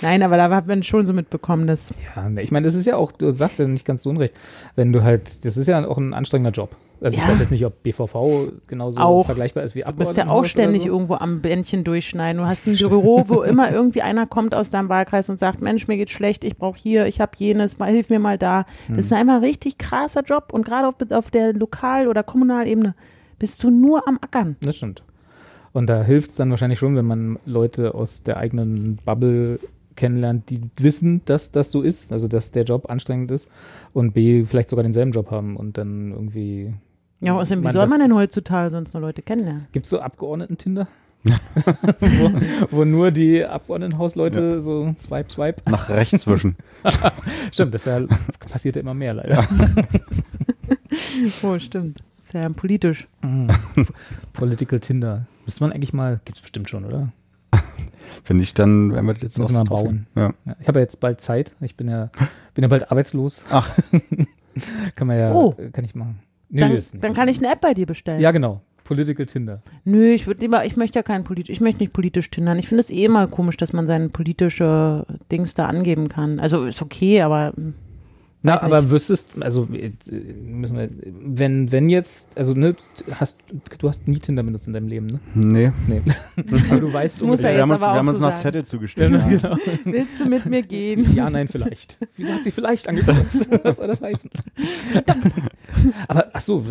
[SPEAKER 1] Nein, aber da hat man schon so mitbekommen, dass
[SPEAKER 2] Ja, ne, ich meine, das ist ja auch, du sagst ja nicht ganz so unrecht, wenn du halt, das ist ja auch ein anstrengender Job. Also ich
[SPEAKER 1] Ja.
[SPEAKER 2] weiß jetzt nicht, ob BVV genauso
[SPEAKER 1] Auch.
[SPEAKER 2] vergleichbar ist wie
[SPEAKER 1] Du bist ja auch
[SPEAKER 2] Abgeordnetenhaus
[SPEAKER 1] ständig
[SPEAKER 2] oder
[SPEAKER 1] irgendwo am Bändchen durchschneiden. Du hast ein Büro, wo immer irgendwie einer kommt aus deinem Wahlkreis und sagt, Mensch, mir geht's schlecht, ich brauche hier, ich habe jenes, mal, hilf mir mal da. Das ist einmal ein richtig krasser Job und gerade auf, auf der Lokal- oder Kommunalebene bist du nur am Ackern.
[SPEAKER 2] so. Das stimmt. Und da hilft es dann wahrscheinlich schon, wenn man Leute aus der eigenen Bubble kennenlernt, die wissen, dass das so ist, also dass der Job anstrengend ist und B, vielleicht sogar denselben Job haben und dann irgendwie.
[SPEAKER 1] Ja, außerdem, wie
[SPEAKER 2] Man,
[SPEAKER 1] soll
[SPEAKER 2] das-
[SPEAKER 1] man denn heutzutage sonst noch Leute kennenlernen?
[SPEAKER 2] Gibt es so Abgeordneten-Tinder? wo, wo nur die Abgeordnetenhausleute so swipe, swipe.
[SPEAKER 3] Nach rechts wischen.
[SPEAKER 2] Stimmt, das ist ja, passiert ja immer mehr leider.
[SPEAKER 1] Oh, stimmt. Ist ja politisch.
[SPEAKER 2] Mm. Political Tinder. Müsste man eigentlich mal, gibt's bestimmt schon, oder?
[SPEAKER 3] Wenn nicht, dann werden wir das jetzt
[SPEAKER 2] Müssen wir
[SPEAKER 3] auch
[SPEAKER 2] mal bauen.
[SPEAKER 3] Ja.
[SPEAKER 2] Ja, ich habe ja jetzt bald Zeit. Ich bin ja, bin ja bald arbeitslos.
[SPEAKER 3] Ach.
[SPEAKER 2] kann man ja,
[SPEAKER 1] Oh.
[SPEAKER 2] kann ich machen. Nö,
[SPEAKER 1] Dann,
[SPEAKER 2] ist nicht.
[SPEAKER 1] dann kann ich eine App bei dir bestellen.
[SPEAKER 2] ja, genau. Political Tinder.
[SPEAKER 1] Nö, ich würde lieber, ich möchte ja keinen politisch, ich möchte nicht politisch tindern. Ich finde es eh immer komisch, dass man seine politische Dings da angeben kann. Also ist okay, aber mm,
[SPEAKER 2] Na,
[SPEAKER 1] Weiß
[SPEAKER 2] aber
[SPEAKER 1] nicht.
[SPEAKER 2] wüsstest, also äh, müssen wir, wenn, wenn jetzt, also ne, hast, du hast nie Tinder benutzt in deinem Leben, ne?
[SPEAKER 3] Nee.
[SPEAKER 2] Nee. aber du weißt
[SPEAKER 1] Muss
[SPEAKER 2] ungefähr-
[SPEAKER 1] er
[SPEAKER 3] wir haben
[SPEAKER 1] jetzt
[SPEAKER 3] uns,
[SPEAKER 1] aber
[SPEAKER 3] wir haben
[SPEAKER 1] auch
[SPEAKER 3] uns
[SPEAKER 1] so
[SPEAKER 3] noch
[SPEAKER 1] sagen.
[SPEAKER 3] Zettel zugestellt. Ja.
[SPEAKER 1] willst du mit mir gehen?
[SPEAKER 2] Ja, nein, vielleicht. Wieso hat sie vielleicht angekürzt? Was soll das heißen? Aber ach so,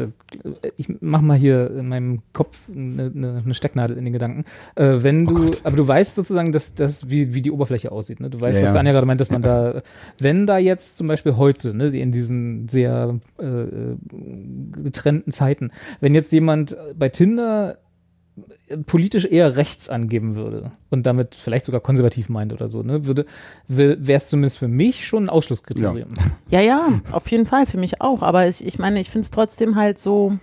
[SPEAKER 2] äh, ich mach mal hier in meinem Kopf eine, eine, eine Stecknadel in den Gedanken. Äh, wenn du, aber du weißt sozusagen, dass, dass wie, wie die Oberfläche aussieht. Ne? Du weißt,
[SPEAKER 3] Ja,
[SPEAKER 2] was
[SPEAKER 3] ja.
[SPEAKER 2] Daniel gerade meint, dass man da, wenn da jetzt zum Beispiel heute, ne, in diesen sehr äh, getrennten Zeiten, wenn jetzt jemand bei Tinder politisch eher rechts angeben würde und damit vielleicht sogar konservativ meint oder so, ne, würde, wäre es zumindest für mich schon ein Ausschlusskriterium.
[SPEAKER 1] Ja, ja, auf jeden Fall, für mich auch. Aber ich, ich meine, ich finde es trotzdem halt so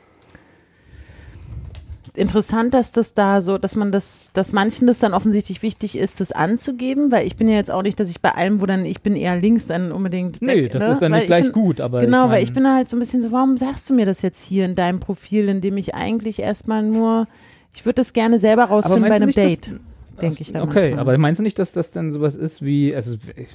[SPEAKER 1] interessant, dass das da so, dass man das, dass manchen das dann offensichtlich wichtig ist, das anzugeben, weil ich bin ja jetzt auch nicht, dass ich bei allem, wo dann ich bin eher links, dann unbedingt.
[SPEAKER 2] Nee,
[SPEAKER 1] weg,
[SPEAKER 2] das
[SPEAKER 1] ne?
[SPEAKER 2] ist dann
[SPEAKER 1] Weil
[SPEAKER 2] nicht
[SPEAKER 1] ich
[SPEAKER 2] gleich
[SPEAKER 1] find-
[SPEAKER 2] gut, aber
[SPEAKER 1] Genau,
[SPEAKER 2] ich mein,
[SPEAKER 1] weil ich bin da halt so ein bisschen so, warum sagst du mir das jetzt hier in deinem Profil, in dem ich eigentlich erstmal nur, ich würde das gerne selber rausfinden bei
[SPEAKER 2] meinst du
[SPEAKER 1] einem
[SPEAKER 2] nicht, dass-
[SPEAKER 1] Date, denke ich dann
[SPEAKER 2] Okay,
[SPEAKER 1] manchmal.
[SPEAKER 2] aber meinst du nicht, dass das dann sowas ist wie, also ich,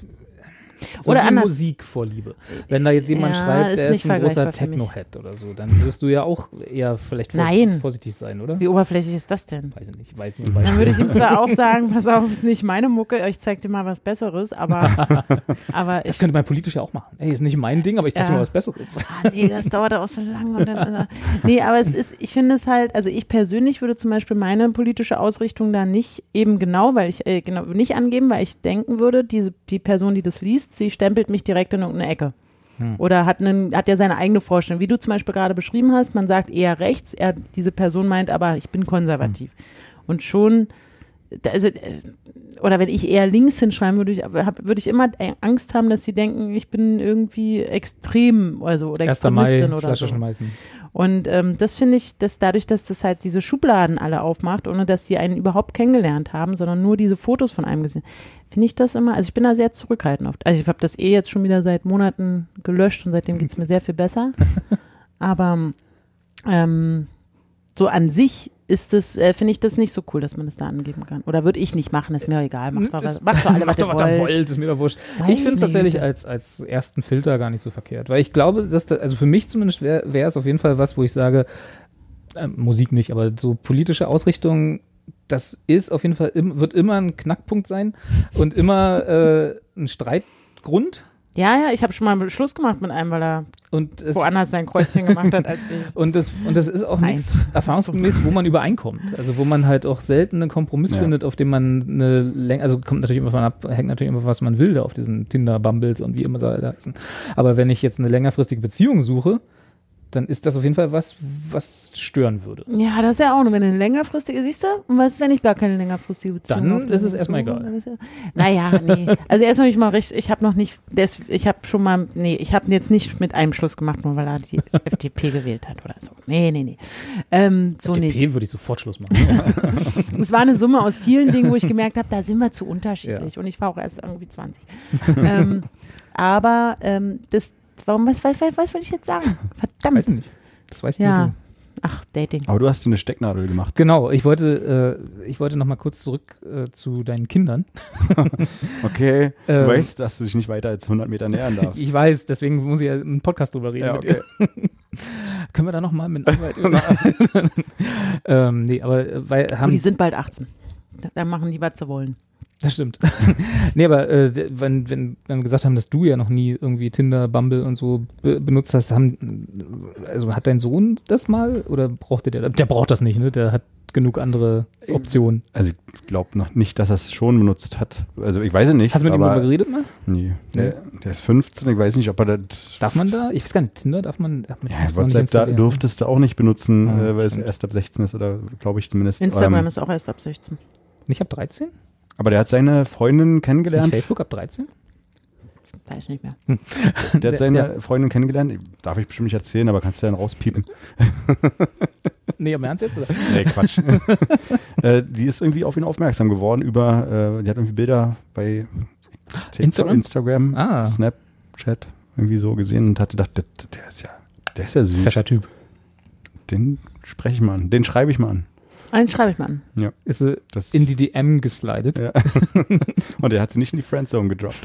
[SPEAKER 2] so
[SPEAKER 1] Oder
[SPEAKER 2] wie
[SPEAKER 1] anders.
[SPEAKER 2] Musikvorliebe? Wenn da jetzt jemand
[SPEAKER 1] Ja,
[SPEAKER 2] schreibt,
[SPEAKER 1] ist
[SPEAKER 2] er ist
[SPEAKER 1] nicht
[SPEAKER 2] ein großer
[SPEAKER 1] vergleichbar für mich.
[SPEAKER 2] Techno-Head oder so, dann wirst du ja auch eher vielleicht vorsichtig,
[SPEAKER 1] Nein.
[SPEAKER 2] vorsichtig sein, oder?
[SPEAKER 1] Wie oberflächlich ist das denn?
[SPEAKER 2] Weiß ich nicht, weiß nicht. Weiß
[SPEAKER 1] Dann würde ich ihm zwar auch sagen, pass auf, ist nicht meine Mucke, ich zeig dir mal was Besseres, aber, aber
[SPEAKER 2] das
[SPEAKER 1] ich.
[SPEAKER 2] könnte man politisch ja auch machen. Ey, ist nicht mein Ding, aber ich zeig
[SPEAKER 1] Ja.
[SPEAKER 2] mal was Besseres.
[SPEAKER 1] Ah, nee, das dauert auch so lange. Und dann, äh, nee, aber es ist, ich finde es halt, also ich persönlich würde zum Beispiel meine politische Ausrichtung da nicht eben genau, weil ich äh, genau nicht angeben, weil ich denken würde, diese, die Person, die das liest, sie stempelt mich direkt in irgendeine Ecke. Oder hat, einen, hat ja seine eigene Vorstellung. Wie du zum Beispiel gerade beschrieben hast, man sagt eher rechts, er, diese Person meint aber, ich bin konservativ. Und schon, da- also, äh, oder wenn ich eher links hinschreiben würde, ich, aber hab, würde ich immer äh, Angst haben, dass sie denken, ich bin irgendwie extrem also, oder
[SPEAKER 2] 1. Mai,
[SPEAKER 1] Extremistin oder
[SPEAKER 2] Flasche
[SPEAKER 1] so.
[SPEAKER 2] schmeißen.
[SPEAKER 1] Und ähm, das finde ich, dass dadurch, dass das halt diese Schubladen alle aufmacht, ohne dass die einen überhaupt kennengelernt haben, sondern nur diese Fotos von einem gesehen, finde ich das immer, also ich bin da sehr zurückhaltend oft. Also ich habe das eh jetzt schon wieder seit Monaten gelöscht und seitdem geht es mir sehr viel besser. Aber ähm, so an sich ist das, äh, finde ich das nicht so cool, dass man das da angeben kann. Oder würde ich nicht machen, ist mir auch egal. Macht, mal
[SPEAKER 2] Das-
[SPEAKER 1] was, macht doch alle, was
[SPEAKER 2] Macht
[SPEAKER 1] ihr
[SPEAKER 2] doch, was ihr
[SPEAKER 1] wollt.
[SPEAKER 2] wollt, ist mir doch wurscht.
[SPEAKER 1] Meine
[SPEAKER 2] ich finde es tatsächlich
[SPEAKER 1] Güte.
[SPEAKER 2] als, als ersten Filter gar nicht so verkehrt, weil ich glaube, dass da, also für mich zumindest wäre es auf jeden Fall was, wo ich sage, ähm, Musik nicht, aber so politische Ausrichtungen, das ist auf jeden Fall, im, wird immer ein Knackpunkt sein und immer äh, ein Streitgrund
[SPEAKER 1] Ja, ja, ich habe schon mal Schluss gemacht mit einem, weil er
[SPEAKER 2] und es
[SPEAKER 1] woanders sein Kreuzchen gemacht hat als ich.
[SPEAKER 2] Und das, und das ist auch
[SPEAKER 1] Nein.
[SPEAKER 2] nichts erfahrungsgemäß, wo man übereinkommt. Also wo man halt auch selten einen Kompromiss
[SPEAKER 3] Ja.
[SPEAKER 2] findet, auf dem man eine Länge, also kommt natürlich immer von ab, hängt natürlich immer, was man will, da auf diesen Tinder-Bumbles und wie immer sie alle heißen. Aber wenn ich jetzt eine längerfristige Beziehung suche, dann ist das auf jeden Fall was, was stören würde.
[SPEAKER 1] Ja, das ist ja auch nur, wenn du eine längerfristige, siehst du? Und was, wenn ich gar keine längerfristige Beziehung
[SPEAKER 2] Dann
[SPEAKER 1] habe?
[SPEAKER 2] ist es erstmal egal.
[SPEAKER 1] Dann ist ja- Naja, nee. Also erstmal bin ich mal recht, ich habe noch nicht, des, ich habe schon mal, nee, ich habe jetzt nicht mit einem Schluss gemacht, nur weil er die FDP gewählt hat oder so. Nee, nee, nee. Ähm, so nicht.
[SPEAKER 2] DP würde ich sofort Schluss machen.
[SPEAKER 1] Es war eine Summe aus vielen Dingen, wo ich gemerkt habe, da sind wir zu unterschiedlich. Und ich war auch erst irgendwie 20. ähm, aber ähm, das, warum, was, was, was, was will ich jetzt sagen?
[SPEAKER 2] weiß
[SPEAKER 1] Verdammt.
[SPEAKER 2] ich nicht. Das weiß nur
[SPEAKER 1] Ja.
[SPEAKER 2] du.
[SPEAKER 1] Ach, Dating.
[SPEAKER 3] Aber du hast dir eine Stecknadel gemacht.
[SPEAKER 2] Genau, ich wollte, äh, ich wollte noch mal kurz zurück äh, zu deinen Kindern.
[SPEAKER 3] Okay. Du
[SPEAKER 2] Ähm.
[SPEAKER 3] weißt, dass du dich nicht weiter als 100 Meter nähern darfst.
[SPEAKER 2] Ich weiß, deswegen muss ich ja einen Podcast drüber reden
[SPEAKER 3] ja,
[SPEAKER 2] mit
[SPEAKER 3] okay.
[SPEAKER 2] dir. Können wir da noch mal mit Arbeit über? ähm, nee, aber äh, weil
[SPEAKER 1] Oh,
[SPEAKER 2] haben
[SPEAKER 1] die sind bald 18. Da, da machen die, was sie wollen.
[SPEAKER 2] Das stimmt. nee, aber äh, d- wenn, wenn, wenn wir gesagt haben, dass du ja noch nie irgendwie Tinder, Bumble und so be benutzt hast, haben, also hat dein Sohn das mal oder brauchte der Der braucht das nicht, ne? Der hat genug andere Optionen.
[SPEAKER 3] Also ich glaube noch nicht, dass er es schon benutzt hat. Also ich weiß es nicht.
[SPEAKER 2] Hast du mit ihm
[SPEAKER 3] aber
[SPEAKER 2] darüber geredet mal?
[SPEAKER 3] Nee. Der, der ist 15, ich weiß nicht, ob er das.
[SPEAKER 2] Darf man da? Ich weiß gar nicht, Tinder darf man. Darf man darf
[SPEAKER 3] Ja,
[SPEAKER 2] man
[SPEAKER 3] WhatsApp
[SPEAKER 2] nicht
[SPEAKER 3] da,
[SPEAKER 2] installieren.
[SPEAKER 3] durftest du auch nicht benutzen,
[SPEAKER 2] Ja,
[SPEAKER 3] äh, weil es
[SPEAKER 2] ne? Ah, stimmt.
[SPEAKER 3] erst ab 16 ist oder glaube ich zumindest.
[SPEAKER 1] Instagram
[SPEAKER 3] Ähm,
[SPEAKER 1] ist auch erst ab 16.
[SPEAKER 2] Nicht ab 13? Ist
[SPEAKER 3] aber der hat seine Freundin
[SPEAKER 2] nicht
[SPEAKER 3] kennengelernt.
[SPEAKER 2] Facebook ab 13?
[SPEAKER 1] Weiß nicht mehr.
[SPEAKER 3] Der hat seine Freundin kennengelernt. Darf ich bestimmt nicht erzählen, aber kannst du dann rauspiepen.
[SPEAKER 2] Nee, im Ernst jetzt? Oder?
[SPEAKER 3] Nee, Quatsch. äh, die ist irgendwie auf ihn aufmerksam geworden über, äh, die hat irgendwie Bilder bei TikTok,
[SPEAKER 2] Instagram?
[SPEAKER 3] Instagram
[SPEAKER 2] Ah.
[SPEAKER 3] Snapchat irgendwie so gesehen und hat gedacht, der, der ist ja, der ist ja süß.
[SPEAKER 2] Fescher Typ.
[SPEAKER 3] Den spreche ich mal an, den schreibe ich mal an.
[SPEAKER 1] Einen schreibe ich mal an.
[SPEAKER 2] Ist äh,
[SPEAKER 3] Das,
[SPEAKER 2] in die DM geslidet.
[SPEAKER 3] ja. und der hat sie nicht in die Friendzone gedroppt.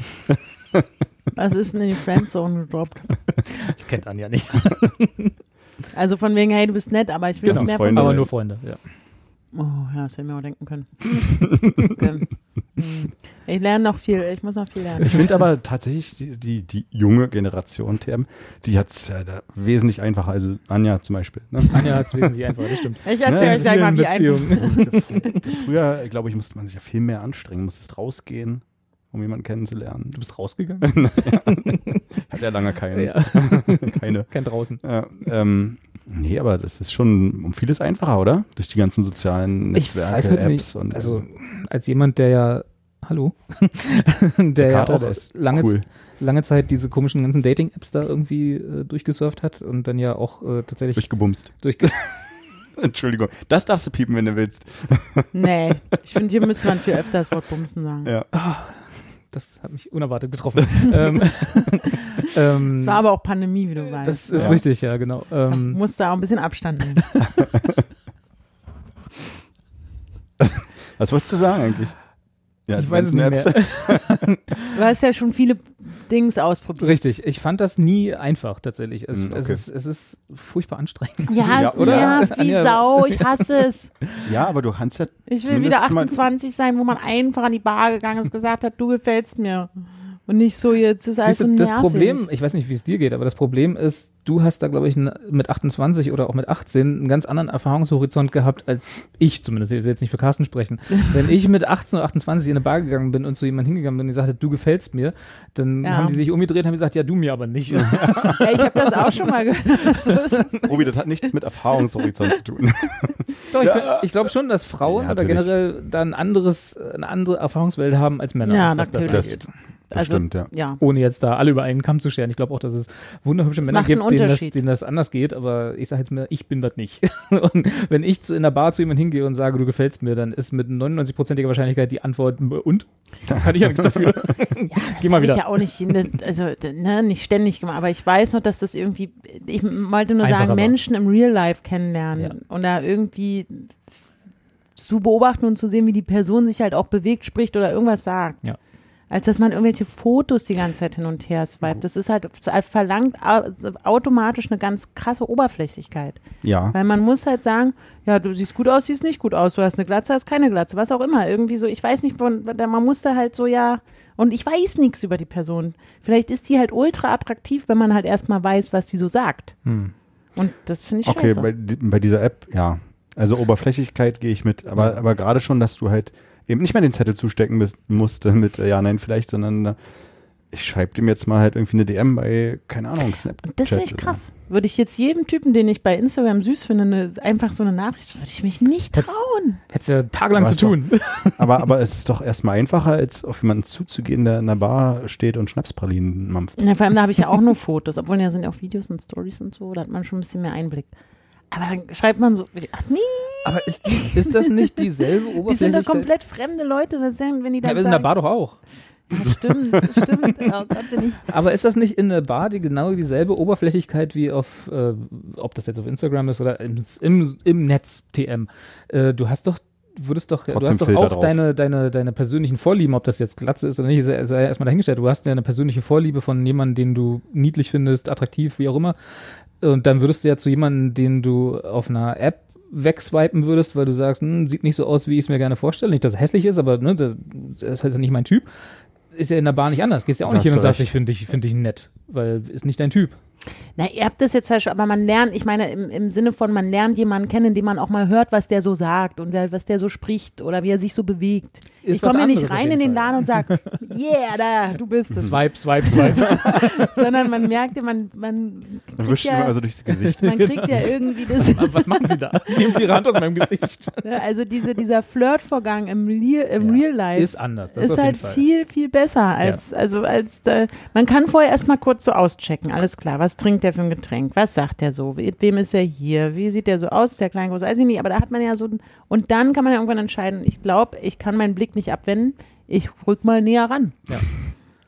[SPEAKER 1] Was ist denn in die Friendzone gedroppt?
[SPEAKER 2] Das kennt Anja nicht.
[SPEAKER 1] Also von wegen, hey, du bist nett, aber ich will
[SPEAKER 3] Genau,
[SPEAKER 1] nicht mehr von
[SPEAKER 3] Freunde.
[SPEAKER 1] dir.
[SPEAKER 2] Aber nur Freunde, ja.
[SPEAKER 1] Oh ja, das hätte ich mir auch denken können. okay. Hm. Ich lerne noch viel. Ich muss noch viel lernen.
[SPEAKER 3] Ich finde aber tatsächlich, die, die, die junge Generation, TM, die hat es ja da wesentlich einfacher. Also Anja zum Beispiel. Ne?
[SPEAKER 2] Anja hat es wesentlich einfacher, das stimmt.
[SPEAKER 1] Ich erzähle euch gleich mal, wie ein
[SPEAKER 3] Früher, glaube ich, musste man sich ja viel mehr anstrengen, musstest rausgehen, um jemanden kennenzulernen.
[SPEAKER 2] Du bist rausgegangen?
[SPEAKER 3] Hat ja lange keine.
[SPEAKER 2] Ja.
[SPEAKER 3] keine.
[SPEAKER 2] Kein draußen.
[SPEAKER 3] Ja, ähm, nee, aber das ist schon um vieles einfacher, oder? Durch die ganzen sozialen
[SPEAKER 2] Ich
[SPEAKER 3] Netzwerke,
[SPEAKER 2] weiß halt
[SPEAKER 3] Apps
[SPEAKER 2] nicht.
[SPEAKER 3] und äh,
[SPEAKER 2] Also als jemand, der ja, hallo, der ja
[SPEAKER 3] Kater,
[SPEAKER 2] auch
[SPEAKER 3] der ist
[SPEAKER 2] lange,
[SPEAKER 3] cool.
[SPEAKER 2] lange Zeit diese komischen ganzen Dating-Apps da irgendwie äh, durchgesurft hat und dann ja auch äh, tatsächlich
[SPEAKER 3] durchgebumst.
[SPEAKER 2] durch
[SPEAKER 3] Entschuldigung. Das darfst du piepen, wenn du willst.
[SPEAKER 1] Nee, ich finde, hier müsste man viel öfter das Wort Bumsen sagen.
[SPEAKER 3] Ja.
[SPEAKER 2] das hat mich unerwartet getroffen. ähm, ähm,
[SPEAKER 1] Es war aber auch Pandemie, wie du weißt.
[SPEAKER 2] das ist
[SPEAKER 3] Ja.
[SPEAKER 2] richtig, ja, genau. Ähm,
[SPEAKER 1] Muss da auch ein bisschen Abstand nehmen.
[SPEAKER 3] Was wolltest du sagen eigentlich? Ja,
[SPEAKER 2] ich
[SPEAKER 3] die
[SPEAKER 2] weiß es
[SPEAKER 3] ganzen
[SPEAKER 2] nicht
[SPEAKER 3] Apps.
[SPEAKER 2] mehr.
[SPEAKER 1] Du hast ja schon viele Dings ausprobiert.
[SPEAKER 2] Richtig, ich fand das nie einfach tatsächlich. Es,
[SPEAKER 3] Mm,
[SPEAKER 2] es,
[SPEAKER 3] okay.
[SPEAKER 2] ist, es ist furchtbar anstrengend.
[SPEAKER 1] Ja,
[SPEAKER 3] Ja,
[SPEAKER 1] es
[SPEAKER 3] oder?
[SPEAKER 1] nervt wie
[SPEAKER 2] Anja-
[SPEAKER 1] Sau. Ich hasse es.
[SPEAKER 3] Ja, aber du kannst ja.
[SPEAKER 1] Ich will
[SPEAKER 3] Zumindest
[SPEAKER 1] wieder
[SPEAKER 3] schon mal-
[SPEAKER 1] 28 sein, wo man einfach an die Bar gegangen ist und gesagt hat, du gefällst mir. Und nicht so, jetzt ist alles
[SPEAKER 2] Siehst du,
[SPEAKER 1] so Also nervig.
[SPEAKER 2] das Problem, ich weiß nicht, wie es dir geht, aber das Problem ist, du hast da, glaube ich, n- mit 28 oder auch mit 18 einen ganz anderen Erfahrungshorizont gehabt als ich zumindest. Ich will jetzt nicht für Carsten sprechen. Wenn ich mit 18 oder 28 in eine Bar gegangen bin und zu jemandem hingegangen bin und gesagt habe, du gefällst mir, dann
[SPEAKER 1] Ja.
[SPEAKER 2] haben die sich umgedreht und haben gesagt, ja, du mir aber nicht.
[SPEAKER 1] Ja, ich habe das auch schon mal gehört. So ist es.
[SPEAKER 3] Robi, das hat nichts mit Erfahrungshorizont zu tun.
[SPEAKER 2] Doch, ich, ich glaube schon, dass Frauen
[SPEAKER 3] Ja,
[SPEAKER 2] oder
[SPEAKER 3] natürlich.
[SPEAKER 2] generell da ein anderes, eine andere Erfahrungswelt haben als Männer.
[SPEAKER 1] Ja,
[SPEAKER 2] was
[SPEAKER 1] natürlich.
[SPEAKER 2] angeht.
[SPEAKER 3] Das
[SPEAKER 1] Also,
[SPEAKER 3] stimmt, ja.
[SPEAKER 1] Ja.
[SPEAKER 2] ohne jetzt da alle über einen Kamm zu scheren. Ich glaube auch, dass es wunderhübsche Männer
[SPEAKER 1] macht einen
[SPEAKER 2] gibt, denen das,
[SPEAKER 1] Unterschied.
[SPEAKER 2] denen das anders geht, aber ich sage jetzt mal, ich bin das nicht. Und wenn ich zu, in der Bar zu jemandem hingehe und sage, du gefällst mir, dann ist mit 99%iger Wahrscheinlichkeit die Antwort, "M- und? Kann ich ja nichts dafür. Geh mal
[SPEAKER 1] Hab
[SPEAKER 2] wieder.
[SPEAKER 1] Ich ja auch nicht, in- also ne, nicht ständig gemacht, aber ich weiß noch, dass das irgendwie, ich wollte nur
[SPEAKER 2] Einfacher war.
[SPEAKER 1] sagen, Menschen im Real Life kennenlernen
[SPEAKER 2] Ja.
[SPEAKER 1] und da irgendwie zu beobachten und zu sehen, wie die Person sich halt auch bewegt, spricht oder irgendwas sagt.
[SPEAKER 2] Ja.
[SPEAKER 1] Als dass man irgendwelche Fotos die ganze Zeit hin und her swipet. Das ist halt es verlangt au- automatisch eine ganz krasse Oberflächlichkeit.
[SPEAKER 3] Ja.
[SPEAKER 1] Weil man muss halt sagen, ja, du siehst gut aus, siehst nicht gut aus, du hast eine Glatze, hast keine Glatze, was auch immer. Irgendwie so, ich weiß nicht, von, man muss da halt so, ja, und ich weiß nichts über die Person. Vielleicht ist die halt ultra attraktiv, wenn man halt erstmal weiß, was die so sagt. Und das finde ich
[SPEAKER 3] Hm. Okay,
[SPEAKER 1] scheiße.
[SPEAKER 3] bei, di- bei dieser App, ja. Also Oberflächlichkeit gehe ich mit, aber, aber gerade schon, dass du halt eben nicht mehr den Zettel zustecken bist, musst mit äh, ja, nein, vielleicht, sondern äh, ich schreibe dem jetzt mal halt irgendwie eine DM bei, keine Ahnung, Snapchat.
[SPEAKER 1] Das finde ich krass. Würde ich jetzt jedem Typen, den ich bei Instagram süß finde, eine, einfach so eine Nachricht, würde ich mich nicht trauen.
[SPEAKER 2] Hättest ja tagelang
[SPEAKER 3] Was
[SPEAKER 2] zu tun.
[SPEAKER 3] Oder? Aber, aber es ist doch erstmal einfacher, als auf jemanden zuzugehen, der in der Bar steht und Schnapspralinen mampft.
[SPEAKER 1] Na, vor allem, da habe ich ja auch nur Fotos, obwohl da sind ja auch Videos und Stories und so, da hat man schon ein bisschen mehr Einblick. Aber dann schreibt man so, ach nee,
[SPEAKER 2] Aber ist, die- ist das nicht dieselbe
[SPEAKER 1] die
[SPEAKER 2] Oberfläche?
[SPEAKER 1] sind doch komplett fremde Leute, was sagen, wenn die
[SPEAKER 2] Ja,
[SPEAKER 1] dann
[SPEAKER 2] wir sind in der
[SPEAKER 1] sagen,
[SPEAKER 2] Bar doch auch.
[SPEAKER 1] Ja, stimmt, stimmt, oh Gott, bin ich
[SPEAKER 2] Aber ist das nicht in der Bar die genau dieselbe Oberflächlichkeit wie auf, äh, ob das jetzt auf Instagram ist oder im, im, im Netz TM? Äh, du hast doch, würdest doch, du
[SPEAKER 3] Trotzdem
[SPEAKER 2] hast doch
[SPEAKER 3] Filter
[SPEAKER 2] auch
[SPEAKER 3] drauf.
[SPEAKER 2] deine, deine, deine persönlichen Vorlieben, ob das jetzt Glatze ist oder nicht, sei, sei erstmal dahingestellt. Du hast ja eine persönliche Vorliebe von jemandem, den du niedlich findest, attraktiv, wie auch immer. Und dann würdest du ja zu jemandem, den du auf einer App wegswipen würdest, weil du sagst, hm, sieht nicht so aus, wie ich es mir gerne vorstelle. Nicht, dass es hässlich ist, aber ne, das ist halt nicht mein Typ. Ist ja in der Bar nicht anders. Gehst ja auch
[SPEAKER 3] Da
[SPEAKER 2] nicht hin
[SPEAKER 3] hast
[SPEAKER 2] und
[SPEAKER 3] du
[SPEAKER 2] sagst,
[SPEAKER 3] recht.
[SPEAKER 2] ich finde dich, find dich nett, weil ist nicht dein Typ.
[SPEAKER 1] Na, ihr habt das jetzt falsch, aber man lernt, ich meine, im, im Sinne von, man lernt jemanden kennen, indem man auch mal hört, was der so sagt und wer, was der so spricht oder wie er sich so bewegt.
[SPEAKER 2] Ist
[SPEAKER 1] ich
[SPEAKER 2] was
[SPEAKER 1] komme ja nicht
[SPEAKER 2] anderes auf
[SPEAKER 1] rein in den
[SPEAKER 2] jeden Fall.
[SPEAKER 1] Laden und sage, yeah, da, du bist es.
[SPEAKER 2] Swipe, swipe, swipe.
[SPEAKER 1] Sondern man merkt, ja, man, man,
[SPEAKER 3] Dann
[SPEAKER 1] kriegt
[SPEAKER 3] wischt ja.
[SPEAKER 1] ja,
[SPEAKER 3] also durchs Gesicht.
[SPEAKER 1] man kriegt ja irgendwie das,
[SPEAKER 2] Was machen sie da? Nehmen sie Rand aus meinem Gesicht.
[SPEAKER 1] ne, also diese, dieser Flirtvorgang im, Lie- im
[SPEAKER 2] Ja.
[SPEAKER 1] Real Life.
[SPEAKER 2] Ist anders. Das
[SPEAKER 1] ist
[SPEAKER 2] auf
[SPEAKER 1] halt
[SPEAKER 2] jeden Fall.
[SPEAKER 1] viel, viel besser als, also als, da, man kann vorher erstmal kurz so auschecken, alles klar, was trinkt der für ein Getränk, was sagt der so, We- wem ist er hier, wie sieht der so aus, Ist der klein, groß, weiß ich nicht, aber da hat man ja so, ein- und dann kann man ja irgendwann entscheiden, ich glaube, ich kann meinen Blick nicht abwenden, ich rück mal näher ran.
[SPEAKER 2] Ja.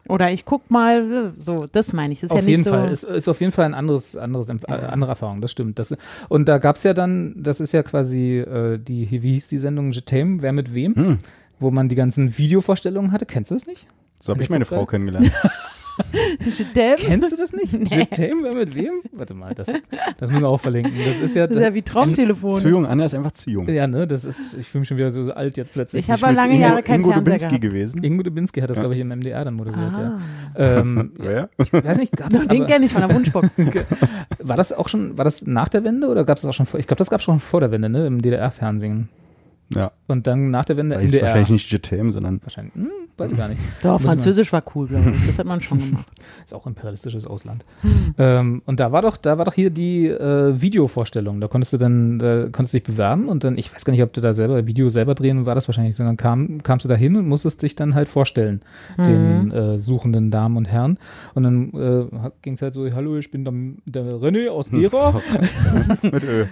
[SPEAKER 1] Oder ich guck mal, äh, so, das meine ich, das ist
[SPEAKER 2] auf
[SPEAKER 1] ja nicht
[SPEAKER 2] jeden
[SPEAKER 1] so.
[SPEAKER 2] Fall. Ist, ist auf jeden Fall ein anderes, anderes, Emp- äh, andere Erfahrung, das stimmt. Das, und da gab es ja dann, das ist ja quasi äh, die, wie hieß die Sendung, Je t'aime, wer mit wem?
[SPEAKER 3] Hm.
[SPEAKER 2] Wo man die ganzen Videovorstellungen hatte. Kennst du das nicht?
[SPEAKER 3] So habe ich meine Frau kennengelernt.
[SPEAKER 1] Damn.
[SPEAKER 2] Kennst du das nicht? Je t'aime, wer mit wem? Warte mal, das, das müssen wir auch verlinken. Das ist ja,
[SPEAKER 1] das ist ja wie
[SPEAKER 3] Zu
[SPEAKER 1] Traumtelefon.
[SPEAKER 3] jung, Anna ist einfach zu jung.
[SPEAKER 2] ja, ne, das ist, ich fühle mich schon wieder so, so alt jetzt plötzlich.
[SPEAKER 1] Ich habe
[SPEAKER 3] Ist mit
[SPEAKER 1] lange
[SPEAKER 3] Ingo,
[SPEAKER 1] Jahre keinen
[SPEAKER 3] Ingo
[SPEAKER 1] Fernseher
[SPEAKER 3] Dubinski
[SPEAKER 1] gehabt.
[SPEAKER 3] gewesen.
[SPEAKER 2] Ingo Dubinski hat das, glaube ich, im MDR dann
[SPEAKER 1] Ah.
[SPEAKER 2] moderiert, ja. Ähm,
[SPEAKER 3] Wer?
[SPEAKER 2] ich weiß nicht, gab's,
[SPEAKER 1] Den
[SPEAKER 2] aber,
[SPEAKER 1] kenne ich von der Wunschbox.
[SPEAKER 2] war das auch schon, war das nach der Wende oder gab es das auch schon vor? Ich glaube, das gab es schon vor der Wende, ne, im DDR-Fernsehen.
[SPEAKER 3] Ja,
[SPEAKER 2] Und dann nach der Wende
[SPEAKER 3] da ist
[SPEAKER 2] MDR.
[SPEAKER 3] wahrscheinlich nicht JTM, sondern
[SPEAKER 2] Wahrscheinlich. Hm, weiß ich gar nicht.
[SPEAKER 1] Doch,
[SPEAKER 2] Muss man-
[SPEAKER 1] Französisch war cool, glaube ich. Das hat man schon gemacht.
[SPEAKER 2] Ist auch imperialistisches Ausland. ähm, und da war doch, da war doch hier die äh, Videovorstellung. Da konntest du dann, da konntest du dich bewerben und dann, ich weiß gar nicht, ob du da selber Video selber drehen war das wahrscheinlich, sondern kam, kamst du da hin und musstest dich dann halt vorstellen, den äh, suchenden Damen und Herren. Und dann äh, ging es halt so, hallo, ich bin der, der René aus Gera.
[SPEAKER 3] mit Ö.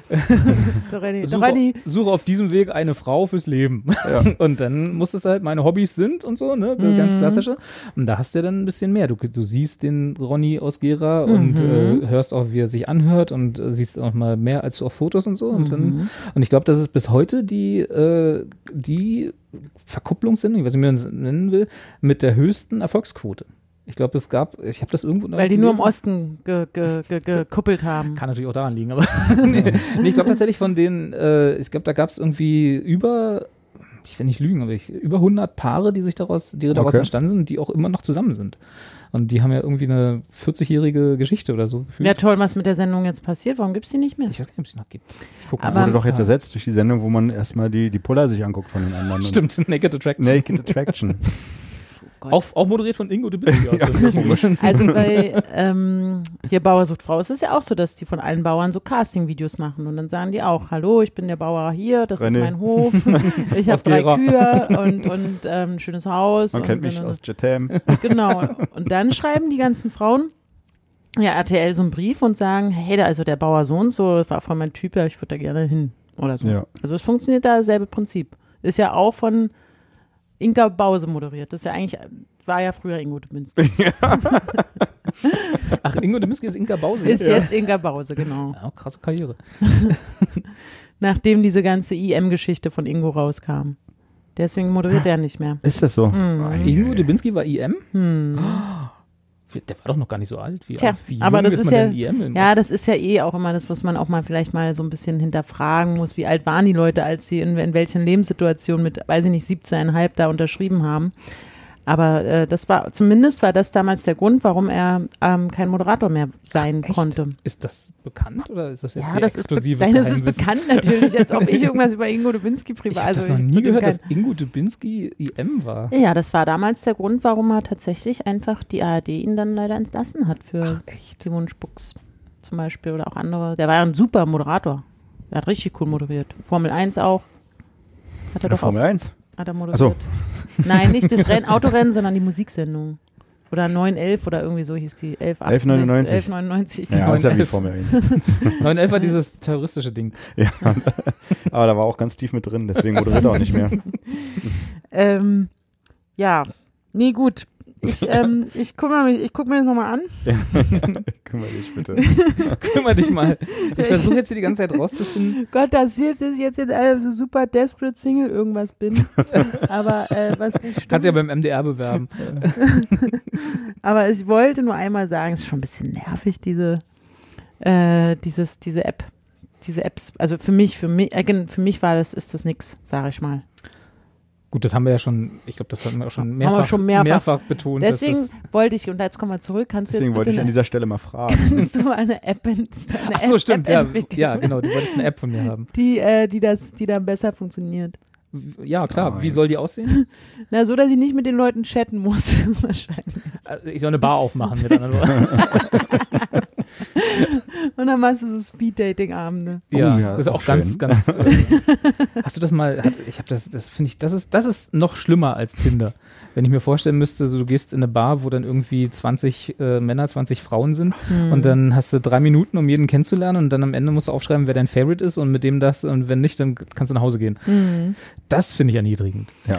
[SPEAKER 1] Dorani,
[SPEAKER 2] Suche,
[SPEAKER 1] Dorani.
[SPEAKER 2] suche auf diesem Weg eine Frau fürs Leben. Und dann muss es halt meine Hobbys sind und so, ne? So
[SPEAKER 1] Mhm.
[SPEAKER 2] ganz klassische. Und da hast du ja dann ein bisschen mehr. Du, du siehst den Ronny aus Gera und
[SPEAKER 1] Mhm.
[SPEAKER 2] äh, hörst auch, wie er sich anhört und äh, siehst auch mal mehr als auf Fotos und so. Und,
[SPEAKER 1] Mhm.
[SPEAKER 2] dann, und ich glaube, das ist bis heute die, äh, die Verkupplungssendung, was ich mir nennen will, mit der höchsten Erfolgsquote. Ich glaube, es gab, ich habe das irgendwo
[SPEAKER 1] Weil die nur im
[SPEAKER 2] gelesen.
[SPEAKER 1] Osten ge, ge, ge, gekuppelt haben.
[SPEAKER 2] Kann natürlich auch daran liegen, aber nee, nee, ich glaube tatsächlich von denen, äh, ich glaube, da gab es irgendwie über, ich will nicht lügen, aber ich, über 100 Paare, die sich daraus, die daraus
[SPEAKER 3] Okay.
[SPEAKER 2] entstanden sind, die auch immer noch zusammen sind. Und die haben ja irgendwie eine 40-jährige Geschichte oder so gefühlt.
[SPEAKER 1] Ja, toll, was mit der Sendung jetzt passiert. Warum gibt's die nicht mehr?
[SPEAKER 2] Ich weiß gar nicht, ob es die noch gibt. Ich guck
[SPEAKER 1] Aber-
[SPEAKER 3] Wurde doch jetzt
[SPEAKER 2] Ja.
[SPEAKER 3] ersetzt durch die Sendung, wo man erstmal die, die Poller sich anguckt von den anderen.
[SPEAKER 2] Stimmt, Naked Attraction.
[SPEAKER 3] Naked Attraction.
[SPEAKER 2] Auch, auch moderiert von Ingo de Bitti aus. irgendwelchen Gründen.
[SPEAKER 1] Also bei ähm, hier Bauer sucht Frau ist es ja auch so, dass die von allen Bauern so Casting-Videos machen und dann sagen die auch, hallo, ich bin der Bauer hier, das ist
[SPEAKER 3] René.
[SPEAKER 1] mein Hof, ich habe
[SPEAKER 2] Aus
[SPEAKER 1] drei
[SPEAKER 2] Gera.
[SPEAKER 1] Kühe und und ähm, schönes Haus.
[SPEAKER 3] Man
[SPEAKER 1] und,
[SPEAKER 3] kennt mich
[SPEAKER 1] und,
[SPEAKER 3] aus JTM.
[SPEAKER 1] Genau. Und dann schreiben die ganzen Frauen ja RTL so einen Brief und sagen, hey, da also der Bauer so und so, das war von meinem Typ, ja, ich würde da gerne hin oder so.
[SPEAKER 3] Ja.
[SPEAKER 1] Also es funktioniert da dasselbe Prinzip. Ist ja auch von Inka Bause moderiert. Das ist ja eigentlich war ja früher Ingo Dubinski.
[SPEAKER 2] Ach, Ingo de Bitti ist Inka Bause.
[SPEAKER 1] Ist
[SPEAKER 2] ja.
[SPEAKER 1] jetzt Inka Bause, genau.
[SPEAKER 2] Ja, krasse Karriere.
[SPEAKER 1] Nachdem diese ganze IM-Geschichte von Ingo rauskam. Deswegen moderiert er nicht mehr.
[SPEAKER 3] Ist das so?
[SPEAKER 1] Hm,
[SPEAKER 2] Ingo Dubinski war IM? Der war doch noch gar nicht so alt. Wie,
[SPEAKER 1] Tja,
[SPEAKER 2] wie jung
[SPEAKER 1] aber das ist
[SPEAKER 2] man
[SPEAKER 1] ja-
[SPEAKER 2] denn IM im
[SPEAKER 1] Ja, das ist ja eh auch immer das, was man auch mal vielleicht mal so ein bisschen hinterfragen muss. Wie alt waren die Leute, als sie in, in welchen Lebenssituationen mit, weiß ich nicht, 17,5 da unterschrieben haben? Aber äh, das war, zumindest war das damals der Grund, warum er ähm, kein Moderator mehr sein konnte.
[SPEAKER 2] Ist das bekannt oder ist das jetzt
[SPEAKER 1] Ja,
[SPEAKER 2] hier
[SPEAKER 1] das ist, be-
[SPEAKER 2] exklusives
[SPEAKER 1] nein, das ist
[SPEAKER 2] Geheimwissen?
[SPEAKER 1] bekannt natürlich, als ob ich irgendwas über Ingo Dubinski privat.
[SPEAKER 2] Ich habe
[SPEAKER 1] also
[SPEAKER 2] das noch
[SPEAKER 1] ich-
[SPEAKER 2] nie
[SPEAKER 1] zu dem
[SPEAKER 2] gehört,
[SPEAKER 1] kein-
[SPEAKER 2] dass Ingo Dubinski IM war.
[SPEAKER 1] ja, das war damals der Grund, warum er tatsächlich einfach die ARD ihn dann leider entlassen hat für Timon Spucks zum Beispiel oder auch andere. Der war ja ein super Moderator. Er hat richtig cool moderiert. Formel 1 auch. Hat er doch auch
[SPEAKER 3] Formel 1.
[SPEAKER 1] Hat er
[SPEAKER 3] Ach so.
[SPEAKER 1] moderiert. Nein, nicht das Renn Autorennen, sondern die Musiksendung. Oder 911 oder irgendwie so hieß die. 11,
[SPEAKER 3] 11,99.
[SPEAKER 1] 1199.
[SPEAKER 3] Ja, ist ja wie
[SPEAKER 2] 911.
[SPEAKER 3] Formel 1.
[SPEAKER 2] 911 war dieses terroristische Ding.
[SPEAKER 3] ja. Aber da war auch ganz tief mit drin, deswegen wurde er auch nicht mehr.
[SPEAKER 1] Ähm, ja, nee, gut. Ich, ähm, ich gucke mir, ich guck mir das nochmal an.
[SPEAKER 3] Kümmer dich bitte.
[SPEAKER 2] Kümmer dich mal. Ich
[SPEAKER 1] Ich-
[SPEAKER 2] versuche jetzt hier die ganze Zeit rauszufinden.
[SPEAKER 1] Gott, das sieht, dass ich jetzt, jetzt alle so super desperate Single irgendwas bin. aber äh, was nicht stimmt.
[SPEAKER 2] Kannst du ja beim MDR bewerben.
[SPEAKER 1] aber ich wollte nur einmal sagen, es ist schon ein bisschen nervig, diese, äh, dieses, diese App. Diese Apps, also für mich, für mich, äh, für mich war das, ist das nix, sage ich mal.
[SPEAKER 2] Gut, das haben wir ja schon, ich glaube, das haben wir auch schon
[SPEAKER 1] Haben wir
[SPEAKER 2] mehrfach,
[SPEAKER 1] schon mehrfach.
[SPEAKER 2] betont. dass
[SPEAKER 1] Deswegen
[SPEAKER 2] das-
[SPEAKER 1] wollte ich, und jetzt kommen wir zurück, kannst du
[SPEAKER 3] Deswegen
[SPEAKER 1] jetzt
[SPEAKER 3] wollte ich
[SPEAKER 1] bitte
[SPEAKER 3] an
[SPEAKER 1] eine,
[SPEAKER 3] dieser Stelle mal fragen.
[SPEAKER 1] kannst du mal eine App, ent- eine
[SPEAKER 2] Ach so,
[SPEAKER 1] App,
[SPEAKER 2] stimmt.
[SPEAKER 1] App
[SPEAKER 2] Ja,
[SPEAKER 1] entwickeln,
[SPEAKER 2] ja, genau. Du wolltest eine App von mir haben.
[SPEAKER 1] die, äh, die, das, die dann besser funktioniert.
[SPEAKER 2] Ja, klar.
[SPEAKER 3] Nein.
[SPEAKER 2] Wie soll die aussehen?
[SPEAKER 1] Na, so, dass ich nicht mit den Leuten chatten muss, wahrscheinlich.
[SPEAKER 2] Also, Ich soll eine Bar aufmachen mit anderen Worten.
[SPEAKER 1] Und dann machst du so Speed-Dating-Abende.
[SPEAKER 2] Ja,
[SPEAKER 3] Oh ja,
[SPEAKER 2] das ist auch
[SPEAKER 3] auch
[SPEAKER 2] ganz,
[SPEAKER 3] schön.
[SPEAKER 2] ganz. Äh, hast du das mal? Hat, ich habe das, das finde ich, das ist, das ist noch schlimmer als Tinder. Wenn ich mir vorstellen müsste, so, du gehst in eine Bar, wo dann irgendwie 20 äh, Männer, 20 Frauen sind und dann hast du drei Minuten, um jeden kennenzulernen und dann am Ende musst du aufschreiben, wer dein Favorite ist und mit dem das und wenn nicht, dann kannst du nach Hause gehen. Das finde ich erniedrigend.
[SPEAKER 3] Ja.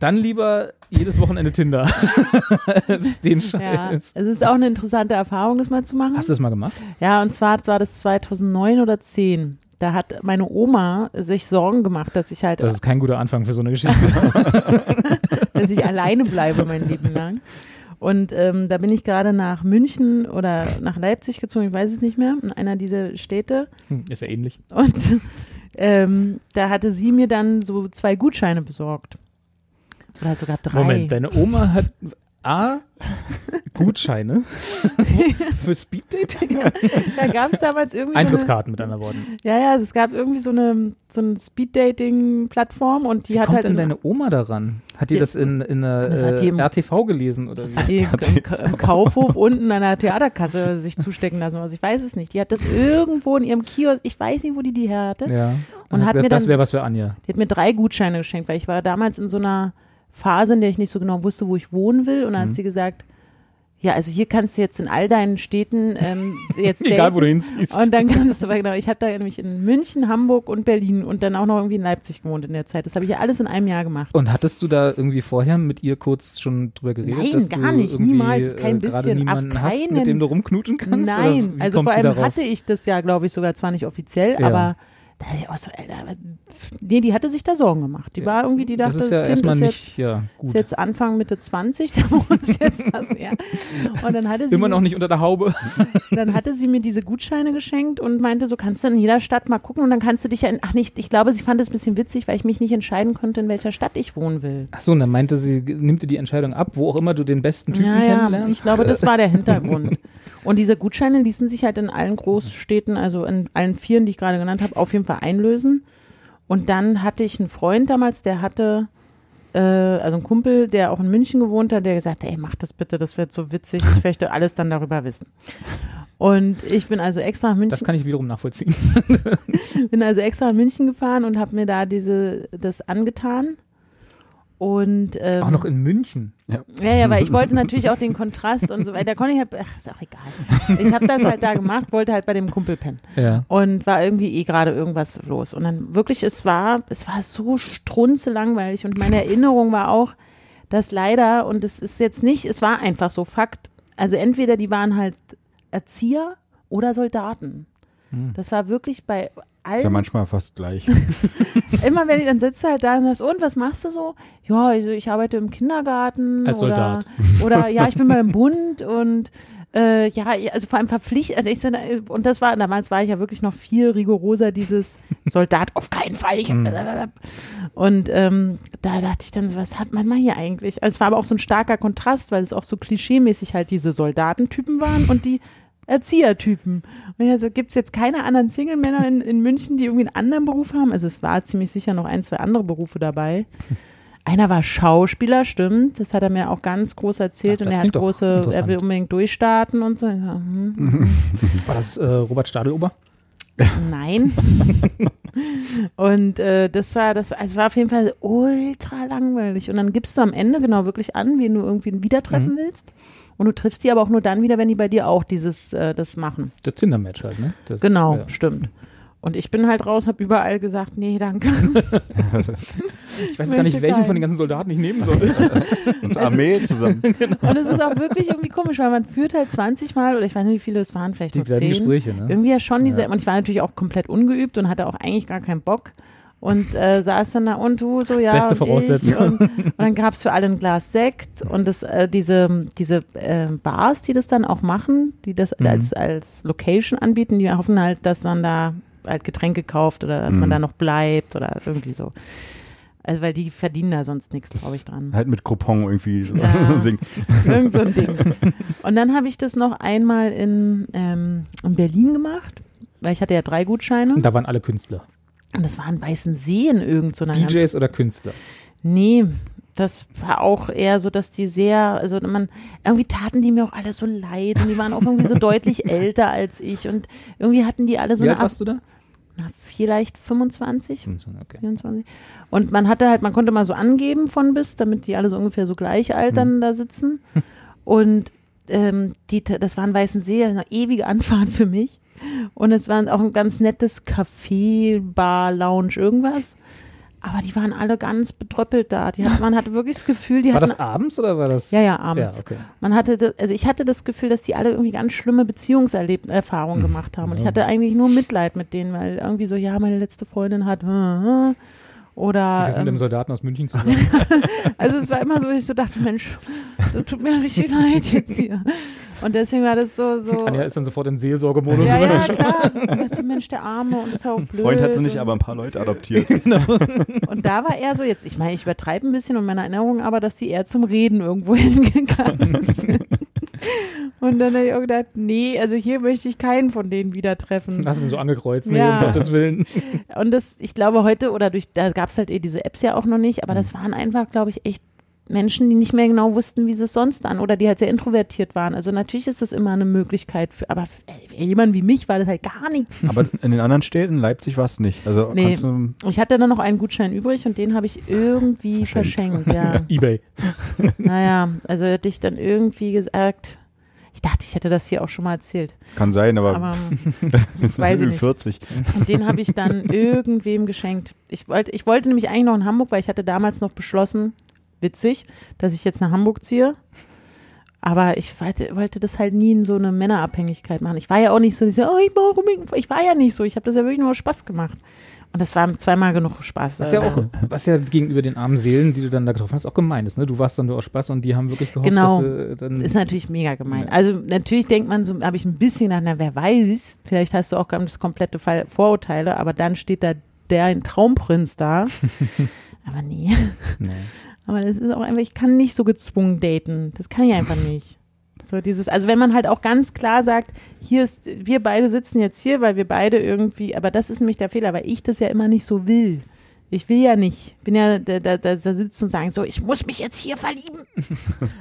[SPEAKER 2] Dann lieber jedes Wochenende Tinder als den
[SPEAKER 1] Ja,
[SPEAKER 2] Scheiß.
[SPEAKER 1] es ist auch eine interessante Erfahrung, das mal zu machen.
[SPEAKER 2] Hast du das mal gemacht?
[SPEAKER 1] Ja, und zwar das war das 2009 oder 10. Da hat meine Oma sich Sorgen gemacht, dass ich halt,
[SPEAKER 2] Das ist kein guter Anfang für so eine Geschichte.
[SPEAKER 1] dass ich alleine bleibe mein Leben lang. Und ähm, da bin ich gerade nach München oder nach Leipzig gezogen, ich weiß es nicht mehr, in einer dieser Städte.
[SPEAKER 2] Hm, Ist ja ähnlich.
[SPEAKER 1] Und ähm, da hatte sie mir dann so zwei Gutscheine besorgt. Oder sogar drei.
[SPEAKER 2] Moment, deine Oma hat A, Gutscheine für Speeddating?
[SPEAKER 1] Da gab es damals irgendwie so eine,
[SPEAKER 2] Eintrittskarten mit anderen Worten.
[SPEAKER 1] Ja, ja, es gab irgendwie so eine, so eine Speed-Dating-Plattform und die
[SPEAKER 2] Wie
[SPEAKER 1] hat
[SPEAKER 2] kommt
[SPEAKER 1] halt
[SPEAKER 2] denn deine Oma daran? Hat die
[SPEAKER 1] Ja.
[SPEAKER 2] das in, in einer
[SPEAKER 1] Das hat die
[SPEAKER 2] äh,
[SPEAKER 1] im-
[SPEAKER 2] RTV gelesen? Oder
[SPEAKER 1] Das
[SPEAKER 2] wie?
[SPEAKER 1] hat die im, Ka- im Kaufhof unten an der Theaterkasse sich zustecken lassen. Also ich weiß es nicht. Die hat das irgendwo in ihrem Kiosk, ich weiß nicht, wo die die her hatte.
[SPEAKER 2] Ja.
[SPEAKER 1] Und
[SPEAKER 2] Dann
[SPEAKER 1] hat
[SPEAKER 2] gesagt,
[SPEAKER 1] mir
[SPEAKER 2] das
[SPEAKER 1] dann-
[SPEAKER 2] wäre was für Anja.
[SPEAKER 1] Die hat mir drei Gutscheine geschenkt, weil ich war damals in so einer Phase, in der ich nicht so genau wusste, wo ich wohnen will. Und dann
[SPEAKER 2] Mhm.
[SPEAKER 1] hat sie gesagt, ja, also hier kannst du jetzt in all deinen Städten ähm, jetzt
[SPEAKER 2] Egal, wo
[SPEAKER 1] daten.
[SPEAKER 2] du hinziehst.
[SPEAKER 1] Und dann kannst du, aber genau, ich hatte da nämlich in München, Hamburg und Berlin und dann auch noch irgendwie in Leipzig gewohnt in der Zeit. Das habe ich ja alles in einem Jahr gemacht.
[SPEAKER 2] Und hattest du da irgendwie vorher mit ihr kurz schon drüber geredet?
[SPEAKER 1] Nein,
[SPEAKER 2] dass
[SPEAKER 1] gar
[SPEAKER 2] du
[SPEAKER 1] nicht,
[SPEAKER 2] irgendwie,
[SPEAKER 1] niemals, kein
[SPEAKER 2] äh, gerade
[SPEAKER 1] bisschen, auf
[SPEAKER 2] Niemanden hast, mit
[SPEAKER 1] keinen-
[SPEAKER 2] dem du rumknutschen kannst?
[SPEAKER 1] Nein,
[SPEAKER 2] oder wie
[SPEAKER 1] also
[SPEAKER 2] kommt
[SPEAKER 1] vor
[SPEAKER 2] sie
[SPEAKER 1] allem
[SPEAKER 2] darauf?
[SPEAKER 1] hatte ich das ja, glaube ich, sogar zwar nicht offiziell,
[SPEAKER 2] Ja.
[SPEAKER 1] aber da hatte ich auch so, Alter, aber- nee, die hatte sich da Sorgen gemacht. Die war irgendwie, die dachte,
[SPEAKER 2] das
[SPEAKER 1] das,
[SPEAKER 2] ist ja
[SPEAKER 1] Kind
[SPEAKER 2] erstmal
[SPEAKER 1] ist jetzt,
[SPEAKER 2] nicht, ja,
[SPEAKER 1] ist
[SPEAKER 2] gut.
[SPEAKER 1] jetzt Anfang Mitte 20, da muss jetzt was her. Und dann hatte sie
[SPEAKER 2] Immer
[SPEAKER 1] mir-
[SPEAKER 2] noch nicht unter der Haube.
[SPEAKER 1] dann hatte sie mir diese Gutscheine geschenkt und meinte, so kannst du in jeder Stadt mal gucken und dann kannst du dich ja, in, ach nicht, ich glaube, sie fand es ein bisschen witzig, weil ich mich nicht entscheiden konnte, in welcher Stadt ich wohnen will.
[SPEAKER 2] Ach so, und dann meinte sie, nimmt dir die Entscheidung ab, wo auch immer du den besten Typen kennenlernst.
[SPEAKER 1] ich glaube, das war der Hintergrund. Und diese Gutscheine ließen sich halt in allen Großstädten, also in allen Vieren, die ich gerade genannt habe, auf jeden Fall einlösen. Und dann hatte ich einen Freund damals, der hatte, äh, also einen Kumpel, der auch in München gewohnt hat, der gesagt hat, ey, mach das bitte, das wird so witzig, ich möchte alles dann darüber wissen. Und ich bin also extra nach München
[SPEAKER 2] Das kann ich wiederum nachvollziehen.
[SPEAKER 1] bin also extra nach München gefahren und habe mir da diese das angetan. Und ähm,
[SPEAKER 2] Auch noch in München.
[SPEAKER 1] ja, ja, weil ich wollte natürlich auch den Kontrast und so weiter. Da konnte ich halt, ach, ist auch egal. Ich habe das halt da gemacht, wollte halt bei dem Kumpel pennen
[SPEAKER 2] Ja.
[SPEAKER 1] und war irgendwie eh gerade irgendwas los. Und dann wirklich, es war, es war so strunzelangweilig und meine Erinnerung war auch, dass leider, und es ist jetzt nicht, es war einfach so Fakt, also entweder die waren halt Erzieher oder Soldaten. Das war wirklich bei
[SPEAKER 3] Ist ja
[SPEAKER 1] allen
[SPEAKER 3] manchmal fast gleich.
[SPEAKER 1] immer wenn ich dann sitze halt da und sagst, und was machst du so? Ja, also ich arbeite im Kindergarten
[SPEAKER 2] Als
[SPEAKER 1] oder,
[SPEAKER 2] Soldat.
[SPEAKER 1] oder ja, ich bin beim Bund und Äh, ja, ja, also vor allem verpflichtet, also ich, so, äh, und das war, damals war ich ja wirklich noch viel rigoroser, dieses Soldat, auf keinen Fall. Ich,
[SPEAKER 2] Mhm.
[SPEAKER 1] und ähm, da dachte ich dann so, was hat man mal hier eigentlich? Also es war aber auch so ein starker Kontrast, weil es auch so klischeemäßig halt diese Soldatentypen waren und die Erziehertypen. Und also gibt es jetzt keine anderen Single-Männer in, in München, die irgendwie einen anderen Beruf haben? Also es war ziemlich sicher noch ein, zwei andere Berufe dabei. Einer war Schauspieler, stimmt. Das hat er mir auch ganz groß erzählt.
[SPEAKER 2] Ach, das
[SPEAKER 1] und er hat
[SPEAKER 2] klingt doch
[SPEAKER 1] große, er
[SPEAKER 2] interessant.
[SPEAKER 1] will unbedingt durchstarten und so. Ja, hm.
[SPEAKER 2] War das äh, Robert Stadelober?
[SPEAKER 1] Nein. und äh, das war das, es war auf jeden Fall ultra langweilig. Und dann gibst du am Ende genau wirklich an, wen du irgendwie wieder
[SPEAKER 2] Mhm.
[SPEAKER 1] treffen willst. Und du triffst die aber auch nur dann wieder, wenn die bei dir auch dieses äh, das machen.
[SPEAKER 2] Der Tinder-Match halt, ne? Das,
[SPEAKER 1] Genau,
[SPEAKER 2] ja.
[SPEAKER 1] stimmt. Und ich bin halt raus, habe überall gesagt, nee, danke.
[SPEAKER 2] Ich weiß jetzt gar nicht,
[SPEAKER 1] Möchte
[SPEAKER 2] welchen
[SPEAKER 1] keinen.
[SPEAKER 2] von den ganzen Soldaten ich nehmen soll.
[SPEAKER 3] Unsere Armee zusammen.
[SPEAKER 1] Und es ist auch wirklich irgendwie komisch, weil man führt halt 20 Mal oder ich weiß nicht, wie viele es waren, vielleicht
[SPEAKER 2] Die
[SPEAKER 1] nur
[SPEAKER 2] gleichen
[SPEAKER 1] 10.
[SPEAKER 2] Gespräche, ne?
[SPEAKER 1] Irgendwie ja schon diese. Und ich war natürlich auch komplett ungeübt und hatte auch eigentlich gar keinen Bock. Und äh, saß dann da und du so, ja.
[SPEAKER 2] Beste
[SPEAKER 1] und ich
[SPEAKER 2] Voraussetzung.
[SPEAKER 1] Und, und dann gab es für alle ein Glas Sekt und das, äh, diese, diese äh, Bars, die das dann auch machen, die das als, als Location anbieten, die hoffen halt, dass dann da halt Getränke kauft oder dass man da noch bleibt oder irgendwie so. Also, weil die verdienen da sonst nichts, glaube ich, dran.
[SPEAKER 3] Halt mit Coupon irgendwie so
[SPEAKER 1] Ja.
[SPEAKER 3] singen.
[SPEAKER 1] Irgend so ein Ding. Und dann habe ich das noch einmal in, ähm, in Berlin gemacht, weil ich hatte ja drei Gutscheine.
[SPEAKER 2] Da waren alle Künstler.
[SPEAKER 1] Und das waren weißen Seen irgend so einer ganz-
[SPEAKER 2] DJs oder Künstler.
[SPEAKER 1] Nee, das war auch eher so, dass die sehr, also man, irgendwie taten die mir auch alle so leid und die waren auch irgendwie so deutlich älter als ich und irgendwie hatten die alle so
[SPEAKER 2] Wie
[SPEAKER 1] eine Ab
[SPEAKER 2] alt warst du da?
[SPEAKER 1] na, vielleicht 25,
[SPEAKER 2] Hm, Okay.
[SPEAKER 1] 24. Und man hatte halt, man konnte mal so angeben von bis, damit die alle so ungefähr so gleich alt
[SPEAKER 2] Hm.
[SPEAKER 1] dann da sitzen. Und ähm, die, das war in Weißensee, eine ewige Anfahrt für mich. Und es war auch ein ganz nettes Café, Bar, Lounge, irgendwas. Aber die waren alle ganz betröppelt da. Die hat, man hatte wirklich das Gefühl, die
[SPEAKER 2] War
[SPEAKER 1] hatten
[SPEAKER 2] das abends oder war das?
[SPEAKER 1] ja, ja, abends.
[SPEAKER 2] Ja, okay.
[SPEAKER 1] Man hatte, da- also ich hatte das Gefühl, dass die alle irgendwie ganz schlimme Beziehungserfahrungen
[SPEAKER 2] Hm.
[SPEAKER 1] gemacht haben. Und ich hatte eigentlich nur Mitleid mit denen, weil irgendwie so, ja, meine letzte Freundin hat, äh, äh,
[SPEAKER 2] Das
[SPEAKER 1] oder,
[SPEAKER 2] ist mit einem
[SPEAKER 1] ähm,
[SPEAKER 2] Soldaten aus München zusammen.
[SPEAKER 1] also es war immer so, ich so dachte, Mensch, das tut mir richtig leid jetzt hier. Und deswegen war das so, so,
[SPEAKER 2] Anja ist dann sofort in Seelsorgemodus.
[SPEAKER 1] ja, ja, klar, weißt du, Mensch, der Arme und ist ja auch blöd.
[SPEAKER 3] Freund hat sie
[SPEAKER 1] und-
[SPEAKER 3] nicht, aber ein paar Leute adoptiert.
[SPEAKER 1] Und da war er so, jetzt, ich meine, ich übertreibe ein bisschen in meiner Erinnerung, aber dass die eher zum Reden irgendwo hingegangen sind. Und dann habe ich auch gedacht, nee, also hier möchte ich keinen von denen wieder treffen.
[SPEAKER 2] Hast du ihn so angekreuzt, nee,
[SPEAKER 1] Ja.
[SPEAKER 2] um Gottes Willen.
[SPEAKER 1] Und das, ich glaube, heute oder durch, da gab es halt eh diese Apps ja auch noch nicht, aber das waren einfach, glaube ich, echt Menschen, die nicht mehr genau wussten, wie sie es sonst an oder die halt sehr introvertiert waren. Also natürlich ist das immer eine Möglichkeit, für, aber für jemand wie mich war das halt gar nichts.
[SPEAKER 3] Aber in den anderen Städten, Leipzig war es nicht. Also
[SPEAKER 1] Nee.
[SPEAKER 3] kannst du,
[SPEAKER 1] Ich hatte dann noch einen Gutschein übrig und den habe ich irgendwie verschenkt, ja.
[SPEAKER 2] Ebay.
[SPEAKER 1] Naja, also hätte ich dann irgendwie gesagt, ich dachte, ich hätte das hier auch schon mal erzählt,
[SPEAKER 3] kann sein, aber,
[SPEAKER 1] aber
[SPEAKER 3] bis
[SPEAKER 1] weiß ich nicht.
[SPEAKER 3] 40.
[SPEAKER 1] und den habe ich dann irgendwem geschenkt. Ich wollte, ich wollte nämlich eigentlich noch in Hamburg, weil ich hatte damals noch beschlossen, witzig, dass ich jetzt nach Hamburg ziehe. Aber ich wollte, wollte das halt nie in so eine Männerabhängigkeit machen. Ich war ja auch nicht so, diese, oh, ich brauche unbedingt, ich war ja nicht so. Ich habe das ja wirklich nur aus Spaß gemacht. Und das war zweimal genug Spaß.
[SPEAKER 2] Was ja
[SPEAKER 1] Also,
[SPEAKER 2] auch, was ja gegenüber den armen Seelen, die du dann da getroffen hast, auch gemein ist. Ne? Du warst dann nur aus Spaß und die haben wirklich gehofft,
[SPEAKER 1] Genau.
[SPEAKER 2] dass äh, dann.
[SPEAKER 1] Ist natürlich mega gemein. Also natürlich denkt man so, habe ich ein bisschen nach, na wer weiß, vielleicht hast du auch ganz komplette Fall Vorurteile, aber dann steht da der Traumprinz da. aber nee.
[SPEAKER 2] nee.
[SPEAKER 1] Aber das ist auch einfach, ich kann nicht so gezwungen daten. Das kann ich einfach nicht. So dieses, also wenn man halt auch ganz klar sagt, hier ist, wir beide sitzen jetzt hier, weil wir beide irgendwie, aber das ist nämlich der Fehler, weil ich das ja immer nicht so will. Ich will ja nicht. Bin ja da, da, da da sitzen und sagen, so, ich muss mich jetzt hier verlieben.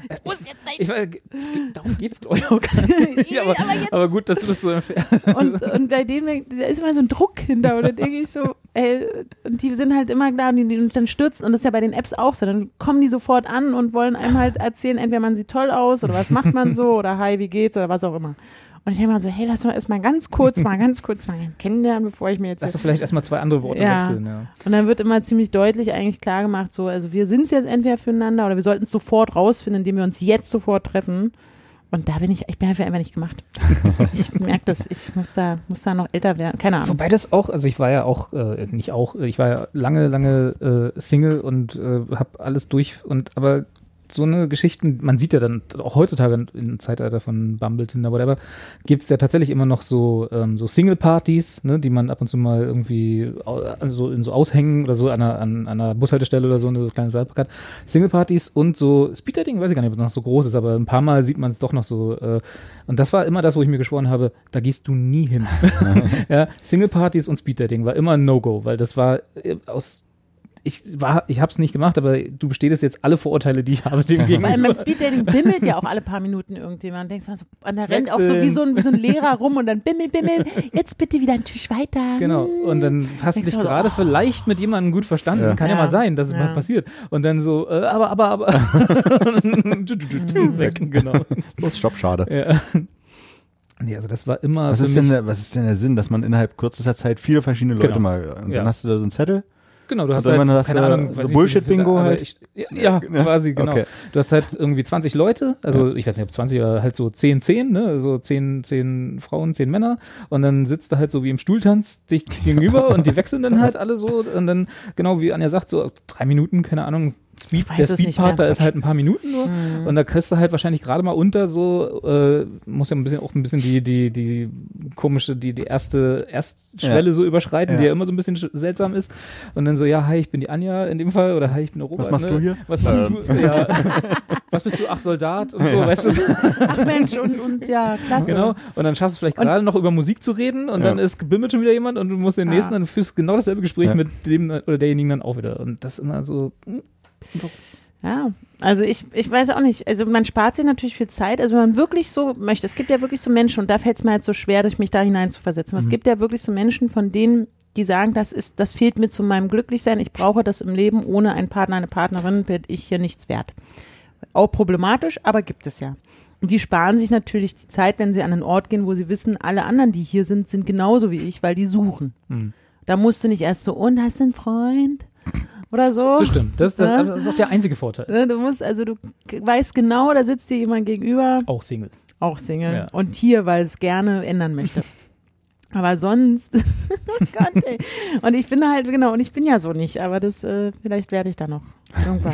[SPEAKER 1] Es muss jetzt sein.
[SPEAKER 2] Ich, weiß, ge- ge- darum geht's glaube ich auch gar nicht.
[SPEAKER 1] Ja,
[SPEAKER 2] aber,
[SPEAKER 1] aber jetzt-
[SPEAKER 2] aber gut, dass du das so empfährst.
[SPEAKER 1] Und, und bei denen, da ist immer so ein Druck hinter und dann denke ich so, ey, und die sind halt immer da und, die, und dann stürzen, und das ist ja bei den Apps auch so, dann kommen die sofort an und wollen einem halt erzählen, entweder man sieht toll aus oder was macht man so oder hi, wie geht's oder was auch immer. Und ich denke mal so, hey, lass doch erstmal ganz kurz, mal ganz kurz mal kennenlernen, bevor ich mir jetzt.
[SPEAKER 2] Lass doch vielleicht erstmal zwei andere Worte
[SPEAKER 1] Ja.
[SPEAKER 2] wechseln. Ja.
[SPEAKER 1] Und dann wird immer ziemlich deutlich eigentlich klar gemacht, so, also wir sind es jetzt entweder füreinander oder wir sollten es sofort rausfinden, indem wir uns jetzt sofort treffen. Und da bin ich, ich bin dafür einfach nicht gemacht. Ich merke das, ich muss da, muss da noch älter werden. Keine Ahnung.
[SPEAKER 2] Wobei das auch, also ich war ja auch, äh, nicht auch, ich war ja lange, lange äh, Single und äh, habe alles durch und aber so eine Geschichten, man sieht ja dann auch heutzutage im Zeitalter von Bumble, Tinder, whatever, gibt's ja tatsächlich immer noch so, ähm, so Single-Partys, ne, die man ab und zu mal irgendwie au- an so, in so Aushängen oder so an einer, an einer Bushaltestelle oder so, eine kleine Wahlplakat. Single-Partys und so Speed-Dating, weiß ich gar nicht, ob das noch so groß ist, aber ein paar Mal sieht man es doch noch so. Äh, und das war immer das, wo ich mir geschworen habe, da gehst du nie hin. ja, Single-Partys und Speed-Dating war immer ein No-Go, weil das war äh, aus ich war, ich habe es nicht gemacht, aber du bestätigst jetzt alle Vorurteile, die ich habe dem
[SPEAKER 1] Weil
[SPEAKER 2] gegenüber.
[SPEAKER 1] beim Speeddating bimmelt ja auch alle paar Minuten irgendjemand. Und denkst mal so, und da rennt auch so wie
[SPEAKER 2] Wechseln.
[SPEAKER 1] so, ein, wie so ein Lehrer rum und dann bimmel, bimmel, jetzt bitte wieder einen Tisch weiter.
[SPEAKER 2] Genau. Und dann hast du
[SPEAKER 1] Denkst
[SPEAKER 2] dich
[SPEAKER 1] du so,
[SPEAKER 2] gerade
[SPEAKER 1] oh.
[SPEAKER 2] vielleicht mit jemandem gut verstanden.
[SPEAKER 3] Ja.
[SPEAKER 2] Kann ja.
[SPEAKER 1] Ja.
[SPEAKER 2] mal sein, dass es
[SPEAKER 1] Ja.
[SPEAKER 2] mal passiert. Und dann so, äh, aber, aber, aber. Weg. Genau.
[SPEAKER 3] Los, Stopp, schade.
[SPEAKER 2] Ja. Nee, also das war immer.
[SPEAKER 3] Was
[SPEAKER 2] für
[SPEAKER 3] ist, denn
[SPEAKER 2] mich-
[SPEAKER 3] der, was ist denn der Sinn, dass man innerhalb kürzester Zeit viele verschiedene Leute
[SPEAKER 2] Genau.
[SPEAKER 3] mal. äh, Und
[SPEAKER 2] Ja.
[SPEAKER 3] dann hast du da so einen Zettel?
[SPEAKER 2] Genau, du hast
[SPEAKER 3] Oder
[SPEAKER 2] halt,
[SPEAKER 3] wenn du das,
[SPEAKER 2] keine
[SPEAKER 3] äh,
[SPEAKER 2] Ahnung,
[SPEAKER 3] so
[SPEAKER 2] weiß ich
[SPEAKER 3] Bullshit-Bingo
[SPEAKER 2] nicht, aber
[SPEAKER 3] halt?
[SPEAKER 2] Ich, ja, ja,
[SPEAKER 3] Ja,
[SPEAKER 2] quasi, genau.
[SPEAKER 3] okay.
[SPEAKER 2] Du hast halt irgendwie 20 Leute, also ich weiß nicht, ob 20 oder halt so 10, 10, ne, so 10, 10 Frauen, 10 Männer und dann sitzt du halt so wie im Stuhltanz dich gegenüber und die wechseln dann halt alle so und dann, genau wie Anja sagt, so drei Minuten, keine Ahnung, Speed,
[SPEAKER 1] weiß
[SPEAKER 2] der
[SPEAKER 1] es nicht, mhm.
[SPEAKER 2] Speedpartner
[SPEAKER 1] ja.
[SPEAKER 2] ist halt ein paar Minuten nur und da kriegst du halt wahrscheinlich gerade mal unter so, äh, muss ja ein bisschen auch ein bisschen die, die, die komische, die, die erste Erstschwelle so überschreiten, die
[SPEAKER 3] Ja.
[SPEAKER 2] ja immer so ein bisschen sch- seltsam ist. Und dann so, ja, hi, ich bin die Anja in dem Fall oder hi, ich bin der Robert.
[SPEAKER 3] machst
[SPEAKER 2] ne?
[SPEAKER 3] du hier?
[SPEAKER 2] Was machst
[SPEAKER 3] Ähm.
[SPEAKER 2] du? Ja. Was bist du? Ach, Soldat und so, weißt du?
[SPEAKER 1] Ach Mensch, und, und ja, klasse.
[SPEAKER 2] Genau. Und dann schaffst du es vielleicht gerade noch über Musik zu reden und
[SPEAKER 3] Ja.
[SPEAKER 2] dann ist gebimmelt schon wieder jemand und du musst den
[SPEAKER 1] Ah.
[SPEAKER 2] nächsten, dann führst genau dasselbe Gespräch
[SPEAKER 3] Ja.
[SPEAKER 2] mit dem oder derjenigen dann auch wieder. Und das ist immer so,
[SPEAKER 1] Ja, also ich, ich weiß auch nicht. Also man spart sich natürlich viel Zeit. Also wenn man wirklich so möchte, es gibt ja wirklich so Menschen und da fällt es mir halt so schwer, durch mich da hineinzuversetzen. Es gibt ja wirklich so Menschen, von denen, die sagen, das ist, das fehlt mir zu meinem Glücklichsein. Ich brauche das im Leben. Ohne einen Partner, eine Partnerin werde ich hier nichts wert. Auch problematisch, aber gibt es ja. Und Die sparen sich natürlich die Zeit, wenn sie an einen Ort gehen, wo sie wissen, alle anderen, die hier sind, sind genauso wie ich, weil die suchen. Da musst du nicht erst so, und hast du einen Freund? Oder so.
[SPEAKER 2] das stimmt. Das, das,
[SPEAKER 1] Ja.
[SPEAKER 2] das ist auch der einzige Vorteil.
[SPEAKER 1] Ne, Du musst, also du k- weißt genau, da sitzt dir jemand gegenüber,
[SPEAKER 2] Auch Single.
[SPEAKER 1] auch Single.
[SPEAKER 2] Ja.
[SPEAKER 1] Und hier, weil es gerne ändern möchte. Aber sonst, Oh Gott, ey. Und ich bin halt, genau, und ich bin ja so nicht, aber das, äh, vielleicht werde ich da noch. Irgendwann.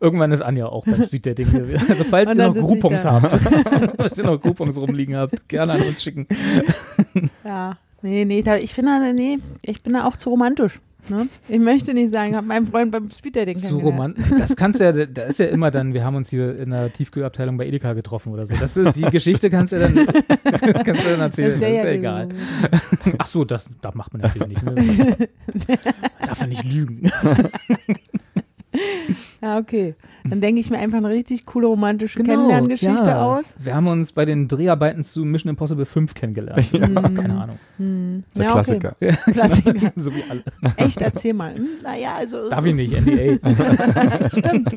[SPEAKER 2] Irgendwann ist Anja auch beim Speeddating hier. Also falls
[SPEAKER 1] Und
[SPEAKER 2] ihr
[SPEAKER 1] dann
[SPEAKER 2] noch
[SPEAKER 1] sitze ich
[SPEAKER 2] Groupons
[SPEAKER 1] da.
[SPEAKER 2] habt, falls ihr noch Groupons rumliegen habt, gerne an uns schicken.
[SPEAKER 1] Ja. Nee, nee, da, ich bin da, nee, ich bin da auch zu romantisch. Ne? Ich möchte nicht sagen, ich habe meinen Freund beim Speeddating
[SPEAKER 2] So
[SPEAKER 1] kennengelernt.
[SPEAKER 2] romantisch. Das kannst du ja, da ist ja immer dann, wir haben uns hier in der Tiefkühlabteilung bei Edeka getroffen oder so. Das ist, die Geschichte kannst du ja dann, kannst du dann erzählen, das,
[SPEAKER 1] wär
[SPEAKER 2] ist ja
[SPEAKER 1] gewesen.
[SPEAKER 2] egal. Ach so, das, da macht man natürlich nicht. Ne? Darf ja nicht lügen.
[SPEAKER 1] Ja, okay. Dann denke ich mir einfach eine richtig coole romantische Kennenlerngeschichte
[SPEAKER 2] Genau, ja.
[SPEAKER 1] aus.
[SPEAKER 2] Wir haben uns bei den Dreharbeiten zu Mission Impossible 5 kennengelernt. Keine Ahnung.
[SPEAKER 3] Das ist der
[SPEAKER 1] Hm. Ja, okay.
[SPEAKER 3] Klassiker.
[SPEAKER 1] Klassiker.
[SPEAKER 2] So wie alle.
[SPEAKER 1] Echt, erzähl mal. Hm, naja, also.
[SPEAKER 2] Darf ich nicht, NDA.
[SPEAKER 1] Stimmt.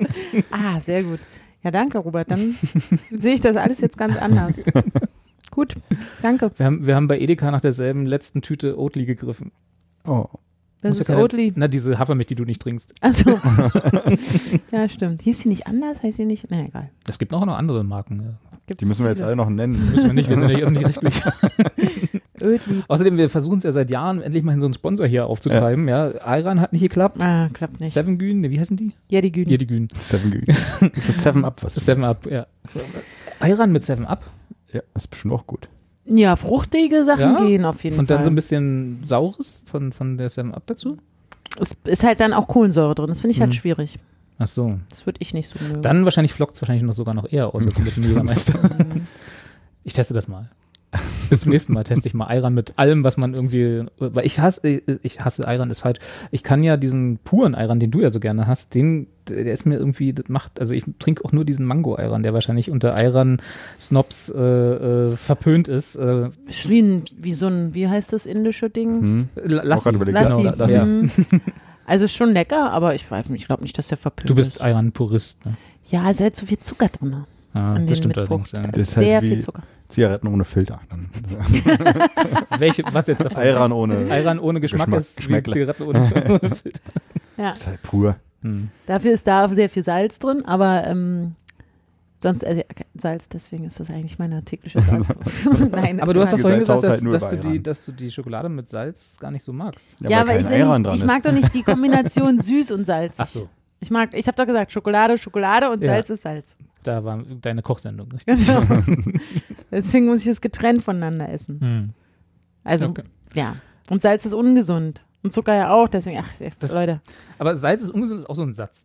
[SPEAKER 1] Ah, sehr gut. Ja, danke, Robert. Dann sehe ich das alles jetzt ganz anders. Gut, danke.
[SPEAKER 2] Wir haben, wir haben bei Edeka nach derselben letzten Tüte Oatly gegriffen.
[SPEAKER 3] Oh.
[SPEAKER 1] Das
[SPEAKER 2] Muss halt ja
[SPEAKER 1] ist
[SPEAKER 2] keine-
[SPEAKER 1] Oatly.
[SPEAKER 2] Na, diese Hafermilch, die du nicht trinkst.
[SPEAKER 1] Also, ja, stimmt. Hieß sie nicht anders? Heißt sie nicht? Na, egal.
[SPEAKER 2] Es gibt auch noch andere Marken. Ja.
[SPEAKER 1] Gibt's
[SPEAKER 3] Die müssen wir jetzt
[SPEAKER 1] viele.
[SPEAKER 3] alle noch nennen.
[SPEAKER 2] Müssen wir nicht, wir sind ja nicht öffentlich-rechtlich.
[SPEAKER 1] Oatly.
[SPEAKER 2] Außerdem, wir versuchen es ja seit Jahren, endlich mal so einen Sponsor hier aufzutreiben. Ja, Iran hat nicht geklappt.
[SPEAKER 1] Ah, klappt nicht.
[SPEAKER 2] Seven Gün, ne, wie heißen die?
[SPEAKER 1] Ja, die Güten.
[SPEAKER 2] Hier die Gün.
[SPEAKER 3] Seven Gü- Das ist Seven Up, was? du
[SPEAKER 2] Seven
[SPEAKER 3] meinst.
[SPEAKER 2] Up, ja. Iran mit Seven Up
[SPEAKER 3] Ja, das ist bestimmt auch gut.
[SPEAKER 1] Ja, fruchtige Sachen
[SPEAKER 2] Ja?
[SPEAKER 1] gehen auf jeden
[SPEAKER 2] und
[SPEAKER 1] Fall.
[SPEAKER 2] dann so ein bisschen Saures von, von der Seven Up dazu.
[SPEAKER 1] es ist halt dann auch Kohlensäure drin. Das finde ich halt
[SPEAKER 2] Mhm.
[SPEAKER 1] schwierig.
[SPEAKER 2] Ach so.
[SPEAKER 1] Das würde ich nicht so mögen.
[SPEAKER 2] Dann wahrscheinlich flockt es wahrscheinlich noch sogar noch eher aus als mit dem Jägermeister.
[SPEAKER 1] Mhm.
[SPEAKER 2] Ich teste das mal. Bis zum nächsten Mal teste ich mal Iran mit allem, was man irgendwie. Weil ich hasse, ich- ich hasse Iran ist falsch. Ich kann ja diesen puren Iran, den du ja so gerne hast, den, der ist mir irgendwie, das macht, also ich trinke auch nur diesen Mango-Iran, der wahrscheinlich unter Iran-Snobs äh, äh, verpönt ist. Äh,
[SPEAKER 1] Ist wie, ein, wie so ein, wie heißt das indische Ding?
[SPEAKER 3] Mhm. Hm?
[SPEAKER 2] lass
[SPEAKER 3] Auch gerade überlegt,
[SPEAKER 1] Lassi.
[SPEAKER 3] genau, Lassi.
[SPEAKER 2] Ja.
[SPEAKER 1] Mhm. Also ist schon lecker, aber ich weiß nicht, ich glaube nicht, dass der verpönt
[SPEAKER 2] Du bist
[SPEAKER 1] ist.
[SPEAKER 2] Iran-Purist, ne?
[SPEAKER 1] Ja, es ist halt zu viel Zucker drin.
[SPEAKER 2] Ja,
[SPEAKER 1] An den
[SPEAKER 2] das stimmt
[SPEAKER 1] mit
[SPEAKER 2] allerdings. Ja.
[SPEAKER 1] Frucht.
[SPEAKER 3] Das ist halt
[SPEAKER 1] Sehr
[SPEAKER 3] wie-
[SPEAKER 1] viel Zucker.
[SPEAKER 3] Zigaretten ohne Filter. Dann.
[SPEAKER 2] Welche, was jetzt davon?
[SPEAKER 3] Iran ohne.
[SPEAKER 2] Iran ohne Geschmack,
[SPEAKER 3] Geschmack-
[SPEAKER 2] ist wie
[SPEAKER 3] Geschmäckle.
[SPEAKER 2] Zigaretten ohne, ohne Filter.
[SPEAKER 1] Ja.
[SPEAKER 3] Das ist halt pur.
[SPEAKER 2] Hm.
[SPEAKER 1] Dafür ist da sehr viel Salz drin, aber ähm, sonst esse ich kein Salz, deswegen ist das eigentlich mein täglicher Salz. Nein,
[SPEAKER 2] Aber du hast doch
[SPEAKER 1] das
[SPEAKER 3] Salz-
[SPEAKER 2] vorhin gesagt, dass,
[SPEAKER 1] halt
[SPEAKER 3] Salzhaushalt nur
[SPEAKER 2] dass,
[SPEAKER 3] bei
[SPEAKER 2] du die,
[SPEAKER 3] Iran.
[SPEAKER 2] dass du die Schokolade mit Salz gar nicht so magst.
[SPEAKER 1] ja, aber
[SPEAKER 3] weil
[SPEAKER 1] ich,
[SPEAKER 3] kein Iran dran
[SPEAKER 1] ich
[SPEAKER 3] ist.
[SPEAKER 1] mag doch nicht die Kombination süß und salzig.
[SPEAKER 2] Ach so.
[SPEAKER 1] Ich mag, ich habe doch gesagt, Schokolade, Schokolade und
[SPEAKER 2] Ja.
[SPEAKER 1] Salz ist Salz.
[SPEAKER 2] Da war deine Kochsendung. richtig?
[SPEAKER 1] Genau. Deswegen muss ich es getrennt voneinander essen.
[SPEAKER 2] Hm.
[SPEAKER 1] Also,
[SPEAKER 2] Okay.
[SPEAKER 1] ja. Und Salz ist ungesund. Und Zucker ja auch, deswegen, ach,
[SPEAKER 2] Das-
[SPEAKER 1] Leute,
[SPEAKER 2] Aber Salz ist ungesund, ist auch so ein Satz.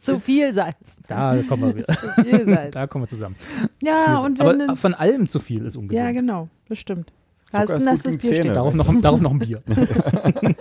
[SPEAKER 1] zu viel Salz.
[SPEAKER 2] Da kommen wir wieder.
[SPEAKER 1] Zu viel Salz.
[SPEAKER 2] Da kommen wir zusammen.
[SPEAKER 1] ja, Ah, und wenn
[SPEAKER 2] Aber
[SPEAKER 1] du,
[SPEAKER 2] von allem zu viel ist ungesund.
[SPEAKER 1] Ja, genau, bestimmt.
[SPEAKER 3] ah, Zucker ist gut gegen Zähne.
[SPEAKER 2] Darauf noch, darauf noch ein Bier.
[SPEAKER 1] steht.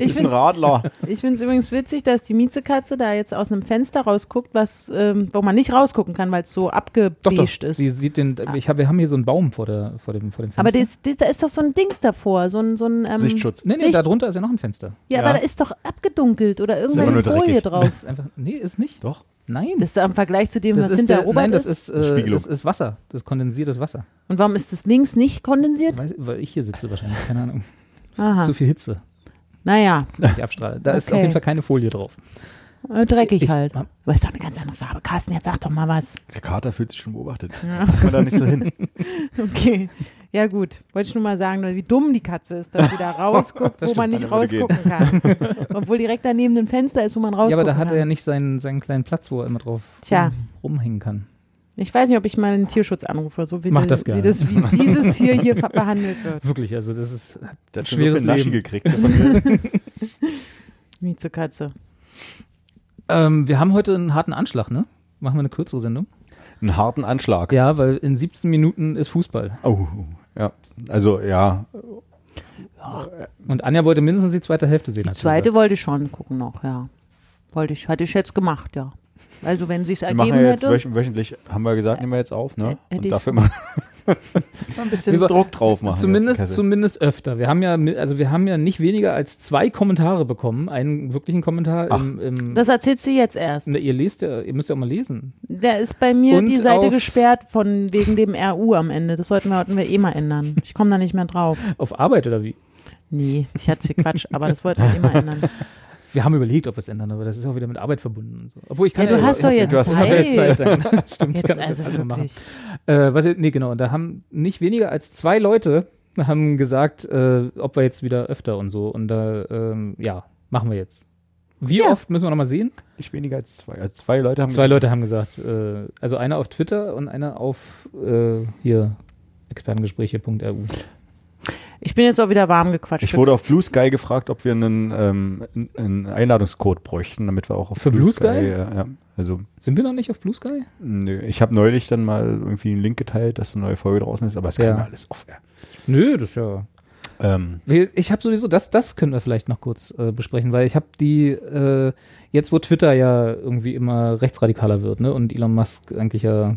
[SPEAKER 1] Ich
[SPEAKER 3] ist ein
[SPEAKER 1] find's-
[SPEAKER 3] Radler.
[SPEAKER 1] Ich finde es übrigens witzig, dass die Miezekatze da jetzt aus einem Fenster rausguckt, was, ähm, wo man nicht rausgucken kann, weil es so abgebecht ist. Ah.
[SPEAKER 2] Sie sieht den, ich hab, wir haben hier so einen Baum vor, der, vor, dem, vor dem Fenster.
[SPEAKER 1] aber das, das, da ist doch so ein Dings davor, so ein, so ein ähm,
[SPEAKER 3] Sichtschutz.
[SPEAKER 2] Nee, nee,
[SPEAKER 1] Sicht-
[SPEAKER 2] da drunter ist ja noch ein Fenster.
[SPEAKER 1] Ja,
[SPEAKER 3] Ja.
[SPEAKER 1] aber da ist doch abgedunkelt oder
[SPEAKER 3] aber
[SPEAKER 1] irgendeine
[SPEAKER 3] nur
[SPEAKER 1] Folie
[SPEAKER 3] dreckig.
[SPEAKER 1] drauf.
[SPEAKER 2] Ist einfach, nee, ist nicht.
[SPEAKER 3] Doch.
[SPEAKER 2] Nein.
[SPEAKER 1] Das ist da im Vergleich zu dem,
[SPEAKER 2] das
[SPEAKER 1] was
[SPEAKER 2] ist
[SPEAKER 1] hinter
[SPEAKER 2] der,
[SPEAKER 1] Robert
[SPEAKER 2] nein, das
[SPEAKER 1] ist.
[SPEAKER 2] ist, äh,
[SPEAKER 3] Spiegelung.
[SPEAKER 2] das ist Wasser. Das kondensiertes Wasser.
[SPEAKER 1] Und warum ist das links nicht kondensiert?
[SPEAKER 2] Weiß, weil ich hier sitze wahrscheinlich, keine Ahnung.
[SPEAKER 1] Aha.
[SPEAKER 2] Zu viel Hitze,
[SPEAKER 1] Naja,
[SPEAKER 2] die ich abstrahle. Da ist auf
[SPEAKER 1] Okay.
[SPEAKER 2] jeden Fall keine Folie drauf.
[SPEAKER 1] äh, dreckig
[SPEAKER 2] Ich-
[SPEAKER 1] halt.
[SPEAKER 2] hab-
[SPEAKER 1] Aber ist doch eine ganz andere Farbe. Carsten, jetzt sag doch mal was.
[SPEAKER 3] Der Kater fühlt sich schon beobachtet. Guck mal da nicht so hin.
[SPEAKER 1] Okay. Ja, gut. Wollte ich nur mal sagen, wie dumm die Katze ist, dass sie da rausguckt,
[SPEAKER 3] Das
[SPEAKER 1] wo man
[SPEAKER 3] stimmt,
[SPEAKER 1] nicht
[SPEAKER 3] eine würde
[SPEAKER 1] rausgucken kann. Obwohl direkt daneben ein Fenster ist, wo man rausgucken
[SPEAKER 2] Ja, aber da hat er ja
[SPEAKER 1] kann.
[SPEAKER 2] nicht seinen, seinen kleinen Platz, wo er immer drauf
[SPEAKER 1] Tja.
[SPEAKER 2] rumhängen kann.
[SPEAKER 1] Ich weiß nicht, ob ich mal einen Tierschutz anrufe, so wie,
[SPEAKER 2] Mach
[SPEAKER 1] die-
[SPEAKER 2] das gerne.
[SPEAKER 1] wie, das, wie dieses Tier hier ver- behandelt wird.
[SPEAKER 2] Wirklich, also das ist.
[SPEAKER 3] Der hat schon
[SPEAKER 2] Schweres
[SPEAKER 3] so viel Laschi
[SPEAKER 2] Leben.
[SPEAKER 3] gekriegt. Von mir.
[SPEAKER 1] Miezekatze.
[SPEAKER 2] Ähm, wir haben heute einen harten Anschlag, ne? Machen wir eine kürzere Sendung?
[SPEAKER 3] Einen harten Anschlag.
[SPEAKER 2] Ja, weil in 17 Minuten ist Fußball.
[SPEAKER 3] Oh, ja. Also, ja.
[SPEAKER 2] Und Anja wollte mindestens die zweite Hälfte sehen. hat sie
[SPEAKER 1] Zweite
[SPEAKER 2] gesagt.
[SPEAKER 1] wollte ich schon gucken noch, ja. Wollte ich, hatte ich jetzt gemacht, ja. Also wenn sich's
[SPEAKER 3] Wir
[SPEAKER 1] ergeben
[SPEAKER 3] machen ja jetzt
[SPEAKER 1] hätte.
[SPEAKER 3] wöch wöchentlich, haben wir gesagt, nehmen wir jetzt auf, ne?
[SPEAKER 1] Äh, äh,
[SPEAKER 3] Und
[SPEAKER 1] dies-
[SPEAKER 3] dafür mal
[SPEAKER 1] ein
[SPEAKER 3] den
[SPEAKER 1] bisschen
[SPEAKER 2] Wir-
[SPEAKER 3] Druck drauf machen.
[SPEAKER 2] Zumindest,
[SPEAKER 3] Kessel.
[SPEAKER 2] zumindest öfter. Wir haben ja, mi- also wir haben ja nicht weniger als zwei Kommentare bekommen. Einen wirklichen Kommentar im, im
[SPEAKER 1] das erzählt sie jetzt erst.
[SPEAKER 2] Ne, ihr lest ja, ihr müsst ja auch mal lesen.
[SPEAKER 1] Da ist bei mir
[SPEAKER 2] Und
[SPEAKER 1] die Seite
[SPEAKER 2] auf-
[SPEAKER 1] gesperrt von wegen dem RU am Ende. Das sollten wir, sollten wir eh mal ändern. Ich komme da nicht mehr drauf.
[SPEAKER 2] Auf Arbeit oder wie?
[SPEAKER 1] Nee, ich hatte sie Quatsch, aber das wollten wir eh mal ändern.
[SPEAKER 2] Wir haben überlegt, ob wir es ändern, aber das ist auch wieder mit Arbeit verbunden und so. Obwohl ich kann
[SPEAKER 1] Ja, du hast doch jetzt
[SPEAKER 2] du hast ich hab ja
[SPEAKER 1] Zeit.
[SPEAKER 2] Zeit. Stimmt, ich
[SPEAKER 1] Jetzt
[SPEAKER 2] kann
[SPEAKER 1] also
[SPEAKER 2] das alles machen.
[SPEAKER 1] wirklich.
[SPEAKER 2] Äh, was, nee, genau. Und da haben nicht weniger als zwei Leute haben gesagt, äh, ob wir jetzt wieder öfter und so. Und da, ähm, ja, machen wir jetzt. Wie
[SPEAKER 1] Ja.
[SPEAKER 2] oft müssen wir nochmal sehen?
[SPEAKER 3] Nicht weniger als zwei. Also zwei Leute haben
[SPEAKER 2] Zwei Leute haben gesagt, äh, also einer auf Twitter und einer auf äh, hier expertengespräche.ru.
[SPEAKER 1] Ich bin jetzt auch wieder warm gequatscht.
[SPEAKER 3] Ich wurde auf Blue Sky gefragt, ob wir einen, ähm, n- einen Einladungscode bräuchten, damit wir auch auf
[SPEAKER 2] Für Blue Sky?
[SPEAKER 3] ja, ja. Also,
[SPEAKER 2] Sind wir noch nicht auf Blue Sky?
[SPEAKER 3] nö. Ich habe neulich dann mal irgendwie einen Link geteilt, dass eine neue Folge draußen ist, aber es kann
[SPEAKER 2] Ja.
[SPEAKER 3] ja alles off. air.
[SPEAKER 2] Nö, das ist ja
[SPEAKER 3] Ähm,
[SPEAKER 2] Wir- Ich habe sowieso, das, das können wir vielleicht noch kurz äh, besprechen, weil ich habe die, äh, jetzt wo Twitter ja irgendwie immer rechtsradikaler wird, ne, und Elon Musk eigentlich ja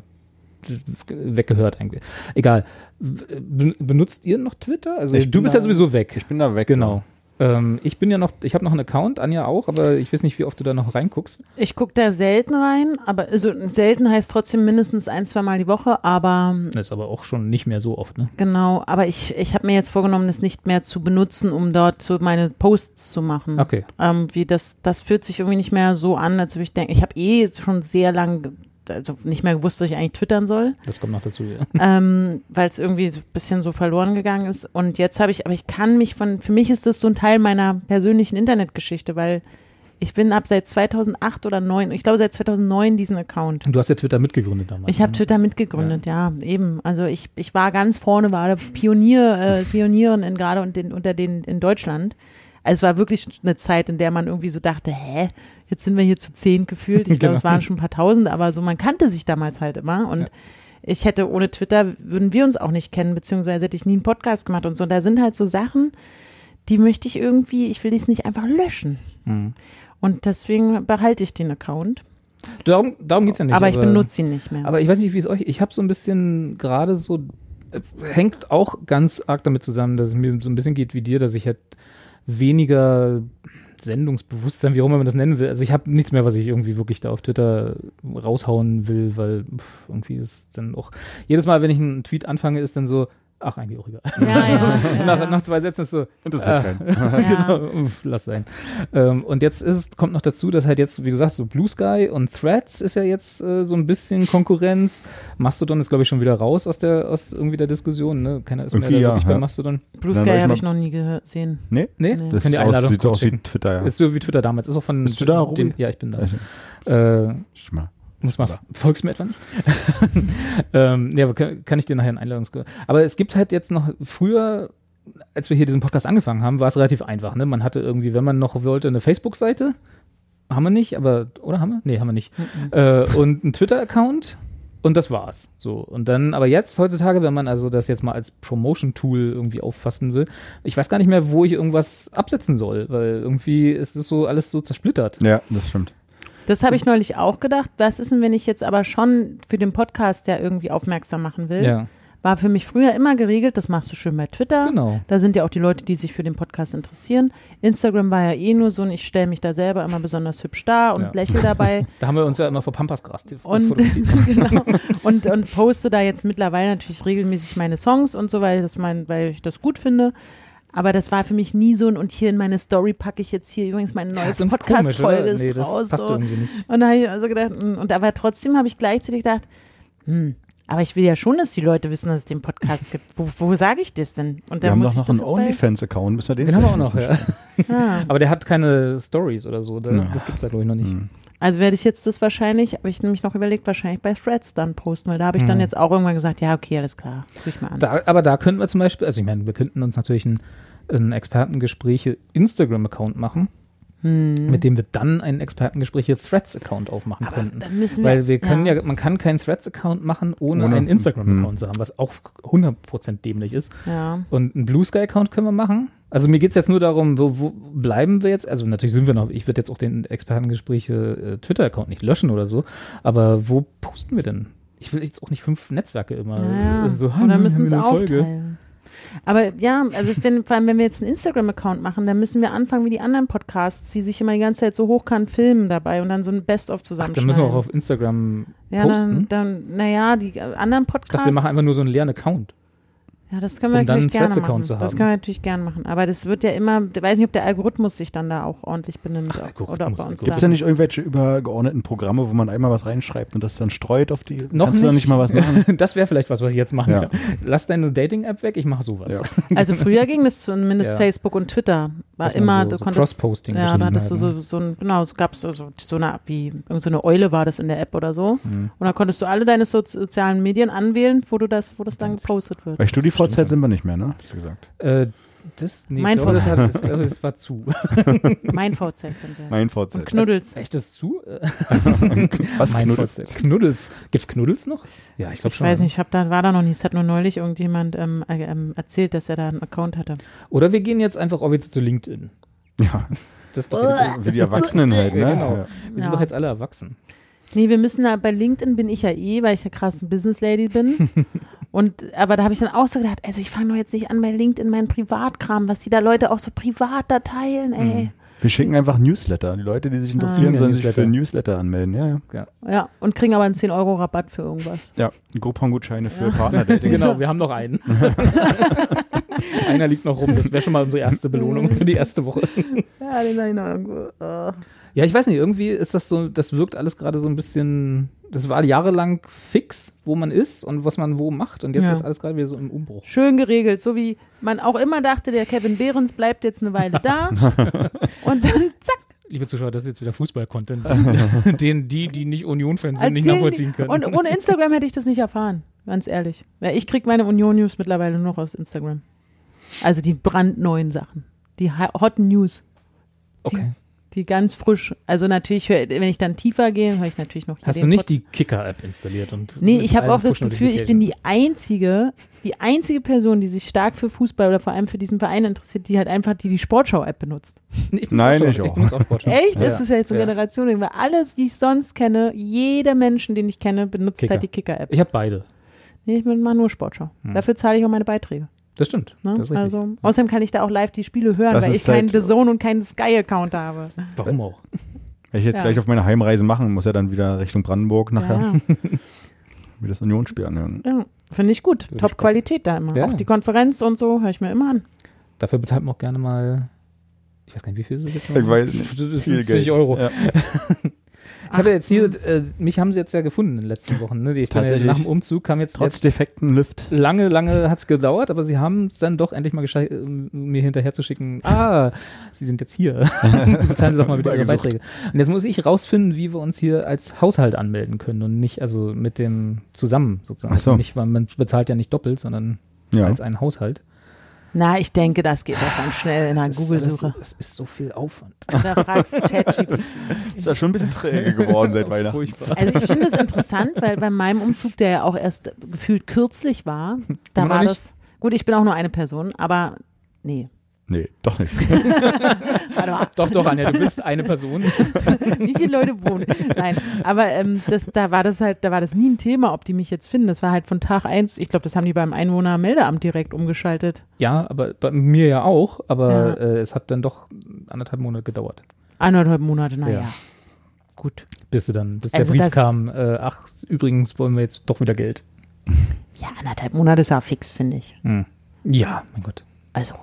[SPEAKER 2] weggehört eigentlich. Egal. Be- Benutzt ihr noch Twitter? Also
[SPEAKER 3] Ich
[SPEAKER 2] du
[SPEAKER 3] bin
[SPEAKER 2] bist ja
[SPEAKER 3] da-
[SPEAKER 2] sowieso weg.
[SPEAKER 3] ich bin da weg. ne?
[SPEAKER 2] Genau. Ähm, ich bin ja noch, ich habe noch einen Account, Anja auch, aber ich weiß nicht, wie oft du da noch reinguckst.
[SPEAKER 1] Ich gucke da selten rein, aber also selten heißt trotzdem mindestens ein, zwei Mal die Woche, aber
[SPEAKER 2] Das ist aber auch schon nicht mehr so oft, ne?
[SPEAKER 1] genau, aber ich, ich habe mir jetzt vorgenommen, das nicht mehr zu benutzen, um dort so meine Posts zu machen.
[SPEAKER 2] Okay.
[SPEAKER 1] Ähm, wie das, das fühlt sich irgendwie nicht mehr so an, als würde ich denken, ich habe eh schon sehr lange, also nicht mehr gewusst, was ich eigentlich twittern soll.
[SPEAKER 2] Das kommt noch dazu. Ja.
[SPEAKER 1] ähm, weil es irgendwie so ein bisschen so verloren gegangen ist. Und jetzt habe ich, aber ich kann mich von, für mich ist das so ein Teil meiner persönlichen Internetgeschichte, weil ich bin ab seit 2008 oder 9, ich glaube seit 2009 diesen Account.
[SPEAKER 2] Und Du hast ja Twitter mitgegründet damals.
[SPEAKER 1] Ich habe
[SPEAKER 2] ne?
[SPEAKER 1] Twitter mitgegründet, ja. eben. Also ich, ich war ganz vorne, war da Pionier, äh, Pionierin in gerade und den, unter denen in Deutschland. Also es war wirklich eine Zeit, in der man irgendwie so dachte, hä, jetzt sind wir hier zu zehn gefühlt. Ich glaube, es
[SPEAKER 2] Genau.
[SPEAKER 1] waren schon ein paar tausend, aber so, man kannte sich damals halt immer. Und
[SPEAKER 2] Ja.
[SPEAKER 1] ich hätte ohne Twitter würden wir uns auch nicht kennen, beziehungsweise hätte ich nie einen Podcast gemacht und so. Und da sind halt so Sachen, die möchte ich irgendwie, ich will dies nicht einfach löschen.
[SPEAKER 2] Mhm.
[SPEAKER 1] Und deswegen behalte ich den Account.
[SPEAKER 2] Darum, darum geht's ja nicht.
[SPEAKER 1] aber ich benutze ihn nicht mehr.
[SPEAKER 2] Aber ich weiß nicht, wie es euch. Ich habe so ein bisschen gerade so äh, hängt auch ganz arg damit zusammen, dass es mir so ein bisschen geht wie dir, dass ich halt weniger Sendungsbewusstsein, wie auch immer man das nennen will. Also ich habe nichts mehr, was ich irgendwie wirklich da auf Twitter raushauen will, weil pff, irgendwie ist dann auch jedes Mal, wenn ich einen Tweet anfange, ist dann so Ach, eigentlich auch egal.
[SPEAKER 1] Ja, ja, ja,
[SPEAKER 2] nach,
[SPEAKER 1] ja.
[SPEAKER 2] nach zwei Sätzen ist so,
[SPEAKER 3] Interessiert
[SPEAKER 2] Ah.
[SPEAKER 3] keinen.
[SPEAKER 1] Ja.
[SPEAKER 2] genau, uff, lass sein. Ähm, und jetzt ist, kommt noch dazu, dass halt jetzt, wie du sagst, so Blue Sky und Threads ist ja jetzt äh, so ein bisschen Konkurrenz. Mastodon ist, glaube ich, schon wieder raus aus der, aus irgendwie der Diskussion. Ne? Keiner ist
[SPEAKER 3] Irgendwie
[SPEAKER 2] mehr da
[SPEAKER 3] ja,
[SPEAKER 2] wirklich
[SPEAKER 3] ja.
[SPEAKER 2] bei Mastodon.
[SPEAKER 1] Blue
[SPEAKER 3] Dann
[SPEAKER 1] Sky
[SPEAKER 3] werd ich
[SPEAKER 1] habe
[SPEAKER 3] mal-
[SPEAKER 1] ich noch nie gesehen.
[SPEAKER 3] Nee?
[SPEAKER 1] Nee.
[SPEAKER 2] Nee,
[SPEAKER 3] Das
[SPEAKER 2] könnt
[SPEAKER 3] sieht
[SPEAKER 2] ihr
[SPEAKER 3] aus, sieht
[SPEAKER 2] Einladungscode
[SPEAKER 3] aus wie
[SPEAKER 2] schicken.
[SPEAKER 3] Twitter, ja.
[SPEAKER 2] Ist so wie Twitter damals. Ist auch von
[SPEAKER 3] Bist du da, Rubi?
[SPEAKER 2] dem- Ja, ich bin da.
[SPEAKER 3] Also,
[SPEAKER 2] Äh,
[SPEAKER 3] ich mal.
[SPEAKER 2] muss mal, folgst du mir etwa nicht? ähm, ja, aber kann, kann ich dir nachher einen Einladungscode. Aber es gibt halt jetzt noch, früher, als wir hier diesen Podcast angefangen haben, war es relativ einfach. Ne? Man hatte irgendwie, wenn man noch wollte, eine Facebook-Seite. Haben wir nicht, aber, oder haben wir? Nee, haben wir nicht. Äh, und einen Twitter-Account. Und das war's. So. Und dann, aber jetzt, heutzutage, wenn man also das jetzt mal als Promotion-Tool irgendwie auffassen will, ich weiß gar nicht mehr, wo ich irgendwas absetzen soll, weil irgendwie ist es so alles so zersplittert.
[SPEAKER 3] Ja, das stimmt.
[SPEAKER 1] Das habe ich neulich auch gedacht. Was ist denn, wenn ich jetzt aber schon für den Podcast ja irgendwie aufmerksam machen will? War für mich früher immer geregelt, das machst du schön bei Twitter.
[SPEAKER 2] Genau.
[SPEAKER 1] Da sind ja auch die Leute, die sich für den Podcast interessieren. Instagram war ja eh nur so ein, ich stelle mich da selber immer besonders hübsch dar und
[SPEAKER 2] Ja.
[SPEAKER 1] lächle dabei.
[SPEAKER 2] Da haben wir uns ja immer vor Pampas Gras
[SPEAKER 1] und, genau, und, und poste da jetzt mittlerweile natürlich regelmäßig meine Songs und so, weil, das mein, weil ich das gut finde. Aber das war für mich nie so ein, und hier in meine Story packe ich jetzt hier übrigens meine neue Podcast-Folge ist raus.
[SPEAKER 2] passt
[SPEAKER 1] so.
[SPEAKER 2] irgendwie nicht.
[SPEAKER 1] Und da habe ich also gedacht, mm, und aber trotzdem habe ich gleichzeitig gedacht, hm, aber ich will ja schon, dass die Leute wissen, dass es den Podcast gibt. Wo, wo sage ich das denn? Und
[SPEAKER 3] Wir
[SPEAKER 1] dann
[SPEAKER 3] haben
[SPEAKER 1] muss
[SPEAKER 3] doch
[SPEAKER 1] ich
[SPEAKER 3] noch
[SPEAKER 1] das
[SPEAKER 3] einen
[SPEAKER 1] jetzt bei-
[SPEAKER 3] OnlyFans-Account, müssen wir den
[SPEAKER 2] Den haben wir auch
[SPEAKER 3] vielleicht
[SPEAKER 2] noch, ja.
[SPEAKER 1] Ah.
[SPEAKER 2] Aber der hat keine Stories oder so. Da,
[SPEAKER 3] Ja.
[SPEAKER 2] Das gibt's da, glaube ich, noch nicht.
[SPEAKER 1] Also werde ich jetzt das wahrscheinlich, habe ich nämlich noch überlegt, wahrscheinlich bei Threads dann posten, weil da habe ich dann jetzt auch irgendwann gesagt, ja, okay, alles klar, guck ich mal an.
[SPEAKER 2] Da, aber da könnten wir zum Beispiel, also ich meine, wir könnten uns natürlich ein, ein Expertengespräche Instagram-Account machen, mit dem wir dann einen Expertengespräche Threads-Account aufmachen
[SPEAKER 1] Hm. aber
[SPEAKER 2] könnten.
[SPEAKER 1] dann müssen wir,
[SPEAKER 2] Weil wir können ja. man kann keinen Threads-Account machen, ohne,
[SPEAKER 3] Ohne-
[SPEAKER 2] einen Instagram-Account zu haben, was auch 100% dämlich ist.
[SPEAKER 1] ja.
[SPEAKER 2] Und einen Blue Sky-Account können wir machen. Also mir geht es jetzt nur darum, wo, wo bleiben wir jetzt? Also natürlich sind wir noch, ich würde jetzt auch den Expertengespräche äh, Twitter-Account nicht löschen oder so, aber wo posten wir denn? Ich will jetzt auch nicht fünf Netzwerke immer
[SPEAKER 1] Ja,
[SPEAKER 2] äh,
[SPEAKER 1] ja.
[SPEAKER 2] so
[SPEAKER 1] Oder
[SPEAKER 2] haben.
[SPEAKER 1] müssen es
[SPEAKER 2] eine Folge.
[SPEAKER 1] aufteilen. Aber ja, also ich finde, vor allem, wenn wir jetzt einen Instagram-Account machen, dann müssen wir anfangen wie die anderen Podcasts, die sich immer die ganze Zeit so hochkant filmen dabei und dann so ein Best-of
[SPEAKER 2] Ach,
[SPEAKER 1] zusammenschneiden.
[SPEAKER 2] dann müssen wir auch auf Instagram
[SPEAKER 1] ja,
[SPEAKER 2] posten.
[SPEAKER 1] dann, dann, naja, die anderen
[SPEAKER 2] ich dachte, wir
[SPEAKER 1] Podcasts.
[SPEAKER 2] machen einfach nur so einen leeren Account.
[SPEAKER 1] ja, das können wir
[SPEAKER 2] um dann
[SPEAKER 1] natürlich gerne
[SPEAKER 2] einen
[SPEAKER 1] machen.
[SPEAKER 2] Threads-Account zu
[SPEAKER 1] Das
[SPEAKER 2] haben.
[SPEAKER 1] können wir natürlich gerne machen. Aber das wird ja immer, ich weiß nicht, ob der Algorithmus sich dann da auch ordentlich benimmt.
[SPEAKER 2] Algorithmus,
[SPEAKER 1] oder ob bei uns
[SPEAKER 2] Algorithmus.
[SPEAKER 3] Gibt es
[SPEAKER 1] da-
[SPEAKER 3] ja nicht irgendwelche übergeordneten Programme, wo man einmal was reinschreibt und das dann streut auf die?
[SPEAKER 2] Noch
[SPEAKER 3] Kannst du da
[SPEAKER 2] nicht.
[SPEAKER 3] nicht mal was machen?
[SPEAKER 2] Das wäre vielleicht was, was ich jetzt machen
[SPEAKER 3] Ja.
[SPEAKER 2] kann. Lass deine Dating-App weg, ich mache sowas.
[SPEAKER 1] Also früher ging das zumindest
[SPEAKER 2] Ja.
[SPEAKER 1] Facebook und Twitter. War
[SPEAKER 2] Dass man
[SPEAKER 1] immer,
[SPEAKER 2] so-
[SPEAKER 1] du
[SPEAKER 2] so
[SPEAKER 1] konntest.
[SPEAKER 2] Cross-Posting
[SPEAKER 1] Ja,
[SPEAKER 2] Geschichten
[SPEAKER 1] da hattest du
[SPEAKER 2] halt,
[SPEAKER 1] so, so ein, genau, es gab so, so, so eine, wie, irgend so eine Eule war das in der App oder so.
[SPEAKER 2] Mhm.
[SPEAKER 1] Und da konntest du alle deine so sozialen Medien anwählen, wo du das, wo das dann gepostet wird.
[SPEAKER 3] Bei StudiVZ sind wir nicht mehr, ne? Hast du gesagt.
[SPEAKER 2] Äh, das, nee, ich
[SPEAKER 1] Mein
[SPEAKER 2] glaube, das, hat, das, glaube ich, das war zu.
[SPEAKER 1] Mein VZ sind wir.
[SPEAKER 3] Mein VZ.
[SPEAKER 1] Knuddels.
[SPEAKER 2] Echt, das ist zu? Äh,
[SPEAKER 3] Was
[SPEAKER 2] Mein
[SPEAKER 3] Knuddels?
[SPEAKER 2] Knuddels. Knuddels. Gibt's Knuddels noch? Ja, ich glaube
[SPEAKER 1] Ich
[SPEAKER 2] schon.
[SPEAKER 1] weiß nicht, ich hab da, war da noch nie. Es hat nur neulich irgendjemand ähm, äh, ähm, erzählt, dass er da einen Account hatte.
[SPEAKER 2] Oder wir gehen jetzt einfach offiziell zu LinkedIn.
[SPEAKER 3] Ja,
[SPEAKER 2] Das ist doch jetzt,
[SPEAKER 3] wie die Erwachsenen halt, ne?
[SPEAKER 2] Ja, genau.
[SPEAKER 3] Ja.
[SPEAKER 2] wir
[SPEAKER 1] Ja.
[SPEAKER 2] sind doch jetzt alle erwachsen.
[SPEAKER 1] Nee, wir müssen da, bei LinkedIn bin ich ja eh, weil ich ja krass ein Business Lady bin. Und, aber da habe ich dann auch so gedacht, also ich fange doch jetzt nicht an bei LinkedIn meinen Privatkram, was die da Leute auch so privat da teilen, ey.
[SPEAKER 3] Wir schicken einfach Newsletter. Die Leute, die sich interessieren,
[SPEAKER 2] Ja,
[SPEAKER 3] sollen sich für
[SPEAKER 2] Ah. Newsletter.
[SPEAKER 3] Newsletter anmelden. Ja, ja.
[SPEAKER 1] Ja, und kriegen aber einen 10 Euro Rabatt für irgendwas.
[SPEAKER 3] Ja, Groupon-Gutscheine für Partnerdating.
[SPEAKER 2] Genau, wir haben noch einen. Einer liegt noch rum. Das wäre schon mal unsere erste Belohnung für die erste Woche.
[SPEAKER 1] Ja, den habe ich noch irgendwo. äh.
[SPEAKER 2] Ja, ich weiß nicht, irgendwie ist das so, das wirkt alles gerade so ein bisschen, das war jahrelang fix, wo man ist und was man wo macht. Und jetzt
[SPEAKER 1] Ja.
[SPEAKER 2] ist alles gerade wieder so im Umbruch.
[SPEAKER 1] Schön geregelt, so wie man auch immer dachte, der Kevin Behrens bleibt jetzt eine Weile da. und dann zack,
[SPEAKER 2] Liebe Zuschauer, das ist jetzt wieder Fußball-Content, den die, die nicht Union-Fans sind, nicht
[SPEAKER 1] erzählen
[SPEAKER 2] nachvollziehen
[SPEAKER 1] die-
[SPEAKER 2] können.
[SPEAKER 1] Und ohne Instagram hätte ich das nicht erfahren, ganz ehrlich. Ja, ich kriege meine Union-News mittlerweile nur noch aus Instagram. Also die brandneuen Sachen, die hi- Hot News,
[SPEAKER 2] okay.
[SPEAKER 1] die ganz frisch. Also natürlich, hör- wenn ich dann tiefer gehe, höre ich natürlich noch
[SPEAKER 2] Hast du
[SPEAKER 1] den
[SPEAKER 2] nicht
[SPEAKER 1] Pod-
[SPEAKER 2] die Kicker-App installiert? Und
[SPEAKER 1] Nee,
[SPEAKER 2] mit
[SPEAKER 1] ich habe
[SPEAKER 2] allen
[SPEAKER 1] auch das Gefühl,
[SPEAKER 2] Push-Notifications?
[SPEAKER 1] ich bin die einzige, die einzige Person, die sich stark für Fußball oder vor allem für diesen Verein interessiert, die halt einfach die, die Sportschau-App benutzt.
[SPEAKER 2] Nee, ich
[SPEAKER 3] Nein,
[SPEAKER 2] benutze
[SPEAKER 3] ich auch.
[SPEAKER 2] benutze Sportschau.
[SPEAKER 1] Echt?
[SPEAKER 2] Ja.
[SPEAKER 1] Das ist vielleicht so
[SPEAKER 2] Ja.
[SPEAKER 1] Generation, weil alles, die ich sonst kenne, jeder Menschen, den ich kenne, benutzt
[SPEAKER 2] Kicker.
[SPEAKER 1] halt die Kicker-App.
[SPEAKER 2] Ich habe beide.
[SPEAKER 1] Nee, ich mache nur Sportschau. Dafür zahle ich auch meine Beiträge.
[SPEAKER 2] Das stimmt.
[SPEAKER 1] Ne?
[SPEAKER 2] Hm. Das ist richtig. Hm.
[SPEAKER 1] also, außerdem kann ich da auch live die Spiele hören,
[SPEAKER 3] Das
[SPEAKER 1] weil
[SPEAKER 3] ist
[SPEAKER 1] ich keinen
[SPEAKER 3] halt-
[SPEAKER 1] The Zone und keinen Sky-Account habe.
[SPEAKER 2] Warum auch?
[SPEAKER 3] Wenn ich jetzt
[SPEAKER 1] Ja.
[SPEAKER 3] gleich auf meine Heimreise machen muss, ja dann wieder Richtung Brandenburg nachher.
[SPEAKER 1] Ja.
[SPEAKER 3] wie das Unionsspiel anhören.
[SPEAKER 1] Ja, finde ich gut.
[SPEAKER 2] Würde ich gut.
[SPEAKER 1] Top-Qualität da immer.
[SPEAKER 2] Ja.
[SPEAKER 1] Auch die Konferenz und so höre ich mir immer an.
[SPEAKER 2] Dafür bezahlt man auch gerne mal, ich weiß gar nicht, wie viel ist das jetzt?
[SPEAKER 3] Ich weiß nicht, Viel
[SPEAKER 2] 50
[SPEAKER 3] Geld.
[SPEAKER 2] Euro.
[SPEAKER 3] Ja.
[SPEAKER 2] Ich habe ja jetzt hier, äh, mich haben sie jetzt ja gefunden in den letzten Wochen. Ne? Ich meine,
[SPEAKER 3] Tatsächlich.
[SPEAKER 2] nach dem Umzug kam jetzt
[SPEAKER 3] Trotz defekten Lift.
[SPEAKER 2] Lange, lange hat's gedauert, aber sie haben es dann doch endlich mal geschafft, äh, mir hinterher zu schicken, ah, sie sind jetzt hier. Bezahlen sie doch mal wieder ihre
[SPEAKER 3] Übergesucht.
[SPEAKER 2] Beiträge. Und jetzt muss ich rausfinden, wie wir uns hier als Haushalt anmelden können und nicht, also mit dem zusammen sozusagen.
[SPEAKER 3] Ach so.
[SPEAKER 2] Nicht, weil man bezahlt ja nicht doppelt, sondern
[SPEAKER 3] Ja.
[SPEAKER 2] als ein Haushalt.
[SPEAKER 1] Na, ich denke, das geht doch ganz schnell in einer
[SPEAKER 2] Das ist
[SPEAKER 1] Google-Suche.
[SPEAKER 2] alles so- Das ist so viel Aufwand.
[SPEAKER 1] Da fragst du ChatGPT.
[SPEAKER 3] Ist ja schon ein bisschen träge geworden seit Weihnachten.
[SPEAKER 2] Furchtbar.
[SPEAKER 1] Also ich finde das interessant, weil bei meinem Umzug, der ja auch erst gefühlt kürzlich war, da
[SPEAKER 2] Immer noch
[SPEAKER 1] war
[SPEAKER 2] nicht?
[SPEAKER 1] das. Gut, ich bin auch nur eine Person, aber nee.
[SPEAKER 3] Nee, doch nicht.
[SPEAKER 1] Warte mal,
[SPEAKER 2] Doch, doch, Anja, du bist eine Person.
[SPEAKER 1] wie viele Leute wohnen? Nein, aber ähm, das, da war das halt, da war das nie ein Thema, ob die mich jetzt finden. Das war halt von Tag eins. ich glaube, das haben die beim Einwohnermeldeamt direkt umgeschaltet.
[SPEAKER 2] Ja, aber bei mir ja auch, aber
[SPEAKER 1] Ja.
[SPEAKER 2] Äh, es hat dann doch anderthalb Monate gedauert.
[SPEAKER 1] Eineinhalb Monate, naja.
[SPEAKER 2] Ja.
[SPEAKER 1] Gut.
[SPEAKER 2] Bis sie dann, bis
[SPEAKER 1] Also
[SPEAKER 2] der Brief
[SPEAKER 1] das-
[SPEAKER 2] kam, äh, ach, übrigens wollen wir jetzt doch wieder Geld.
[SPEAKER 1] Ja, anderthalb Monate ist ja fix, finde ich.
[SPEAKER 2] Ja, mein Gott.
[SPEAKER 1] Also.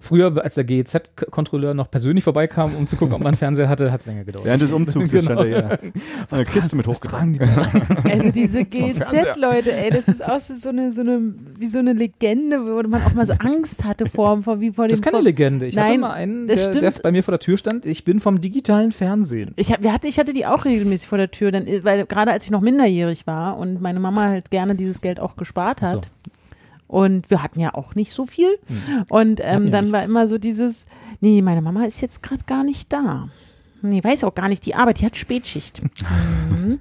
[SPEAKER 2] Früher, als der GEZ-Kontrolleur noch persönlich vorbeikam, um zu gucken, ob man einen Fernseher hatte, hat es länger gedauert.
[SPEAKER 3] Während des Umzugs ist schon
[SPEAKER 2] Genau.
[SPEAKER 3] der hier eine Kiste mit
[SPEAKER 2] Was
[SPEAKER 3] hochgetragen.
[SPEAKER 2] tragen die da?
[SPEAKER 1] Also diese
[SPEAKER 3] Fernseher.
[SPEAKER 1] GZ-Leute, ey, das ist auch so so eine, so eine, wie so eine Legende, wo man auch mal so Angst hatte vor, vor wie vor dem.
[SPEAKER 2] Das ist keine
[SPEAKER 1] vor-
[SPEAKER 2] Legende. Ich hatte
[SPEAKER 1] Nein,
[SPEAKER 2] mal einen,
[SPEAKER 1] das
[SPEAKER 2] der, der
[SPEAKER 1] stimmt.
[SPEAKER 2] bei mir vor der Tür stand. Ich bin vom digitalen Fernsehen.
[SPEAKER 1] Ich, hab, wir hatte, ich hatte die auch regelmäßig vor der Tür, denn, äh, weil gerade als ich noch minderjährig war und meine Mama halt gerne dieses Geld auch gespart hat.
[SPEAKER 2] So.
[SPEAKER 1] Und wir hatten ja auch nicht so viel. Und ähm,
[SPEAKER 2] Hm. ja
[SPEAKER 1] dann war
[SPEAKER 2] nichts.
[SPEAKER 1] immer so dieses, nee, meine Mama ist jetzt gerade gar nicht da. Nee, weiß auch gar nicht, die Arbeit, die hat Spätschicht. Mhm.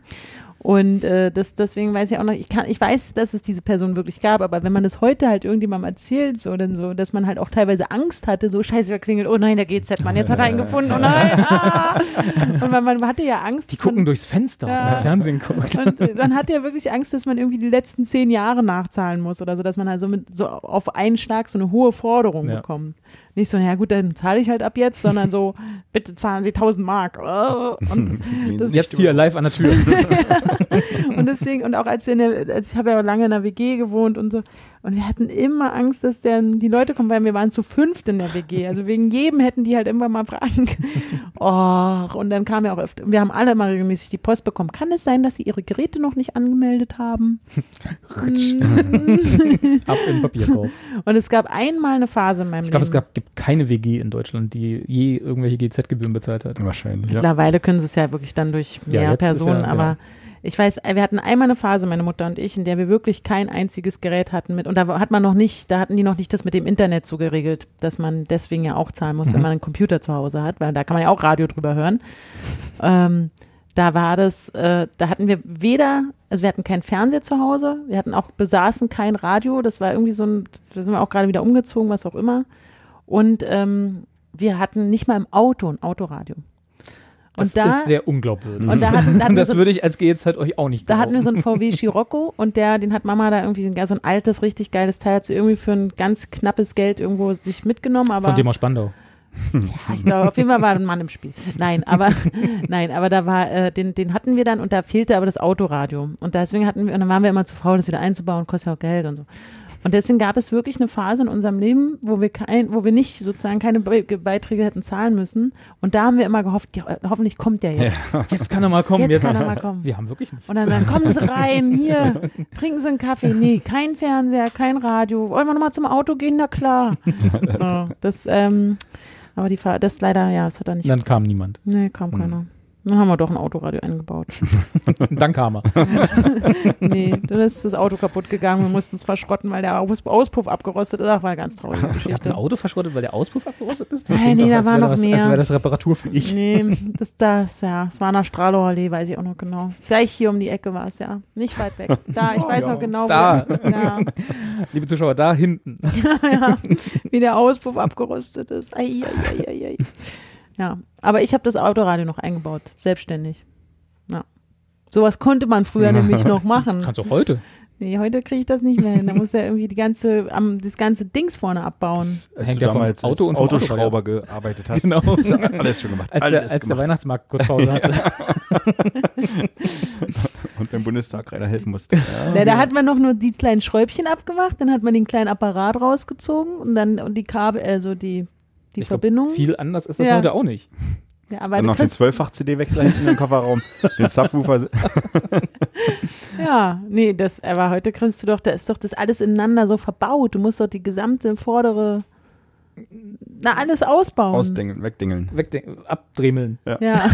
[SPEAKER 1] Und äh, das, deswegen weiß ich auch noch, ich, kann, ich weiß, dass es diese Person wirklich gab, aber wenn man das heute halt irgendjemandem erzählt, so, dann so, dass man halt auch teilweise Angst hatte, so scheiße, da klingelt, oh nein, der GZ-Mann, jetzt hat er einen gefunden, oh nein. Ah. Und man, man hatte ja Angst.
[SPEAKER 2] Die
[SPEAKER 1] dass man-
[SPEAKER 2] gucken durchs Fenster, wenn man Fernsehen guckt.
[SPEAKER 1] und äh, man hat ja wirklich Angst, dass man irgendwie die letzten zehn Jahre nachzahlen muss oder so, dass man also mit so auf einen Schlag so eine hohe Forderung
[SPEAKER 2] Ja.
[SPEAKER 1] bekommt. Nicht so, naja gut, dann zahle ich halt ab jetzt, sondern so, bitte zahlen Sie 1000 Mark. Äh, Und, das,
[SPEAKER 2] Jetzt hier live an der Tür.
[SPEAKER 1] und deswegen, und auch als wir in der, als ich habe ja auch lange in der WG gewohnt und so, und wir hatten immer Angst, dass dann die Leute kommen, weil wir waren zu fünft in der WG. Also wegen jedem hätten die halt irgendwann mal Fragen. Och, und dann kam ja auch öfter, wir haben alle mal regelmäßig die Post bekommen. Kann es sein, dass sie ihre Geräte noch nicht angemeldet haben?
[SPEAKER 2] Ab im Papierkorb.
[SPEAKER 1] Und es gab einmal eine Phase in meinem
[SPEAKER 2] Ich glaube, es
[SPEAKER 1] Leben.
[SPEAKER 2] gab, gibt keine WG in Deutschland, die je irgendwelche GZ-Gebühren bezahlt hat.
[SPEAKER 3] Wahrscheinlich. Ja.
[SPEAKER 1] Mittlerweile können sie es ja wirklich dann durch
[SPEAKER 2] Ja,
[SPEAKER 1] mehr
[SPEAKER 2] jetzt ist
[SPEAKER 1] Personen,
[SPEAKER 2] ja-
[SPEAKER 1] aber
[SPEAKER 2] ja.
[SPEAKER 1] ich weiß, äh, wir hatten einmal eine Phase, meine Mutter und ich, in der wir wirklich kein einziges Gerät hatten mit, und da hat man noch nicht, da hatten die noch nicht das mit dem Internet so geregelt, dass man deswegen ja auch zahlen
[SPEAKER 2] Mhm.
[SPEAKER 1] muss, wenn man einen Computer zu Hause hat, weil da kann man ja auch Radio drüber hören. Ähm, da war das, äh, da hatten wir weder, also wir hatten keinen Fernseher zu Hause, wir hatten auch, besaßen kein Radio, das war irgendwie so ein, da sind wir auch gerade wieder umgezogen, was auch immer. Und ähm, wir hatten nicht mal im Auto ein Autoradio.
[SPEAKER 2] Das
[SPEAKER 1] und da,
[SPEAKER 2] ist sehr unglaubwürdig.
[SPEAKER 1] und da hatten, da hatten wir
[SPEAKER 2] das
[SPEAKER 1] so
[SPEAKER 2] würde ich als GEZ euch auch nicht
[SPEAKER 1] da hatten wir
[SPEAKER 2] glauben.
[SPEAKER 1] so einen VW Scirocco und der, den hat Mama da irgendwie so ein altes, richtig geiles Teil, hat sie irgendwie für ein ganz knappes Geld irgendwo sich mitgenommen, aber
[SPEAKER 2] Von dem aus Spandau.
[SPEAKER 1] ja, ich glaube, auf jeden Fall war ein Mann im Spiel. Nein, aber nein, aber da war, äh, den, den hatten wir dann und da fehlte aber das Autoradio. Und deswegen hatten wir, und dann waren wir immer zu faul, das wieder einzubauen, kostet ja auch Geld und so. Und deswegen gab es wirklich eine Phase in unserem Leben, wo wir kein, wo wir nicht sozusagen keine Be Beiträge hätten zahlen müssen. Und da haben wir immer gehofft, ja, hoffentlich kommt der jetzt.
[SPEAKER 2] Jetzt kann er mal kommen.
[SPEAKER 1] Jetzt kann er mal kommen.
[SPEAKER 2] Wir haben wirklich nichts.
[SPEAKER 1] Und dann sagen, kommen Sie rein, hier, trinken Sie einen Kaffee. Nee, kein Fernseher, kein Radio. Wollen wir nochmal zum Auto gehen? Na klar. So, das, ähm, aber die Fahr das leider, ja, das hat er nicht.
[SPEAKER 2] Dann kam niemand.
[SPEAKER 1] Nee, kam keiner. Dann haben wir doch ein Autoradio eingebaut.
[SPEAKER 2] Und dann kam er.
[SPEAKER 1] Nee, dann ist das Auto kaputt gegangen. Wir mussten es verschrotten, weil der Aus- Auspuff abgerostet ist. Ach, war eine ganz traurige
[SPEAKER 2] Ein
[SPEAKER 1] Geschichte.
[SPEAKER 2] Auto verschrottet, weil der Auspuff abgerostet ist?
[SPEAKER 1] Nein,
[SPEAKER 2] klingt
[SPEAKER 1] nee,
[SPEAKER 2] doch,
[SPEAKER 1] da
[SPEAKER 2] als
[SPEAKER 1] war
[SPEAKER 2] wäre
[SPEAKER 1] noch
[SPEAKER 2] was-
[SPEAKER 1] mehr.
[SPEAKER 2] Als wäre das reparaturfähig.
[SPEAKER 1] Nee, das, das, ja. Es war nach Strahlower Allee, weiß ich auch noch genau. Gleich hier um die Ecke war es, ja. Nicht weit weg. Da, ich weiß noch genau,
[SPEAKER 2] Da.
[SPEAKER 1] wo. Ja.
[SPEAKER 2] Liebe Zuschauer, da hinten.
[SPEAKER 1] ja, wie der Auspuff abgerostet ist. Ai, ai, ai, ai, ai. Ja, aber ich habe das Autoradio noch eingebaut, selbstständig. Ja. Sowas konnte man früher nämlich noch machen.
[SPEAKER 2] Kannst auch heute.
[SPEAKER 1] Nee, heute kriege ich das nicht mehr hin. Da muss ja irgendwie die ganze, am, das ganze Dings vorne abbauen.
[SPEAKER 3] Als du
[SPEAKER 2] Hängt ja vom
[SPEAKER 3] damals als
[SPEAKER 2] Auto und vom
[SPEAKER 3] Autoschrauber gearbeitet hast.
[SPEAKER 2] Genau.
[SPEAKER 3] hast du Alles schon gemacht.
[SPEAKER 2] Als,
[SPEAKER 3] alles
[SPEAKER 2] der, als der
[SPEAKER 3] gemacht.
[SPEAKER 2] Weihnachtsmarkt kurz Pause hatte.
[SPEAKER 3] Und beim Bundestag einer helfen musste.
[SPEAKER 1] Na, da hat man noch nur die kleinen Schräubchen abgemacht, dann hat man den kleinen Apparat rausgezogen und dann und die Kabel, also die, die
[SPEAKER 2] Ich glaub,
[SPEAKER 1] Verbindung.
[SPEAKER 2] Viel anders ist das
[SPEAKER 1] Ja.
[SPEAKER 2] heute auch nicht.
[SPEAKER 1] ja, aber
[SPEAKER 3] Dann
[SPEAKER 1] du
[SPEAKER 3] noch den
[SPEAKER 1] kriegst,
[SPEAKER 3] 12-fach-CD-Wechsler hinten im Kofferraum, den Subwoofer.
[SPEAKER 1] ja, nee, das, aber heute kriegst du doch, da ist doch das alles ineinander so verbaut. Du musst doch die gesamte vordere, na, alles ausbauen.
[SPEAKER 3] Ausdengeln, wegdingeln.
[SPEAKER 2] Wegden abdremeln.
[SPEAKER 1] Ja.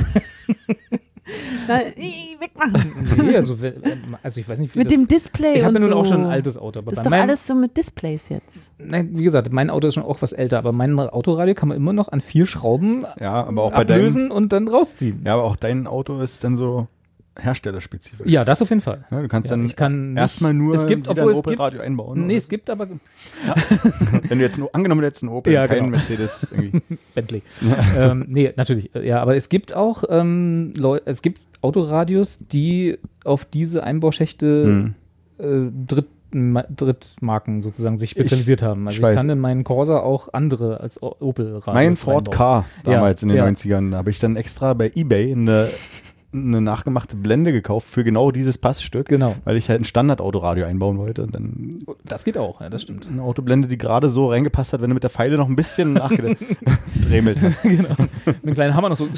[SPEAKER 1] na, ih, wegmachen.
[SPEAKER 2] Nee, also, wenn- ähm, also ich weiß nicht, wie
[SPEAKER 1] Mit
[SPEAKER 2] das,
[SPEAKER 1] dem Display
[SPEAKER 2] Ich habe
[SPEAKER 1] und
[SPEAKER 2] ja nun
[SPEAKER 1] so.
[SPEAKER 2] auch schon ein altes Auto. Aber
[SPEAKER 1] das
[SPEAKER 2] bei
[SPEAKER 1] ist doch
[SPEAKER 2] meinem,
[SPEAKER 1] alles so mit Displays jetzt.
[SPEAKER 2] nein, wie gesagt, mein Auto ist schon auch was älter, aber mein Autoradio kann man immer noch an vier Schrauben
[SPEAKER 3] Ja, aber auch bei deinem,
[SPEAKER 2] ablösen und dann rausziehen.
[SPEAKER 3] ja, aber auch dein Auto ist dann so herstellerspezifisch.
[SPEAKER 2] Ja, das auf jeden Fall.
[SPEAKER 3] Ja, du kannst
[SPEAKER 2] Ja,
[SPEAKER 3] dann
[SPEAKER 2] ich kann nicht-
[SPEAKER 3] erstmal nur
[SPEAKER 2] es gibt,
[SPEAKER 3] wieder
[SPEAKER 2] obwohl
[SPEAKER 3] ein
[SPEAKER 2] es
[SPEAKER 3] Opel
[SPEAKER 2] gibt,
[SPEAKER 3] Radio einbauen.
[SPEAKER 2] Nee,
[SPEAKER 3] oder?
[SPEAKER 2] es gibt aber
[SPEAKER 3] Wenn du jetzt nur angenommen hättest, einen Opel,
[SPEAKER 2] Ja,
[SPEAKER 3] keinen
[SPEAKER 2] genau.
[SPEAKER 3] Mercedes irgendwie.
[SPEAKER 2] Bentley. ähm, nee, natürlich. äh, Ja, aber es gibt auch ähm, Leu es gibt Autoradios, die auf diese
[SPEAKER 3] Hm.
[SPEAKER 2] Einbauschächte äh, Dritt Ma- Drittmarken sozusagen sich spezialisiert haben. Also
[SPEAKER 3] ich
[SPEAKER 2] ich,
[SPEAKER 3] weiß.
[SPEAKER 2] kann in meinen Corsa auch andere als O- Opel-Radios
[SPEAKER 3] Mein Ford
[SPEAKER 2] reinbauen.
[SPEAKER 3] K damals
[SPEAKER 2] Ja,
[SPEAKER 3] in den
[SPEAKER 2] ja.
[SPEAKER 3] 90ern, da habe ich dann extra bei Ebay eine, eine nachgemachte Blende gekauft für genau dieses Passstück.
[SPEAKER 2] Genau.
[SPEAKER 3] Weil ich halt ein Standard-Autoradio einbauen wollte und dann
[SPEAKER 2] Das geht auch, ja, das stimmt.
[SPEAKER 3] eine Autoblende, die gerade so reingepasst hat, wenn du mit der Pfeile noch ein bisschen nachgedremelt hast.
[SPEAKER 2] genau. Mit einem kleinen Hammer noch so.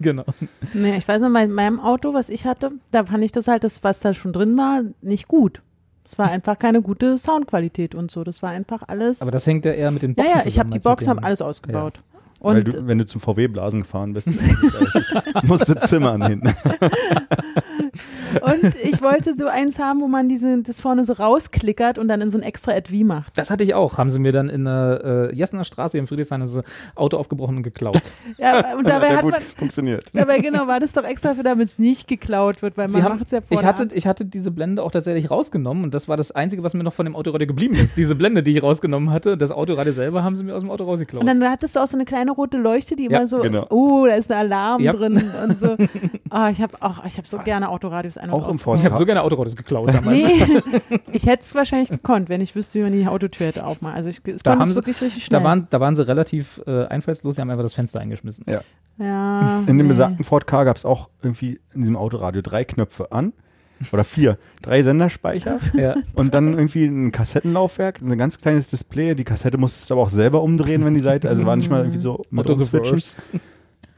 [SPEAKER 2] genau.
[SPEAKER 1] Nee, ich weiß noch, bei meinem Auto, was ich hatte, da fand ich das halt, das, was da schon drin war, nicht gut. Es war einfach keine gute Soundqualität und so. Das war einfach alles.
[SPEAKER 2] Aber das hängt ja eher mit den
[SPEAKER 1] ja,
[SPEAKER 2] Boxen
[SPEAKER 1] ja, ich habe
[SPEAKER 2] zusammen
[SPEAKER 1] die
[SPEAKER 2] als mit
[SPEAKER 1] Box, habe
[SPEAKER 2] den-
[SPEAKER 1] alles ausgebaut.
[SPEAKER 3] Weil
[SPEAKER 1] Und
[SPEAKER 3] du, wenn du zum VW-Blasen gefahren bist, musst du zimmern hinten.
[SPEAKER 1] Und ich wollte so eins haben, wo man diese, das vorne so rausklickert und dann in so ein extra Adv macht.
[SPEAKER 2] Das hatte ich auch. Haben sie mir dann in der äh, Jessener Straße hier in Friedrichshain so ein Auto aufgebrochen und geklaut.
[SPEAKER 1] Ja, und dabei
[SPEAKER 3] Ja,
[SPEAKER 1] hat
[SPEAKER 3] gut,
[SPEAKER 1] man,
[SPEAKER 3] funktioniert.
[SPEAKER 1] dabei genau, war das doch extra für, damit es nicht geklaut wird, weil
[SPEAKER 2] Sie
[SPEAKER 1] man
[SPEAKER 2] haben-
[SPEAKER 1] macht es ja vorne
[SPEAKER 2] ich, hatte,
[SPEAKER 1] an.
[SPEAKER 2] ich hatte diese Blende auch tatsächlich rausgenommen und das war das Einzige, was mir noch von dem Autoradio geblieben ist. Diese Blende, die ich rausgenommen hatte, das Autoradio selber haben sie mir aus dem Auto rausgeklaut.
[SPEAKER 1] Und dann hattest du auch so eine kleine rote Leuchte, die
[SPEAKER 2] Ja,
[SPEAKER 1] immer so,
[SPEAKER 3] genau.
[SPEAKER 1] oh, da ist ein Alarm
[SPEAKER 2] Ja.
[SPEAKER 1] drin und so. Ah, ich habe auch, ich habe so gerne Autoradios ein und
[SPEAKER 3] Auch im
[SPEAKER 1] aus-
[SPEAKER 3] Ford
[SPEAKER 2] ich habe so
[SPEAKER 3] K.
[SPEAKER 2] gerne Autoradios geklaut damals.
[SPEAKER 1] Nee, ich hätte es wahrscheinlich gekonnt, wenn ich wüsste, wie man die Autotür hätte aufmachen. Also ich, es konnte
[SPEAKER 2] Da haben
[SPEAKER 1] es
[SPEAKER 2] sie-
[SPEAKER 1] wirklich richtig schnell.
[SPEAKER 2] Da waren, da waren sie relativ äh, einfallslos, sie haben einfach das Fenster eingeschmissen.
[SPEAKER 3] Ja.
[SPEAKER 1] ja,
[SPEAKER 3] In dem
[SPEAKER 1] nee.
[SPEAKER 3] besagten Ford K gab es auch irgendwie in diesem Autoradio drei Knöpfe an oder vier. Drei Senderspeicher
[SPEAKER 2] Ja.
[SPEAKER 3] und dann irgendwie ein Kassettenlaufwerk, ein ganz kleines Display. Die Kassette musstest du aber auch selber umdrehen, wenn die Seite, also war nicht mal irgendwie so mit
[SPEAKER 2] Auto
[SPEAKER 3] umswitchen.
[SPEAKER 2] reverse.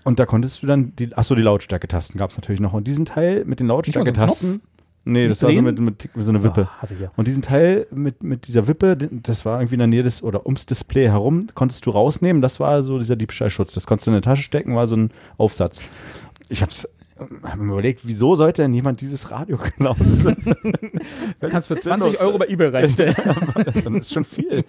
[SPEAKER 3] Und da konntest du dann, die, achso, die Lautstärketasten gab es natürlich noch. Und diesen Teil mit den Lautstärketasten, nee, das war so,
[SPEAKER 2] drehen?
[SPEAKER 3] mit, mit, so eine Wippe.
[SPEAKER 2] Ah, hasse ich ja.
[SPEAKER 3] Und diesen Teil mit, mit dieser Wippe, den- das war irgendwie in der Nähe des oder ums Display herum, konntest du rausnehmen. Das war so dieser Diebstahlschutz. Das konntest du in eine Tasche stecken, war so ein Aufsatz. Ich hab's ähm, hab mir überlegt, wieso sollte denn jemand dieses Radio klauen? Das ist-
[SPEAKER 2] Du kannst für 20 Euro bei Ebay reinstellen.
[SPEAKER 3] das ist schon viel.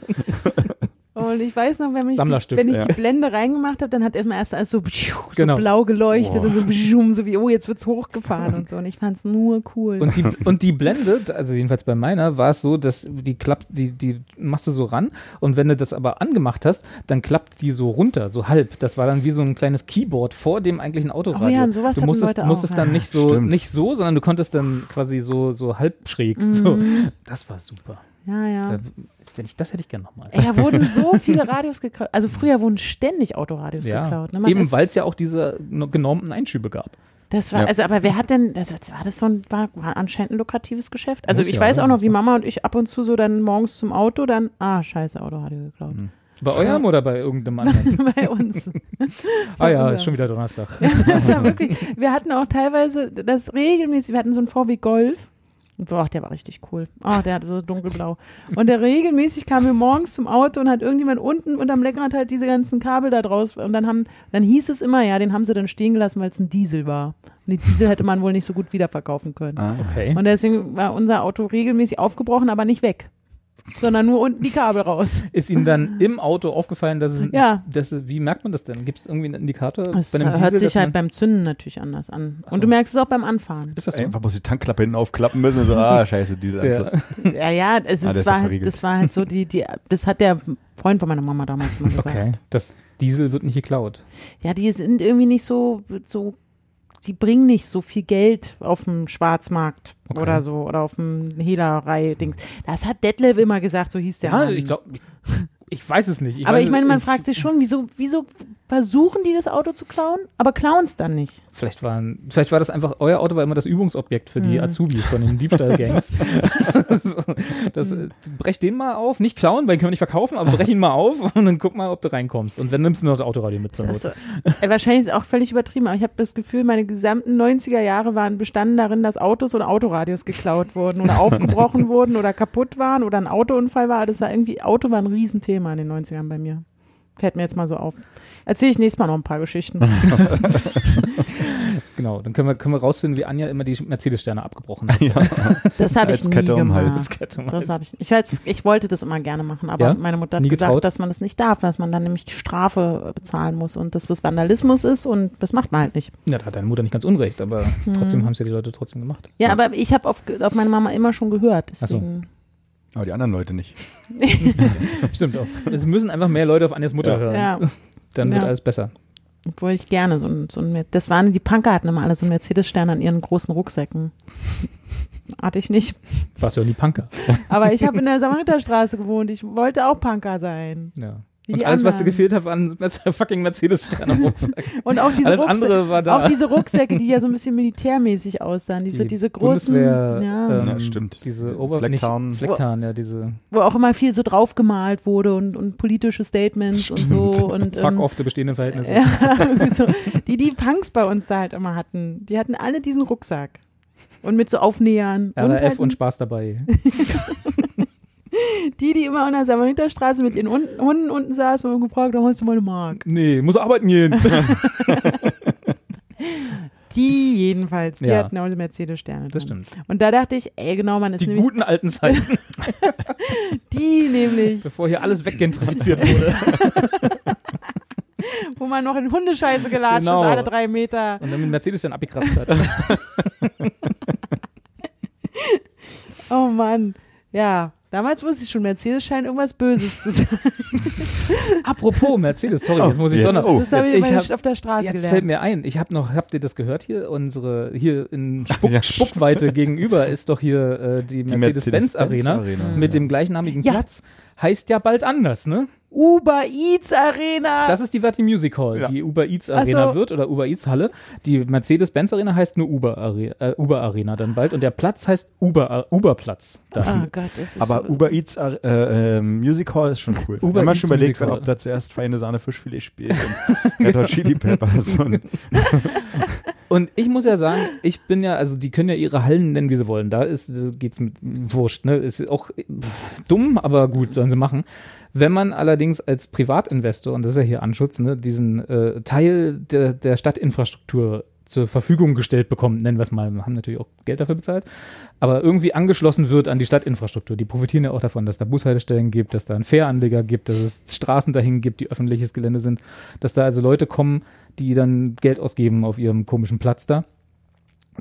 [SPEAKER 1] Und ich weiß noch, wenn ich, die,
[SPEAKER 2] Sammlerstück,
[SPEAKER 1] wenn ich
[SPEAKER 3] ja.
[SPEAKER 1] die Blende reingemacht habe, dann hat erstmal erst alles so, pschuh, so
[SPEAKER 2] Genau.
[SPEAKER 1] blau geleuchtet
[SPEAKER 3] Boah.
[SPEAKER 1] und so, pschuh, so wie, oh, jetzt wird's hochgefahren und so. Und ich fand's nur cool.
[SPEAKER 2] Und die, und die Blende, also jedenfalls bei meiner, war es so, dass die klappt, die, die machst du so ran und wenn du das aber angemacht hast, dann klappt die so runter, so halb. Das war dann wie so ein kleines Keyboard vor dem eigentlichen Autoradio.
[SPEAKER 1] Oh ja, und sowas
[SPEAKER 2] du
[SPEAKER 1] hatten
[SPEAKER 2] musstest,
[SPEAKER 1] Leute auch,
[SPEAKER 2] musstest dann
[SPEAKER 1] ja.
[SPEAKER 2] nicht so,
[SPEAKER 3] Stimmt.
[SPEAKER 2] nicht so, sondern du konntest dann quasi so, so halb schräg. So. Das war super.
[SPEAKER 1] ja, Mhm. ja.
[SPEAKER 2] Da, wenn ich, das hätte ich gerne nochmal.
[SPEAKER 1] Ey, da wurden so viele Radios geklaut. Also früher wurden ständig Autoradios
[SPEAKER 2] Ja,
[SPEAKER 1] geklaut. Ne? Man
[SPEAKER 2] eben
[SPEAKER 1] ist-
[SPEAKER 2] weil es ja auch diese no- genormten Einschübe gab.
[SPEAKER 1] Das war,
[SPEAKER 3] Ja.
[SPEAKER 1] also, aber wer hat denn, also, war das so ein, war, war anscheinend ein lukratives Geschäft? Also,
[SPEAKER 2] Muss
[SPEAKER 1] ich
[SPEAKER 2] ja,
[SPEAKER 1] weiß
[SPEAKER 2] oder?
[SPEAKER 1] auch noch, wie Mama und ich ab und zu so dann morgens zum Auto dann, ah, scheiße, Autoradio geklaut.
[SPEAKER 2] Bei eurem oder bei irgendeinem anderen?
[SPEAKER 1] Bei uns.
[SPEAKER 2] ah ja,
[SPEAKER 1] unserem.
[SPEAKER 2] ist schon wieder Donnerstag.
[SPEAKER 1] Das war wirklich, wir hatten auch teilweise das regelmäßig, wir hatten so einen VW Golf. Boah, der war richtig cool. Oh, der hatte so dunkelblau. Und der regelmäßig kam mir morgens zum Auto und hat irgendjemand unten unterm Lenkrad halt diese ganzen Kabel da draus. Und dann haben, dann hieß es immer, ja, den haben sie dann stehen gelassen, weil es ein Diesel war. Und den Diesel hätte man wohl nicht so gut wiederverkaufen können.
[SPEAKER 2] Ah. Okay.
[SPEAKER 1] Und deswegen war unser Auto regelmäßig aufgebrochen, aber nicht weg. Sondern nur unten die Kabel raus.
[SPEAKER 2] Ist Ihnen dann im Auto aufgefallen, dass es.
[SPEAKER 1] Ah. Ja.
[SPEAKER 2] Dass, es- wie merkt man das denn? Gibt es irgendwie einen Indikator?
[SPEAKER 1] Das
[SPEAKER 2] einem
[SPEAKER 1] hört
[SPEAKER 2] Diesel,
[SPEAKER 1] sich
[SPEAKER 2] dass
[SPEAKER 1] halt
[SPEAKER 2] man-
[SPEAKER 1] beim Zünden natürlich anders an.
[SPEAKER 2] so.
[SPEAKER 1] Und du merkst es auch beim Anfahren.
[SPEAKER 2] Ist das so?
[SPEAKER 3] Einfach muss die Tankklappe hinten aufklappen müssen und so, ah, scheiße, dieser Anschluss.
[SPEAKER 2] Ja.
[SPEAKER 1] Ja, ja, es
[SPEAKER 3] Ah, der
[SPEAKER 1] ist
[SPEAKER 3] ist ja
[SPEAKER 1] war, halt-
[SPEAKER 3] verriegelt.
[SPEAKER 1] das war halt so die, die, das hat der Freund von meiner Mama damals mal gesagt.
[SPEAKER 2] Okay. Das Diesel wird nicht geklaut.
[SPEAKER 1] Ja, die sind irgendwie nicht so, so, die bringen nicht so viel Geld auf dem Schwarzmarkt
[SPEAKER 2] Okay.
[SPEAKER 1] oder so oder auf dem Hehlerei-Dings. Das hat Detlef immer gesagt, so hieß der.
[SPEAKER 2] Ja,
[SPEAKER 1] Mann.
[SPEAKER 2] ich glaube. Ich weiß es nicht.
[SPEAKER 1] Aber
[SPEAKER 2] weiß,
[SPEAKER 1] ich meine, man
[SPEAKER 2] ich,
[SPEAKER 1] fragt sich schon, wieso, wieso versuchen die das Auto zu klauen, aber klauen es dann nicht.
[SPEAKER 2] Vielleicht, waren, vielleicht war das einfach, euer Auto war immer das Übungsobjekt für
[SPEAKER 1] Mhm.
[SPEAKER 2] die Azubis von den Diebstahlgangs. so, das, äh, brech den mal auf, nicht klauen, weil den können wir nicht verkaufen, aber brech ihn mal auf und dann guck mal, ob du reinkommst. Und wenn, nimmst du noch das Autoradio mit zur Not.
[SPEAKER 1] Also, äh, wahrscheinlich ist es auch völlig übertrieben, aber ich habe das Gefühl, meine gesamten 90er Jahre waren bestanden darin, dass Autos oder Autoradios geklaut wurden oder aufgebrochen wurden oder kaputt waren oder ein Autounfall war. Das war irgendwie, Auto war ein Riesenthema in den 90ern bei mir. Fällt mir jetzt mal so auf. Erzähle ich nächstes Mal noch ein paar Geschichten.
[SPEAKER 2] Genau, dann können wir, können wir rausfinden, wie Anja immer die Mercedes-Sterne abgebrochen hat. Ja.
[SPEAKER 1] Das habe ich
[SPEAKER 3] Als
[SPEAKER 1] nie
[SPEAKER 3] Kette um den Hals.
[SPEAKER 1] gemacht. Das habe ich, ich, weiß, ich wollte das immer gerne machen, aber
[SPEAKER 2] Ja?
[SPEAKER 1] meine Mutter hat
[SPEAKER 2] Nie
[SPEAKER 1] gesagt,
[SPEAKER 2] getraut?
[SPEAKER 1] dass man das nicht darf, dass man dann nämlich die Strafe bezahlen muss und dass das Vandalismus ist und das macht man halt nicht.
[SPEAKER 2] Ja, da hat deine Mutter nicht ganz unrecht, aber
[SPEAKER 1] Hm.
[SPEAKER 2] trotzdem haben es ja die Leute trotzdem gemacht.
[SPEAKER 1] Ja, aber ich habe auf, auf meine Mama immer schon gehört.
[SPEAKER 2] so.
[SPEAKER 1] Deswegen.
[SPEAKER 3] Aber die anderen Leute nicht.
[SPEAKER 2] Stimmt auch. Es müssen einfach mehr Leute auf Anjas Mutter
[SPEAKER 3] Ja.
[SPEAKER 2] hören.
[SPEAKER 1] Ja,
[SPEAKER 2] Dann wird
[SPEAKER 1] Ja.
[SPEAKER 2] alles besser.
[SPEAKER 1] obwohl ich gerne so ein, so ein Mer- das waren die Punker hatten immer alle so einen Mercedes-Stern an ihren großen Rucksäcken. Hatte ich nicht.
[SPEAKER 2] Warst du ja nie Punker.
[SPEAKER 1] Aber ich habe in der Samariterstraße gewohnt. Ich wollte auch Punker sein.
[SPEAKER 2] Ja.
[SPEAKER 1] Wie
[SPEAKER 2] Und
[SPEAKER 1] die
[SPEAKER 2] alles, was dir
[SPEAKER 1] anderen.
[SPEAKER 2] gefehlt hat, waren Merce- fucking Mercedes-Sterne am Rucksack.
[SPEAKER 1] Und auch diese
[SPEAKER 2] Alles
[SPEAKER 1] Rucksäcke.
[SPEAKER 2] andere war da.
[SPEAKER 1] Auch diese Rucksäcke, die ja so ein bisschen militärmäßig aussahen, diese, diese großen,
[SPEAKER 2] Bundeswehr,
[SPEAKER 1] ja, Ähm,
[SPEAKER 2] ähm,
[SPEAKER 3] Ja, stimmt.
[SPEAKER 2] Diese Ober
[SPEAKER 3] Flecktarn.
[SPEAKER 2] Nicht, Flecktarn, ja, diese
[SPEAKER 1] wo auch immer viel so drauf gemalt wurde und, und politische Statements und so. Und,
[SPEAKER 2] Fuck
[SPEAKER 1] ähm,
[SPEAKER 2] off der bestehenden Verhältnisse.
[SPEAKER 1] Ja, irgendwie so, die die Punks bei uns da halt immer hatten, die hatten alle diesen Rucksack. Und mit so Aufnähern. und,
[SPEAKER 2] RAF
[SPEAKER 1] halt
[SPEAKER 2] und Spaß dabei.
[SPEAKER 1] die, die immer an der Samariterstraße mit ihren Un- Hunden unten saßen und gefragt haben, hast du mal eine Mark?
[SPEAKER 2] Nee, muss arbeiten gehen.
[SPEAKER 1] Die jedenfalls, die
[SPEAKER 2] Ja.
[SPEAKER 1] hatten auch die Mercedes-Sterne.
[SPEAKER 2] Das
[SPEAKER 1] dran.
[SPEAKER 2] stimmt.
[SPEAKER 1] Und da dachte ich, ey, genau, man ist
[SPEAKER 2] Die
[SPEAKER 1] nämlich
[SPEAKER 2] guten alten Zeiten,
[SPEAKER 1] die nämlich.
[SPEAKER 2] bevor hier alles weggentrifiziert wurde.
[SPEAKER 1] wo man noch in Hundescheiße gelatscht
[SPEAKER 2] Genau.
[SPEAKER 1] ist, alle drei Meter.
[SPEAKER 2] Und dann mit Mercedes dann abgekratzt hat.
[SPEAKER 1] Oh Mann. Ja, damals wusste ich schon, Mercedes scheint irgendwas Böses zu sein.
[SPEAKER 2] Apropos Mercedes, sorry, jetzt muss ich
[SPEAKER 3] jetzt,
[SPEAKER 2] doch noch.
[SPEAKER 3] oh,
[SPEAKER 1] Das habe ich,
[SPEAKER 2] jetzt-
[SPEAKER 1] immer
[SPEAKER 2] ich hab-
[SPEAKER 1] nicht auf der Straße
[SPEAKER 2] Jetzt fällt
[SPEAKER 1] gelernt.
[SPEAKER 2] mir ein, ich habe noch, habt ihr das gehört hier? Unsere, hier in Spuck,
[SPEAKER 3] Ja.
[SPEAKER 2] Spuckweite gegenüber ist doch hier äh, die,
[SPEAKER 3] Die
[SPEAKER 2] Mercedes-Benz-Arena
[SPEAKER 3] Mercedes-Benz-Arena.
[SPEAKER 2] mit dem gleichnamigen
[SPEAKER 1] Ja.
[SPEAKER 2] Platz. Heißt ja bald anders, ne?
[SPEAKER 1] Uber Eats Arena.
[SPEAKER 2] Das ist die Verti Music Hall,
[SPEAKER 3] Ja.
[SPEAKER 2] die Uber Eats
[SPEAKER 1] Ach
[SPEAKER 2] Arena
[SPEAKER 1] so.
[SPEAKER 2] wird oder Uber Eats Halle. Die Mercedes-Benz Arena heißt nur Uber, Are äh, Uber Arena dann bald und der Platz heißt Uber, äh, Uber Platz. Da.
[SPEAKER 1] oh Gott, das ist
[SPEAKER 3] Aber
[SPEAKER 1] so
[SPEAKER 3] Uber Eats äh, äh, Music Hall ist schon cool.
[SPEAKER 2] Uber
[SPEAKER 3] Wenn man
[SPEAKER 2] Eats
[SPEAKER 3] schon überlegt,
[SPEAKER 2] Music Hall.
[SPEAKER 3] ob da zuerst feine Sahne Fischfilet spielt und Red Hot Chili Peppers und
[SPEAKER 2] Und ich muss ja sagen, ich bin ja, also die können ja ihre Hallen nennen, wie sie wollen. Da ist, geht's mit Wurscht, ne? Ist auch äh, pff, dumm, aber gut, sollen sie machen. Wenn man allerdings als Privatinvestor, und das ist ja hier Anschutz, ne, diesen äh, Teil der, der Stadtinfrastruktur zur Verfügung gestellt bekommt, nennen wir es mal, wir haben natürlich auch Geld dafür bezahlt, aber irgendwie angeschlossen wird an die Stadtinfrastruktur. Die profitieren ja auch davon, dass da Bushaltestellen gibt, dass da einen Fähranleger gibt, dass es Straßen dahin gibt, die öffentliches Gelände sind, dass da also Leute kommen, die dann Geld ausgeben auf ihrem komischen Platz da.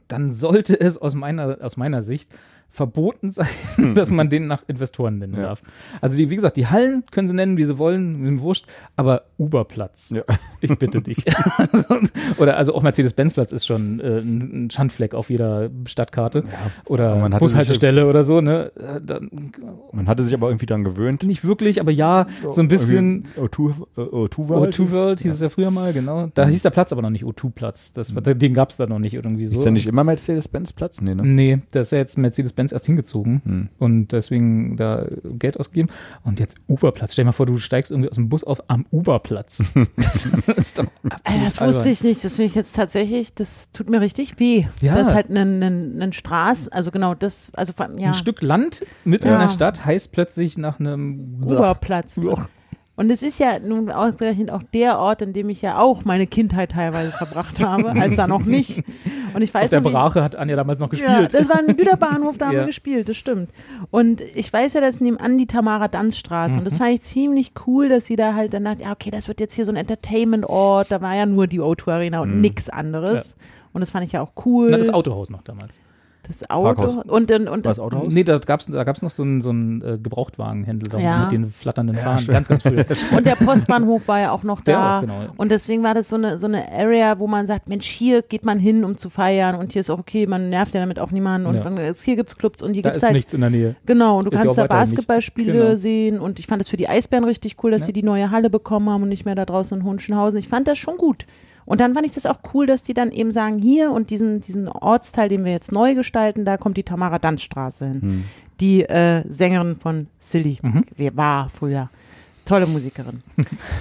[SPEAKER 2] Dann sollte es aus meiner, aus meiner Sicht verboten sein, dass man den nach Investoren nennen darf. Also die, wie gesagt, die Hallen können sie nennen, wie sie wollen, mit dem Wurscht, aber Uberplatz.
[SPEAKER 3] Ja.
[SPEAKER 2] Ich bitte dich. Also, Oder also auch Mercedes-Benz-Platz ist schon äh, ein ein Schandfleck auf jeder Stadtkarte oder
[SPEAKER 3] Aber man hatte sich-
[SPEAKER 2] Bushaltestelle oder so. Ne? Äh, Dann,
[SPEAKER 3] man hatte sich aber irgendwie dran gewöhnt.
[SPEAKER 2] nicht wirklich, aber ja, so, ein bisschen.
[SPEAKER 3] O2, äh, O2 war halt.
[SPEAKER 2] O2 World hieß es ja früher mal, genau. Da hieß der Platz aber noch nicht O2-Platz. Das, war- Den gab es da noch nicht irgendwie so.
[SPEAKER 3] Ist der nicht immer Mercedes-Benz Platz? Nee, ne?
[SPEAKER 2] Nee, da ist ja jetzt Mercedes-Benz erst hingezogen
[SPEAKER 3] Hm.
[SPEAKER 2] und deswegen da Geld ausgegeben. Und jetzt Uberplatz. Stell dir mal vor, du steigst irgendwie aus dem Bus auf am Uberplatz. das ist doch
[SPEAKER 1] Alter,
[SPEAKER 2] absolut
[SPEAKER 1] Äh, das wusste
[SPEAKER 2] albern.
[SPEAKER 1] ich nicht. Das finde ich jetzt tatsächlich, das tut mir richtig weh.
[SPEAKER 2] Ja.
[SPEAKER 1] Das ist halt ein, ein, ein Straß, also genau das, also vor allem, ja,
[SPEAKER 2] Ein Stück Land mitten
[SPEAKER 1] Ja.
[SPEAKER 2] in der Stadt heißt plötzlich nach einem
[SPEAKER 1] Uberplatz.
[SPEAKER 2] Blach.
[SPEAKER 1] Und es ist ja nun ausgerechnet auch der Ort, in dem ich ja auch meine Kindheit teilweise verbracht habe, als da noch nicht. Und ich weiß
[SPEAKER 2] Auf der
[SPEAKER 1] noch, wie ich-
[SPEAKER 2] Brache hat Anja damals noch
[SPEAKER 1] Ja,
[SPEAKER 2] gespielt.
[SPEAKER 1] das war ein Güterbahnhof, da haben
[SPEAKER 2] Ja.
[SPEAKER 1] wir gespielt, das stimmt. Und ich weiß ja, dass nebenan die Tamara-Danzstraße
[SPEAKER 2] Mhm.
[SPEAKER 1] und das fand ich ziemlich cool, dass sie da halt dann dachte, ja okay, das wird jetzt hier so ein Entertainment-Ort, da
[SPEAKER 2] Mhm.
[SPEAKER 1] war ja nur die O2-Arena und nix anderes. Und das fand ich ja auch cool.
[SPEAKER 2] Na, das Autohaus noch damals.
[SPEAKER 1] Das Auto.
[SPEAKER 3] Parkhaus.
[SPEAKER 1] Und, und, und
[SPEAKER 3] War das Autohaus?
[SPEAKER 2] Nee, da gab es da gab's noch so einen so einen, äh, Gebrauchtwagenhändler da
[SPEAKER 1] Ja.
[SPEAKER 2] mit den flatternden Fahnen, ganz, ganz früh.
[SPEAKER 1] Und der Postbahnhof war ja auch noch
[SPEAKER 2] Der
[SPEAKER 1] da.
[SPEAKER 2] auch, genau, ja.
[SPEAKER 1] Und deswegen war das so eine, so eine Area, wo man sagt, Mensch, hier geht man hin, um zu feiern und hier ist auch okay, man nervt ja damit auch niemanden und
[SPEAKER 2] Ja.
[SPEAKER 1] dann ist, hier gibt's Clubs und hier
[SPEAKER 2] da
[SPEAKER 1] gibt's
[SPEAKER 2] ist
[SPEAKER 1] halt
[SPEAKER 2] nichts in der Nähe.
[SPEAKER 1] Genau, und du
[SPEAKER 2] Ist ja
[SPEAKER 1] kannst da
[SPEAKER 2] auch weiterhin nicht.
[SPEAKER 1] Basketballspiele
[SPEAKER 2] Genau.
[SPEAKER 1] sehen und ich fand das für die Eisbären richtig cool, dass
[SPEAKER 2] Ja.
[SPEAKER 1] sie die neue Halle bekommen haben und nicht mehr da draußen in Hunschenhausen. Ich fand das schon gut. Und dann fand ich das auch cool, dass die dann eben sagen, hier und diesen, diesen Ortsteil, den wir jetzt neu gestalten, da kommt die Tamara Danzstraße hin.
[SPEAKER 2] Hm.
[SPEAKER 1] Die äh, Sängerin von Silly
[SPEAKER 2] Mhm.
[SPEAKER 1] wir- war früher. Tolle Musikerin.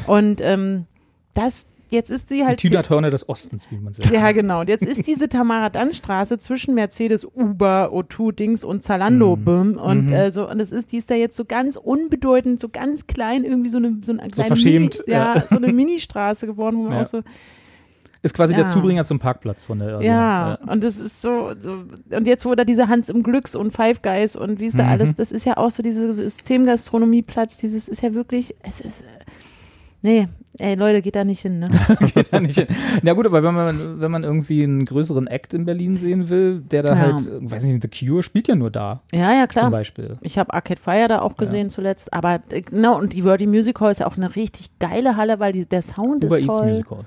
[SPEAKER 1] und ähm, das, jetzt ist sie halt.
[SPEAKER 2] Die Tina Turner des Ostens, wie man sagt.
[SPEAKER 1] Ja, genau. Und jetzt ist diese Tamara-Dann-Straße zwischen Mercedes, Uber, O2, Dings und Zalando. Bim, und äh, so, und es ist, die ist da jetzt so ganz unbedeutend, so ganz klein, irgendwie so eine, so eine kleine
[SPEAKER 2] verschämt,
[SPEAKER 1] Mini, ja, so eine Ministraße geworden, wo man
[SPEAKER 2] Ja.
[SPEAKER 1] auch so,
[SPEAKER 2] Ist quasi
[SPEAKER 1] Ja.
[SPEAKER 2] der Zubringer zum Parkplatz von der Äh,
[SPEAKER 1] ja, und das ist so, so, und jetzt, wo da diese Hans im Glücks und Five Guys und wie ist da alles, das ist ja auch so diese Systemgastronomieplatz, dieses ist ja wirklich, es ist, äh, nee, ey Leute, geht da nicht hin, ne?
[SPEAKER 2] geht da nicht hin. Na gut, aber wenn man, wenn man irgendwie einen größeren Act in Berlin sehen will, der da
[SPEAKER 1] Ja.
[SPEAKER 2] halt, äh, weiß nicht, The Cure spielt ja nur da,
[SPEAKER 1] Ja, ja, klar.
[SPEAKER 2] zum Beispiel.
[SPEAKER 1] Ich habe Arcade Fire da auch gesehen zuletzt, aber äh, genau, und die Wordy Music Hall ist ja auch eine richtig geile Halle, weil die, der Sound
[SPEAKER 2] Uber
[SPEAKER 1] ist
[SPEAKER 2] Eats
[SPEAKER 1] toll.
[SPEAKER 2] Musical.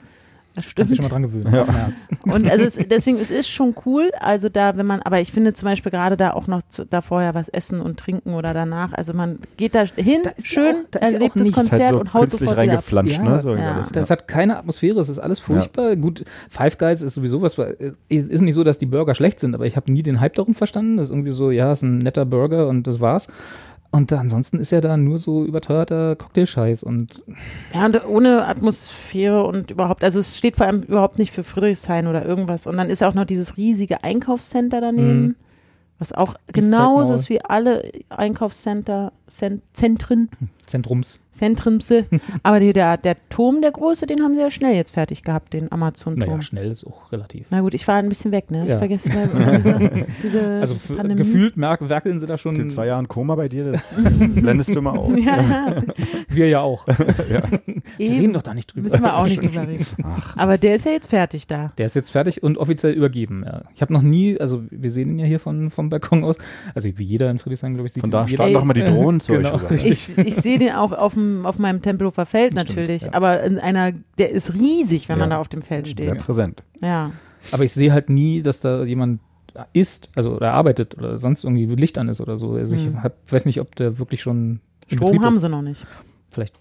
[SPEAKER 1] Das
[SPEAKER 2] Kannst dich schon mal
[SPEAKER 1] stimmt.
[SPEAKER 2] dran gewöhnen.
[SPEAKER 3] Ja.
[SPEAKER 2] im März.
[SPEAKER 1] Und also es, deswegen, es ist schon cool. Also da, wenn man, aber ich finde zum Beispiel gerade da auch noch zu, da vorher was essen und trinken oder danach. Also man geht da hin, schön,
[SPEAKER 2] auch- da ist ja auch
[SPEAKER 1] erlebt das
[SPEAKER 2] nichts.
[SPEAKER 1] Konzert
[SPEAKER 3] Ist halt so
[SPEAKER 1] und haut
[SPEAKER 3] künstlich
[SPEAKER 1] sofort wieder ab.
[SPEAKER 3] reingeflanscht,
[SPEAKER 2] Ja.
[SPEAKER 3] ne? So irgendwie
[SPEAKER 1] Ja.
[SPEAKER 3] alles,
[SPEAKER 2] Das hat keine Atmosphäre, es ist alles furchtbar. Gut, Five Guys ist sowieso was, weil, äh, ist nicht so, dass die Burger schlecht sind, aber ich habe nie den Hype darum verstanden. Das ist irgendwie so, ja, ist ein netter Burger und das war's. Und da, ansonsten ist ja da nur so überteuerter Cocktailscheiß und
[SPEAKER 1] Ja, und ohne Atmosphäre und überhaupt, also es steht vor allem überhaupt nicht für Friedrichshain oder irgendwas. Und dann ist ja auch noch dieses riesige Einkaufscenter daneben,
[SPEAKER 2] Mhm.
[SPEAKER 1] was auch
[SPEAKER 2] East Side
[SPEAKER 1] genauso
[SPEAKER 2] Mall.
[SPEAKER 1] ist wie alle Einkaufscenter, Zen- Zentren,
[SPEAKER 2] Zentrums.
[SPEAKER 1] Zentrense. Aber die, der, der Turm, der große, den haben sie ja schnell jetzt fertig gehabt, den Amazon-Turm.
[SPEAKER 2] Naja, schnell ist auch relativ.
[SPEAKER 1] Na gut, ich war ein bisschen weg, ne? Ich
[SPEAKER 2] Ja.
[SPEAKER 1] vergesse mal diese, diese
[SPEAKER 2] Also
[SPEAKER 1] diese
[SPEAKER 2] f-
[SPEAKER 1] Pandemie.
[SPEAKER 2] gefühlt merk, werkeln sie da schon.
[SPEAKER 3] ja. Den zwei Jahren Koma bei dir, das blendest du mal auf.
[SPEAKER 1] Ja,
[SPEAKER 2] Wir ja auch. Wir reden
[SPEAKER 1] eben.
[SPEAKER 2] doch da nicht drüber.
[SPEAKER 1] Müssen wir auch nicht drüber reden. Aber der ist ja jetzt fertig da.
[SPEAKER 2] Der ist jetzt fertig und offiziell übergeben. Ja. Ich habe noch nie, also wir sehen ihn ja hier von, vom Balkon aus. Also wie jeder in Friedrichshain, glaube ich, sieht
[SPEAKER 3] Von
[SPEAKER 2] ihn
[SPEAKER 3] da
[SPEAKER 2] jeder.
[SPEAKER 3] starten
[SPEAKER 1] Ey.
[SPEAKER 3] nochmal die Drohnen zu
[SPEAKER 2] Genau,
[SPEAKER 3] euch rüber.
[SPEAKER 2] richtig.
[SPEAKER 1] Ich, ich sehe den auch auf, dem, auf meinem Tempelhofer Feld
[SPEAKER 2] Stimmt,
[SPEAKER 1] natürlich,
[SPEAKER 2] ja.
[SPEAKER 1] aber in einer, der ist riesig, wenn man
[SPEAKER 3] Ja.
[SPEAKER 1] da auf dem Feld
[SPEAKER 3] Sehr
[SPEAKER 1] steht.
[SPEAKER 3] präsent.
[SPEAKER 1] Ja.
[SPEAKER 2] Aber ich sehe halt nie, dass da jemand ist, also oder arbeitet oder sonst irgendwie Licht an ist oder so. Also ich hab, weiß nicht, ob der wirklich schon in
[SPEAKER 1] Hm. Strom
[SPEAKER 2] Betrieb
[SPEAKER 1] haben
[SPEAKER 2] ist.
[SPEAKER 1] sie noch nicht.
[SPEAKER 2] Vielleicht.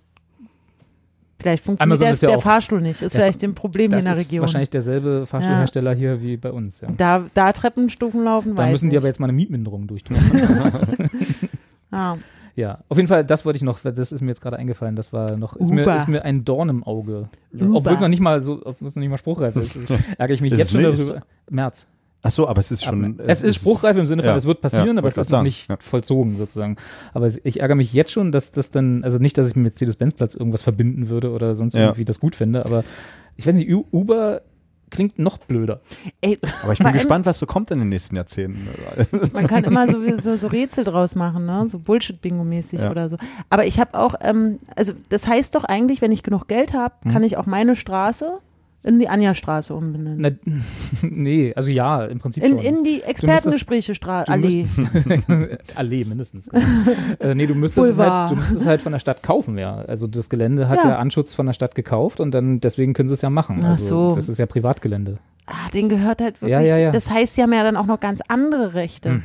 [SPEAKER 1] Vielleicht funktioniert
[SPEAKER 2] Amazon
[SPEAKER 1] der,
[SPEAKER 2] ist ja
[SPEAKER 1] der
[SPEAKER 2] auch-
[SPEAKER 1] Fahrstuhl nicht. Ist
[SPEAKER 2] der
[SPEAKER 1] vielleicht ein Problem hier in
[SPEAKER 2] Das
[SPEAKER 1] der
[SPEAKER 2] ist
[SPEAKER 1] Region.
[SPEAKER 2] wahrscheinlich derselbe Fahrstuhlhersteller hier wie bei uns. Ja.
[SPEAKER 1] Da, da Treppenstufen laufen,
[SPEAKER 2] Da
[SPEAKER 1] weiß
[SPEAKER 2] müssen
[SPEAKER 1] nicht.
[SPEAKER 2] die aber jetzt mal eine Mietminderung durchtun.
[SPEAKER 1] Ah.
[SPEAKER 2] Ja, auf jeden Fall, das wollte ich noch, das ist mir jetzt gerade eingefallen, das war noch, ist, mir,
[SPEAKER 1] Uber.
[SPEAKER 2] ist mir ein Dorn im Auge.
[SPEAKER 1] Uber.
[SPEAKER 2] Obwohl es noch nicht mal so, obwohl es noch nicht mal spruchreif ist, ärgere ich mich
[SPEAKER 3] Ist
[SPEAKER 2] jetzt
[SPEAKER 3] es
[SPEAKER 2] schon
[SPEAKER 3] nicht?
[SPEAKER 2] darüber. März.
[SPEAKER 3] Ach so, aber es ist
[SPEAKER 2] ab
[SPEAKER 3] schon.
[SPEAKER 2] März. es ist spruchreif im Sinne von,
[SPEAKER 3] ja,
[SPEAKER 2] es wird passieren,
[SPEAKER 3] ja,
[SPEAKER 2] aber es
[SPEAKER 3] wollte
[SPEAKER 2] ist
[SPEAKER 3] grad
[SPEAKER 2] noch
[SPEAKER 3] sagen,
[SPEAKER 2] nicht
[SPEAKER 3] ja.
[SPEAKER 2] vollzogen sozusagen. Aber ich ärgere mich jetzt schon, dass das dann, also nicht, dass ich mit Mercedes-Benz-Platz irgendwas verbinden würde oder sonst
[SPEAKER 3] Ja.
[SPEAKER 2] irgendwie das gut finde, aber ich weiß nicht, U- Uber klingt noch blöder.
[SPEAKER 1] Ey,
[SPEAKER 3] Aber ich bin
[SPEAKER 1] Vor allem-
[SPEAKER 3] gespannt, was so kommt in den nächsten Jahrzehnten.
[SPEAKER 1] Man kann immer so, so, so Rätsel draus machen, ne? so Bullshit-Bingo-mäßig
[SPEAKER 3] Ja.
[SPEAKER 1] oder so. Aber ich habe auch, ähm, also das heißt doch eigentlich, wenn ich genug Geld habe,
[SPEAKER 2] Hm.
[SPEAKER 1] kann ich auch meine Straße in die Anja-Straße umbenennen.
[SPEAKER 2] Na, nee, also ja, im Prinzip
[SPEAKER 1] In,
[SPEAKER 2] schon.
[SPEAKER 1] in die Expertengespräche Stra-
[SPEAKER 2] Du
[SPEAKER 1] Allee.
[SPEAKER 2] müsstest- Allee mindestens. äh, nee, du müsstest, es
[SPEAKER 1] Boulevard.
[SPEAKER 2] halt, du müsstest es halt von der Stadt kaufen, ja. Also das Gelände hat
[SPEAKER 1] Ja.
[SPEAKER 2] ja, Anschutz von der Stadt gekauft und dann deswegen können sie es ja machen.
[SPEAKER 1] Ach
[SPEAKER 2] also,
[SPEAKER 1] so.
[SPEAKER 2] Das ist ja Privatgelände.
[SPEAKER 1] Ah, den gehört halt wirklich.
[SPEAKER 2] Ja, ja, ja.
[SPEAKER 1] Das heißt, sie haben ja dann auch noch ganz andere Rechte.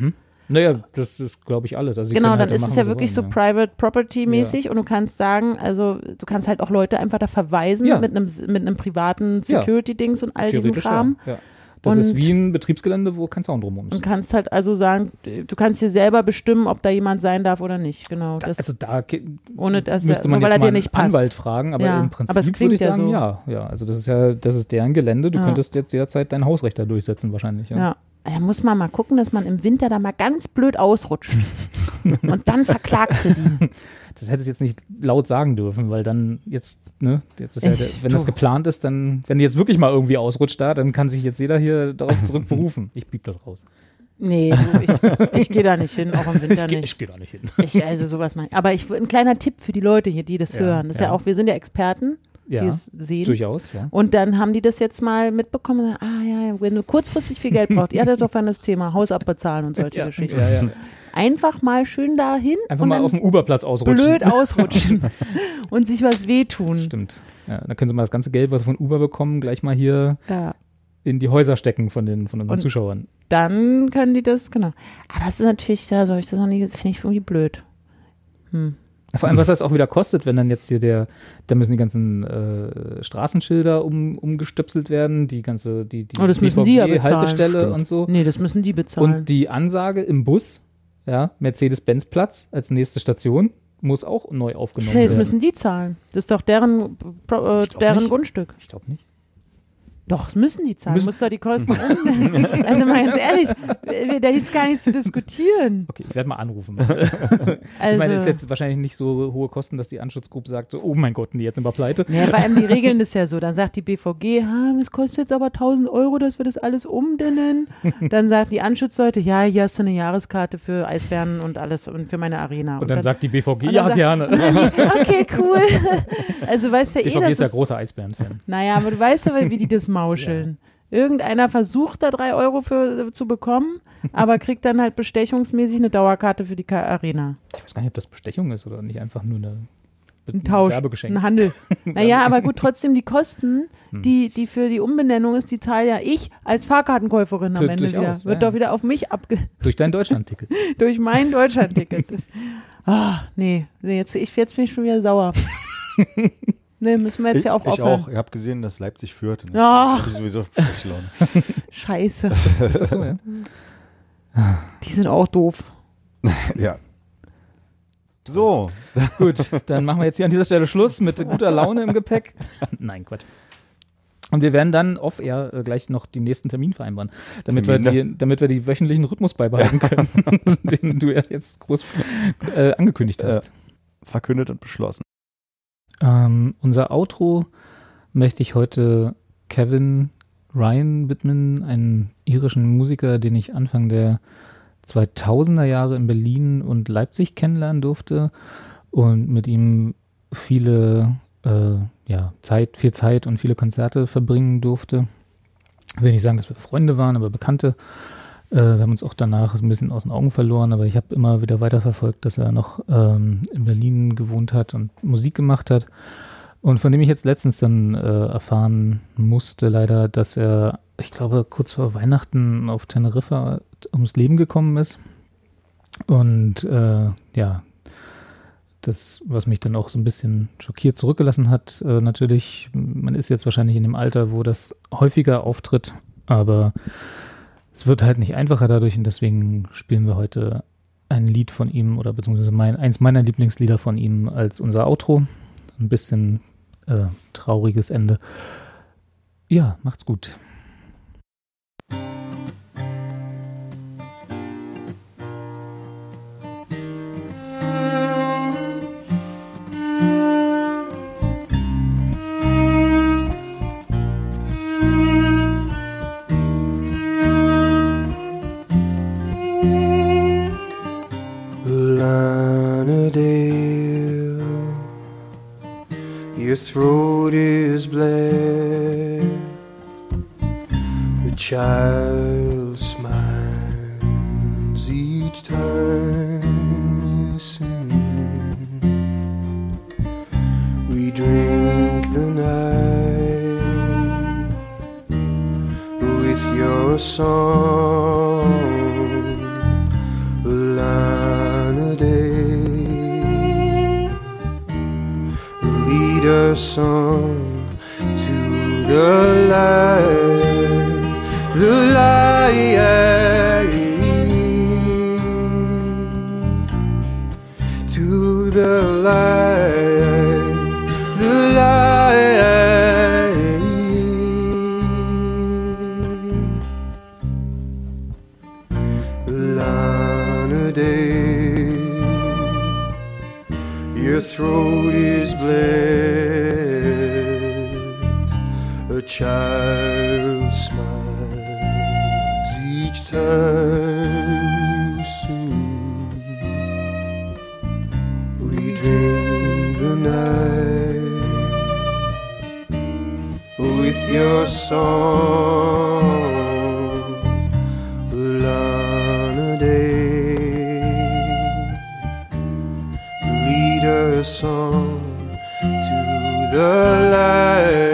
[SPEAKER 2] Naja, das ist, glaube ich, alles. Also sie
[SPEAKER 1] Genau,
[SPEAKER 2] können
[SPEAKER 1] dann
[SPEAKER 2] halt
[SPEAKER 1] ist
[SPEAKER 2] machen,
[SPEAKER 1] es ja
[SPEAKER 2] was sie
[SPEAKER 1] wirklich so
[SPEAKER 2] wollen,
[SPEAKER 1] Private Property mäßig und du kannst sagen, also du kannst halt auch Leute einfach da verweisen
[SPEAKER 2] Ja.
[SPEAKER 1] mit einem mit einem privaten
[SPEAKER 2] Ja.
[SPEAKER 1] Security-Dings und all
[SPEAKER 2] ja.
[SPEAKER 1] diesem
[SPEAKER 2] Theoretisch
[SPEAKER 1] Kram.
[SPEAKER 2] ja. ja. Das ist
[SPEAKER 1] Und-
[SPEAKER 2] wie ein Betriebsgelände, wo kein Zaun drumherum
[SPEAKER 1] Und
[SPEAKER 2] ist.
[SPEAKER 1] kannst halt also sagen, du kannst dir selber bestimmen, ob da jemand sein darf oder nicht. Genau. Das,
[SPEAKER 2] Also da ke-
[SPEAKER 1] ohne dass er-
[SPEAKER 2] müsste man
[SPEAKER 1] nur weil
[SPEAKER 2] jetzt
[SPEAKER 1] er
[SPEAKER 2] mal
[SPEAKER 1] dir
[SPEAKER 2] einen
[SPEAKER 1] nicht passt.
[SPEAKER 2] Anwalt fragen, aber
[SPEAKER 1] Ja,
[SPEAKER 2] im Prinzip
[SPEAKER 1] aber es klingt
[SPEAKER 2] würde ich
[SPEAKER 1] ja
[SPEAKER 2] sagen,
[SPEAKER 1] so.
[SPEAKER 2] ja, ja. Also das ist ja, das ist deren Gelände. Du
[SPEAKER 1] Ja.
[SPEAKER 2] könntest jetzt jederzeit dein Hausrecht da durchsetzen wahrscheinlich.
[SPEAKER 1] ja. Da muss man mal gucken, dass man im Winter da mal ganz blöd ausrutscht. und dann verklagst du die.
[SPEAKER 2] Das hätte es jetzt nicht laut sagen dürfen, weil dann jetzt, ne, jetzt ist ja,
[SPEAKER 1] Ich-
[SPEAKER 2] der, wenn das
[SPEAKER 1] du.
[SPEAKER 2] geplant ist, dann, wenn die jetzt wirklich mal irgendwie ausrutscht da, dann kann sich jetzt jeder hier darauf zurückberufen. Ich blieb da raus.
[SPEAKER 1] Nee, du, ich, ich gehe da nicht hin, auch im Winter
[SPEAKER 2] Ich gehe
[SPEAKER 1] nicht.
[SPEAKER 2] geh da nicht hin.
[SPEAKER 1] Ich, also sowas mal. Aber ich, ein kleiner Tipp für die Leute hier, die das
[SPEAKER 2] Ja,
[SPEAKER 1] hören. Das ist ja.
[SPEAKER 2] ja.
[SPEAKER 1] auch, wir sind ja Experten
[SPEAKER 2] Ja,
[SPEAKER 1] die Oh, es sehen.
[SPEAKER 2] durchaus, ja.
[SPEAKER 1] Und dann haben die das jetzt mal mitbekommen, ah ja, wenn du kurzfristig viel Geld braucht, ihr hattet doch dann das Thema Haus abbezahlen und solche
[SPEAKER 2] ja,
[SPEAKER 1] Geschichten.
[SPEAKER 2] Ja, ja.
[SPEAKER 1] Einfach mal schön dahin
[SPEAKER 2] Einfach
[SPEAKER 1] und
[SPEAKER 2] mal
[SPEAKER 1] dann
[SPEAKER 2] auf dem Uberplatz ausrutschen.
[SPEAKER 1] blöd ausrutschen und sich was wehtun.
[SPEAKER 2] Stimmt. Ja, dann können sie mal das ganze Geld, was sie von Uber bekommen, gleich mal hier
[SPEAKER 1] Ja.
[SPEAKER 2] in die Häuser stecken von, den, von unseren
[SPEAKER 1] Und-
[SPEAKER 2] Zuschauern.
[SPEAKER 1] Dann können die das, genau. Ah, das ist natürlich, da soll ich das noch nie, finde ich irgendwie blöd.
[SPEAKER 2] Vor allem, was das auch wieder kostet, wenn dann jetzt hier der, da müssen die ganzen äh, Straßenschilder um, umgestöpselt werden, die ganze, die, die,
[SPEAKER 1] Oh, das müssen die ja bezahlen. Hm,
[SPEAKER 2] Haltestelle
[SPEAKER 3] Stimmt.
[SPEAKER 2] und so.
[SPEAKER 1] Nee, das müssen die bezahlen.
[SPEAKER 2] Und die Ansage im Bus, ja, Mercedes-Benz-Platz als nächste Station, muss auch neu aufgenommen
[SPEAKER 1] nee, das
[SPEAKER 2] werden.
[SPEAKER 1] müssen die zahlen. Das ist doch deren, äh,
[SPEAKER 2] glaub
[SPEAKER 1] deren
[SPEAKER 2] nicht.
[SPEAKER 1] Grundstück.
[SPEAKER 2] Ich glaube nicht.
[SPEAKER 1] Doch, das müssen die zahlen.
[SPEAKER 2] Müssen-
[SPEAKER 1] Muss doch die Kosten. also mal ganz ehrlich, äh, da gibt es gar nichts zu diskutieren.
[SPEAKER 2] Okay, ich werde mal anrufen.
[SPEAKER 1] Also,
[SPEAKER 2] ich meine, es ist jetzt wahrscheinlich nicht so hohe Kosten, dass die Anschutzgruppe sagt, so, oh mein Gott, nee, jetzt sind wir pleite.
[SPEAKER 1] ja, vor allem die regeln das ja so. Dann sagt die BVG, ha, es kostet jetzt aber 1000 Euro, dass wir das alles umdinnen. Dann sagt die Anschutzleute, ja, hier hast du eine Jahreskarte für Eisbären und alles und für meine Arena.
[SPEAKER 2] Und dann sagt die BVG,
[SPEAKER 1] dann
[SPEAKER 2] ja,
[SPEAKER 1] sagt-
[SPEAKER 2] gerne.
[SPEAKER 1] okay, cool. Also weißt ja eh,
[SPEAKER 2] BVG
[SPEAKER 1] dass
[SPEAKER 2] ist ja
[SPEAKER 1] es
[SPEAKER 2] großer Eisbären-Fan.
[SPEAKER 1] Naja, aber du weißt ja, wie die das mauscheln. Irgendeiner versucht da drei Euro für, äh, zu bekommen, aber kriegt dann halt bestechungsmäßig eine Dauerkarte für die Ka- Arena.
[SPEAKER 2] Ich weiß gar nicht, ob das Bestechung ist oder nicht einfach nur eine,
[SPEAKER 1] Ein Tausch,
[SPEAKER 2] Werbegeschenk.
[SPEAKER 1] ein Handel. Naja, aber gut, trotzdem die Kosten, die, die für die Umbenennung ist, die zahle ja ich als Fahrkartenkäuferin am
[SPEAKER 2] Du-
[SPEAKER 1] Ende wieder.
[SPEAKER 2] durchaus,
[SPEAKER 1] Wird
[SPEAKER 2] ja.
[SPEAKER 1] doch wieder auf mich abge...
[SPEAKER 2] Durch dein Deutschland-Ticket.
[SPEAKER 1] durch mein Deutschlandticket. Ah, nee, nee, jetzt, ich, jetzt bin ich schon wieder sauer. Nee, müssen wir jetzt
[SPEAKER 3] Ich,
[SPEAKER 1] ja auch Ah.
[SPEAKER 3] ich
[SPEAKER 1] aufhören.
[SPEAKER 3] auch. Ich habe gesehen, dass Leipzig führt. Und
[SPEAKER 1] Ach.
[SPEAKER 3] Ich hab sowieso schlechte Laune.
[SPEAKER 1] Scheiße,
[SPEAKER 2] Ist das so, ja?
[SPEAKER 1] die sind auch doof.
[SPEAKER 3] ja. So,
[SPEAKER 2] Gut, dann machen wir jetzt hier an dieser Stelle Schluss mit guter Laune im Gepäck. Nein, Quatsch. Und wir werden dann off-air äh, gleich noch den nächsten Termin vereinbaren, damit, wir
[SPEAKER 3] Termine.
[SPEAKER 2] die, damit wir die wöchentlichen Rhythmus beibehalten können, den du ja jetzt groß äh, angekündigt hast.
[SPEAKER 3] verkündet und beschlossen.
[SPEAKER 2] Ähm, unser Outro möchte ich heute Kevin Ryan widmen, einen irischen Musiker, den ich Anfang der 2000er Jahre in Berlin und Leipzig kennenlernen durfte und mit ihm viele äh, ja, Zeit, viel Zeit und viele Konzerte verbringen durfte. Ich will nicht sagen, dass wir Freunde waren, aber Bekannte. Äh, wir haben uns auch danach ein bisschen aus den Augen verloren, aber ich habe immer wieder weiterverfolgt, dass er noch ähm, in Berlin gewohnt hat und Musik gemacht hat. Und von dem ich jetzt letztens dann äh, erfahren musste, leider, dass er, ich glaube, kurz vor Weihnachten auf Teneriffa ums Leben gekommen ist. Und äh, ja, das, was mich dann auch so ein bisschen schockiert zurückgelassen hat, äh, natürlich, man ist jetzt wahrscheinlich in dem Alter, wo das häufiger auftritt, aber es wird halt nicht einfacher dadurch und deswegen spielen wir heute ein Lied von ihm oder beziehungsweise mein, eins meiner Lieblingslieder von ihm als unser Outro. Ein bisschen äh, trauriges Ende. Ja, macht's gut.
[SPEAKER 4] Lana Dale, your throat is black. The child smiles each time you sing. We drink the night with your song. Lana Day. Lead us on to the light, the light, to the light, the light. Lana Day. Your throat is blessed. A child smiles each time you sing. We drink the night with your song. Lana Day, lead a song to the light.